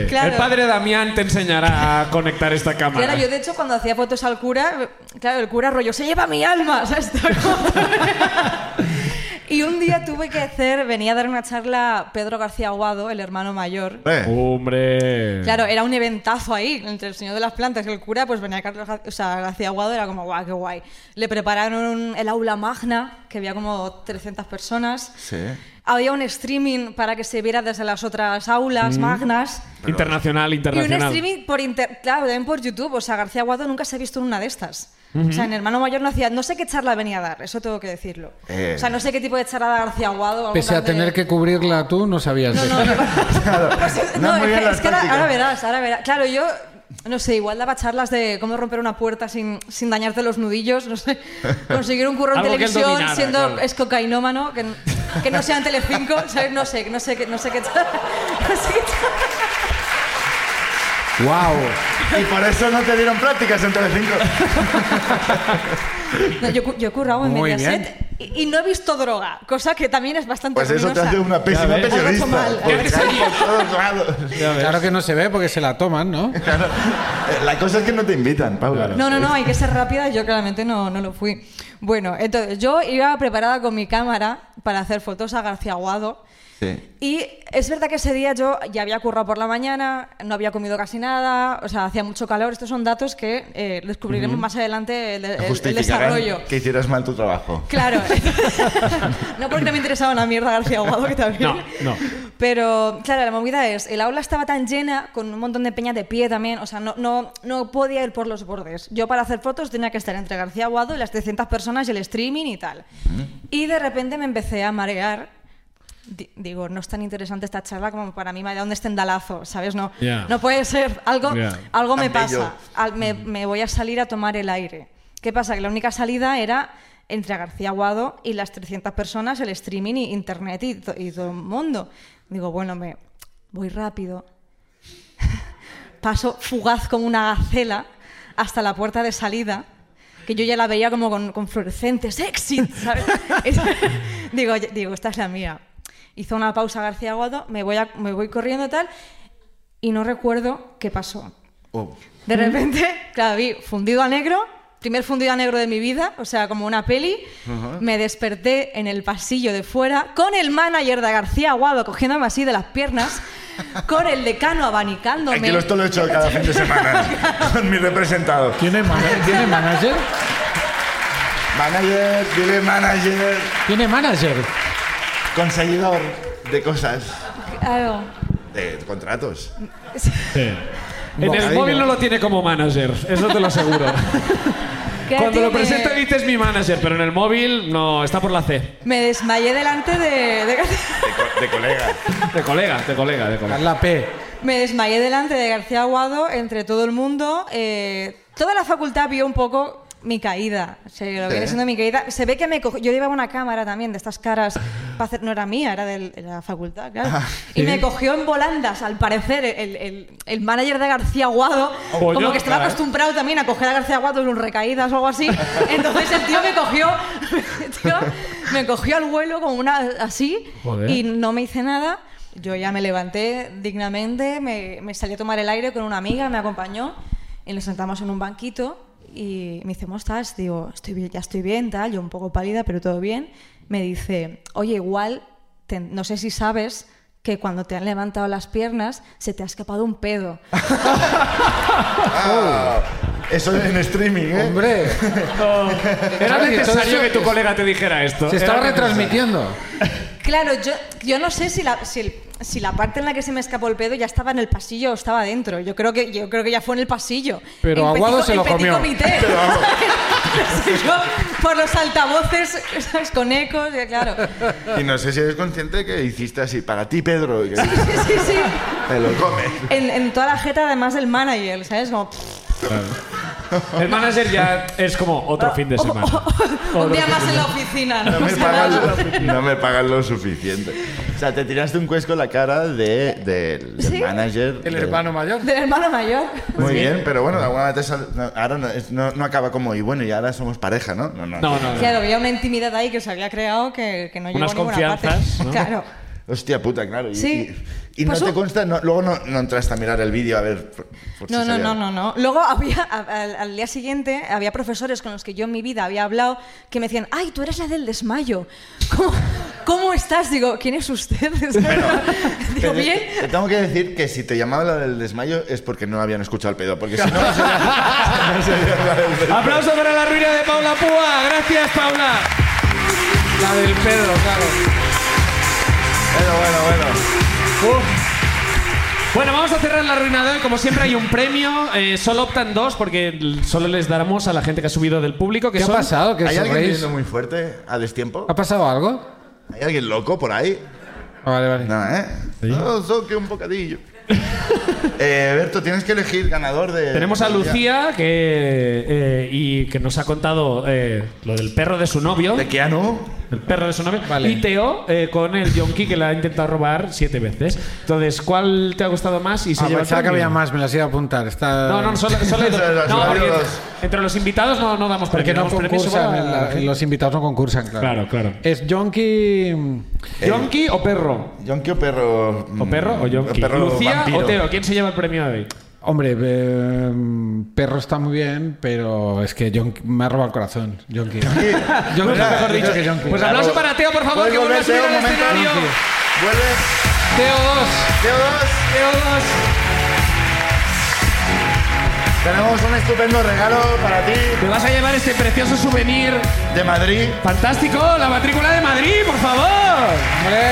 [SPEAKER 10] Claro.
[SPEAKER 3] El padre Damián te enseñará a conectar esta cámara.
[SPEAKER 10] Claro, yo de hecho cuando hacía fotos al cura, claro, el cura rollo, se lleva mi alma, ¿sabes? Estaba como- y un día tuve que hacer, venía a dar una charla Pedro García Aguado, el hermano mayor.
[SPEAKER 2] Eh,
[SPEAKER 3] Hombre.
[SPEAKER 10] Claro, era un eventazo ahí, entre el señor de las plantas y el cura, pues venía Carlos, Gar- o sea, García Aguado, era como, guau, qué guay. Le prepararon un- el aula magna, que había como 300 personas.
[SPEAKER 2] sí.
[SPEAKER 10] Había un streaming para que se viera desde las otras
[SPEAKER 4] Mm.
[SPEAKER 10] aulas magnas.
[SPEAKER 3] Internacional,
[SPEAKER 10] Y un
[SPEAKER 3] internacional.
[SPEAKER 10] streaming por inter- claro, también por YouTube. O sea, García Aguado nunca se ha visto en una de estas. O sea, en Hermano Mayor no hacía. No sé qué charla venía a dar, eso tengo que decirlo.
[SPEAKER 2] Eh.
[SPEAKER 10] O sea, no sé qué tipo de charla da García Aguado. algún
[SPEAKER 4] Pese a
[SPEAKER 10] plan de-
[SPEAKER 4] tener que cubrirla tú, no sabías
[SPEAKER 10] No,
[SPEAKER 4] eso.
[SPEAKER 10] no, no. Pues,
[SPEAKER 2] No,
[SPEAKER 10] no,
[SPEAKER 2] muy
[SPEAKER 10] es,
[SPEAKER 2] bien
[SPEAKER 10] que,
[SPEAKER 2] las
[SPEAKER 10] es que ahora,
[SPEAKER 2] tácticas.
[SPEAKER 10] ahora verás, ahora verás. Claro, yo, no sé, igual daba charlas de cómo romper una puerta sin, sin dañarte los nudillos, no sé, conseguir un curro en
[SPEAKER 3] Algo que él
[SPEAKER 10] televisión
[SPEAKER 3] dominara,
[SPEAKER 10] siendo
[SPEAKER 3] claro.
[SPEAKER 10] escocainómano, que, n- que no sea en Telecinco, ¿sabes? No sé, no sé, qué- no sé qué charla. No sé qué charla.
[SPEAKER 4] ¡Wow!
[SPEAKER 2] Y por eso no te dieron prácticas en Telecinco.
[SPEAKER 10] No, yo, cu- yo he currado en
[SPEAKER 4] Muy
[SPEAKER 10] Mediaset y, y no he visto droga, cosa que también es bastante
[SPEAKER 2] Pues eso te
[SPEAKER 10] ruinosa.
[SPEAKER 2] hace una pésima
[SPEAKER 3] ves.
[SPEAKER 10] Algo he
[SPEAKER 2] periodista.
[SPEAKER 10] hecho mal.
[SPEAKER 2] porque caes por todos lados.
[SPEAKER 4] Claro que no se ve porque se la toman, ¿no?
[SPEAKER 2] Claro. Eh, La cosa es que no te invitan, Paula.
[SPEAKER 10] No, no, no, hay que ser rápida. Yo claramente no, no lo fui. Bueno, entonces yo iba preparada con mi cámara para hacer fotos a García Aguado.
[SPEAKER 2] Sí.
[SPEAKER 10] Y es verdad que ese día yo ya había currado por la mañana, no había comido casi nada, o sea, hacía mucho calor. Estos son datos que eh, descubriremos más adelante el, el- el
[SPEAKER 2] Justificarán
[SPEAKER 10] desarrollo.
[SPEAKER 2] que hicieras mal tu trabajo.
[SPEAKER 10] Claro. no porque no me interesaba una mierda García Aguado, que también.
[SPEAKER 3] No, no.
[SPEAKER 10] Pero, claro, la movida es, el aula estaba tan llena, con un montón de peña de pie también, o sea, no, no, no podía ir por los bordes. Yo para hacer fotos tenía que estar entre García Aguado y las 300 personas y el streaming y tal. Y de repente me empecé a marear. Di- Digo, no es tan interesante esta charla como para mí me da un estendalazo, ¿sabes? No,
[SPEAKER 3] Ya.
[SPEAKER 10] no puede ser, algo,
[SPEAKER 3] Ya.
[SPEAKER 10] algo me
[SPEAKER 2] Tan
[SPEAKER 10] pasa.
[SPEAKER 2] bello.
[SPEAKER 10] Al- me, me voy a salir a tomar el aire. ¿Qué pasa? Que la única salida era entre García Aguado y las 300 personas, el streaming y internet y, to- y todo el mundo. Digo, bueno, me voy rápido. Paso fugaz como una gacela hasta la puerta de salida, que yo ya la veía como con, con fluorescentes. ¡Exit! ¿sabes? digo, "Ya- digo, esta es la mía. Hizo una pausa García Aguado, me voy, a- me voy corriendo tal, y no recuerdo qué pasó.
[SPEAKER 2] Oh.
[SPEAKER 10] De repente, claro, vi fundido a negro, primer fundido a negro de mi vida, o sea, como una peli. Me desperté en el pasillo de fuera con el manager de García Aguado cogiéndome así de las piernas, con el decano abanicándome.
[SPEAKER 2] Aquí lo, esto lo he hecho cada fin de semana con mi representado.
[SPEAKER 4] ¿Tiene, mana- ¿Tiene manager?
[SPEAKER 2] Manager, diré manager,
[SPEAKER 4] ¿Tiene manager?
[SPEAKER 2] conseguidor de cosas,
[SPEAKER 10] Claro.
[SPEAKER 2] de contratos.
[SPEAKER 3] Sí. En el
[SPEAKER 4] Bocadillo.
[SPEAKER 3] móvil no lo tiene como manager, eso te lo aseguro.
[SPEAKER 10] ¿Qué
[SPEAKER 3] Cuando lo
[SPEAKER 10] tiene?
[SPEAKER 3] presenta dices mi manager, pero en el móvil no, está por la C.
[SPEAKER 10] Me desmayé delante de, de-
[SPEAKER 2] co- de colega.
[SPEAKER 3] De colega, de colega, de colega.
[SPEAKER 4] Carla P.
[SPEAKER 10] Me desmayé delante de García Aguado, entre todo el mundo. eh, toda la facultad vio un poco mi caída. O sea, lo que
[SPEAKER 2] Sí.
[SPEAKER 10] viene siendo mi caída. Se ve que me cogió. Yo llevaba una cámara también de estas caras. para hacer- no era mía, era del- de la facultad, claro. Y me cogió en volandas, al parecer, el, el- el manager de García Aguado.
[SPEAKER 3] Oye,
[SPEAKER 10] como que estaba
[SPEAKER 3] claro.
[SPEAKER 10] acostumbrado también a coger a García Aguado en un recaídas o algo así. Entonces el tío me cogió. el tío me cogió al vuelo como una. así.
[SPEAKER 3] Joder.
[SPEAKER 10] Y no me hice nada. Yo ya me levanté dignamente, me, me salí a tomar el aire con una amiga, me acompañó y nos sentamos en un banquito y me dice, ¿cómo estás? Digo, estoy bien, ya estoy bien, tal, yo un poco pálida, pero todo bien. Me dice, oye, igual, te- no sé si sabes que cuando te han levantado las piernas se te ha escapado un pedo.
[SPEAKER 2] Ah, eso en streaming, ¿eh?
[SPEAKER 4] Hombre,
[SPEAKER 3] Era
[SPEAKER 4] Claro, y entonces
[SPEAKER 3] necesario que
[SPEAKER 4] yo-
[SPEAKER 3] tu colega te dijera esto.
[SPEAKER 4] se
[SPEAKER 3] Era
[SPEAKER 4] estaba
[SPEAKER 3] necesario.
[SPEAKER 4] retransmitiendo.
[SPEAKER 10] Claro, yo, yo no sé si la, si, el- si la parte en la que se me escapó el pedo ya estaba en el pasillo o estaba dentro. Yo creo que, yo creo que ya fue en el pasillo.
[SPEAKER 4] Pero
[SPEAKER 10] En
[SPEAKER 4] Aguado se lo
[SPEAKER 10] en petit
[SPEAKER 4] comió.
[SPEAKER 10] comité. Sí, yo, por los altavoces, ¿sabes? con ecos, ya, claro.
[SPEAKER 2] Y no sé si eres consciente que hiciste así para ti, Pedro. y que
[SPEAKER 10] Sí, sí, sí.
[SPEAKER 2] Te lo comes.
[SPEAKER 10] En, en toda la jeta, además del manager, ¿sabes? Como, pff,
[SPEAKER 3] El manager ya es como otro
[SPEAKER 10] Ah,
[SPEAKER 3] fin de semana.
[SPEAKER 10] un día más en la oficina.
[SPEAKER 2] No
[SPEAKER 10] ¿no?
[SPEAKER 2] me,
[SPEAKER 10] Sí,
[SPEAKER 2] pagan
[SPEAKER 10] nada.
[SPEAKER 2] lo, no me pagan lo suficiente. O sea, te tiraste un cuesco en la cara de, del, del
[SPEAKER 10] Sí.
[SPEAKER 2] manager.
[SPEAKER 4] El
[SPEAKER 2] de-
[SPEAKER 4] hermano mayor.
[SPEAKER 10] Del hermano mayor.
[SPEAKER 2] Muy bien, pero bueno, de alguna vez te sal- no, ahora no, es- no- no acaba como, y bueno, y ahora somos pareja, ¿no? No, no.
[SPEAKER 3] No, no, no.
[SPEAKER 10] Claro, había una intimidad ahí que se había creado que, que no llegó
[SPEAKER 3] Unas
[SPEAKER 10] a ninguna parte.
[SPEAKER 3] confianzas, ¿no?
[SPEAKER 10] Claro.
[SPEAKER 2] Hostia puta, claro. Y,
[SPEAKER 10] Sí.
[SPEAKER 2] y, y no
[SPEAKER 10] Pasó.
[SPEAKER 2] te consta, no- luego no, no entraste a mirar el vídeo a ver. por- por si
[SPEAKER 10] No, no,
[SPEAKER 2] sabía.
[SPEAKER 10] no, no, no. Luego había, a- al, al día siguiente, había profesores con los que yo en mi vida había hablado que me decían, ay, tú eres la del desmayo. ¿Cómo, cómo estás? Digo, ¿quién es usted? Digo,
[SPEAKER 2] Pero
[SPEAKER 10] bien.
[SPEAKER 2] te- Te tengo que decir que si te llamaba la del desmayo es porque no habían escuchado el pedo, porque si no. no sería- no sería la del desmayo.
[SPEAKER 3] Aplauso para la ruina de Paula Púa. Gracias, Paula. La del Pedro, claro.
[SPEAKER 2] Bueno, bueno, bueno.
[SPEAKER 3] Bueno, vamos a cerrar la ruina de hoy. Como siempre, hay un premio. Eh, solo optan dos porque l- solo les daremos a la gente que ha subido del público. Que
[SPEAKER 4] ¿Qué ha
[SPEAKER 3] son-
[SPEAKER 4] pasado? ¿Que
[SPEAKER 2] ¿Hay alguien
[SPEAKER 4] sonreís?
[SPEAKER 2] viviendo muy fuerte a destiempo?
[SPEAKER 4] ¿Ha pasado algo?
[SPEAKER 2] ¿Hay alguien loco por ahí?
[SPEAKER 4] Ah, Vale, vale.
[SPEAKER 2] No, ¿eh? No, solo que un bocadillo. eh, Berto, tienes que elegir ganador de.
[SPEAKER 3] Tenemos a
[SPEAKER 2] del día.
[SPEAKER 3] Lucía que, eh, y que nos ha contado eh, lo del perro de su novio.
[SPEAKER 2] ¿De Keanu?
[SPEAKER 3] El perro de su novio.
[SPEAKER 4] Vale.
[SPEAKER 3] Y Teo eh, con el yonki que la ha intentado robar siete veces. Entonces, ¿cuál te ha gustado más? Y se
[SPEAKER 4] Ah,
[SPEAKER 3] lleva el
[SPEAKER 4] pensaba que
[SPEAKER 3] premio?
[SPEAKER 4] había más, me las iba a apuntar. Está...
[SPEAKER 3] No, no, solo, solo hay dos.
[SPEAKER 2] Solo-
[SPEAKER 3] No,
[SPEAKER 2] solo hay
[SPEAKER 3] porque
[SPEAKER 2] dos.
[SPEAKER 3] entre los invitados no, no damos
[SPEAKER 4] Porque
[SPEAKER 3] premios,
[SPEAKER 4] no
[SPEAKER 3] damos premios solo a-
[SPEAKER 4] concursan, en la- en los invitados no concursan, claro.
[SPEAKER 3] Claro, claro. Eh.
[SPEAKER 4] Es Jonky.
[SPEAKER 3] ¿Yonki o perro?
[SPEAKER 2] ¿Yonki o perro? mm,
[SPEAKER 3] ¿O perro o yonki?
[SPEAKER 2] Perro
[SPEAKER 3] ¿Lucía
[SPEAKER 2] vampiro.
[SPEAKER 3] o Teo? ¿Quién se lleva el premio de hoy?
[SPEAKER 4] Hombre, eh, perro está muy bien, pero es que Jonky me ha robado el corazón. Jonky. Jonky es mejor dicho que Jonky.
[SPEAKER 3] Pues
[SPEAKER 2] Claro.
[SPEAKER 3] aplauso para Teo, por favor,
[SPEAKER 2] Puedes
[SPEAKER 3] que vuelva a
[SPEAKER 2] volver,
[SPEAKER 3] subir
[SPEAKER 2] Teo,
[SPEAKER 3] al
[SPEAKER 2] un momento.
[SPEAKER 3] escenario.
[SPEAKER 2] Vuelve.
[SPEAKER 3] Teo 2,
[SPEAKER 2] Teo dos.
[SPEAKER 3] Teo 2.
[SPEAKER 2] Tenemos un estupendo regalo para ti
[SPEAKER 3] Te vas a llevar este precioso souvenir
[SPEAKER 2] de Madrid.
[SPEAKER 3] fantástico, la matrícula de Madrid, por favor.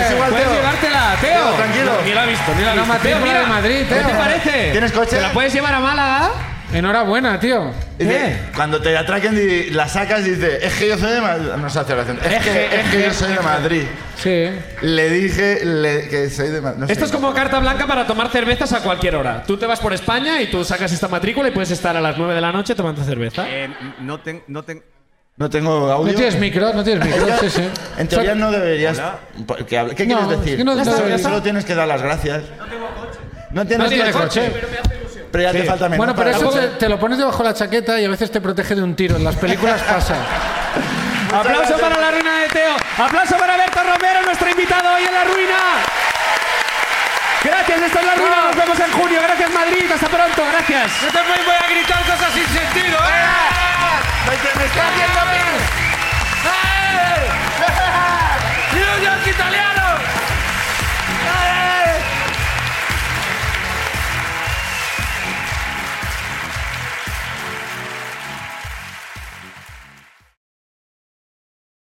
[SPEAKER 2] Es igual,
[SPEAKER 3] puedes
[SPEAKER 2] Teo.
[SPEAKER 3] llevártela, Teo.
[SPEAKER 2] Teo, tranquilo.
[SPEAKER 3] Ni la ha visto, ni la ha
[SPEAKER 4] Una
[SPEAKER 3] visto. Teo,
[SPEAKER 4] matrícula
[SPEAKER 3] mira,
[SPEAKER 4] de Madrid,
[SPEAKER 3] ¿Qué
[SPEAKER 4] Teo.
[SPEAKER 3] te parece?
[SPEAKER 2] ¿Tienes coche?
[SPEAKER 3] ¿Te la puedes llevar a Málaga?
[SPEAKER 4] Enhorabuena, tío.
[SPEAKER 2] Y te- Cuando te atraquen y la sacas, dices, es que yo soy de Madrid. No se hace oración. Es, que, es que yo soy de Madrid.
[SPEAKER 4] Sí.
[SPEAKER 2] Le dije le- que soy de Madrid. No sé.
[SPEAKER 3] Esto es como carta blanca para tomar cervezas a cualquier hora. Tú te vas por España y tú sacas esta matrícula y puedes estar a las 9 de la noche tomando cerveza.
[SPEAKER 8] Eh, no tengo. No ten-
[SPEAKER 2] No tengo audio.
[SPEAKER 4] No tienes micro, no tienes micro. Sí, sí.
[SPEAKER 2] En teoría no deberías. ¿Qué, habla- qué
[SPEAKER 4] No,
[SPEAKER 2] quieres
[SPEAKER 4] es
[SPEAKER 2] decir?
[SPEAKER 4] que no- no deberías-
[SPEAKER 2] Solo tienes que dar las gracias. No tengo
[SPEAKER 4] No
[SPEAKER 2] coche.
[SPEAKER 4] tienes coche.
[SPEAKER 2] Pero ya te falta menos.
[SPEAKER 4] Bueno, pero
[SPEAKER 2] para
[SPEAKER 4] eso
[SPEAKER 2] coche.
[SPEAKER 4] te, te lo pones debajo de la chaqueta y a veces te protege de un tiro. En las películas pasa.
[SPEAKER 3] Aplauso
[SPEAKER 2] gracias.
[SPEAKER 3] para la ruina de Teo. Aplauso para Berto Romero, nuestro invitado hoy en la ruina. Gracias, esto es la ruina. Nos vemos en junio. Gracias, Madrid. Hasta pronto. Gracias.
[SPEAKER 9] No te voy a gritar cosas sin sentido, ¿eh?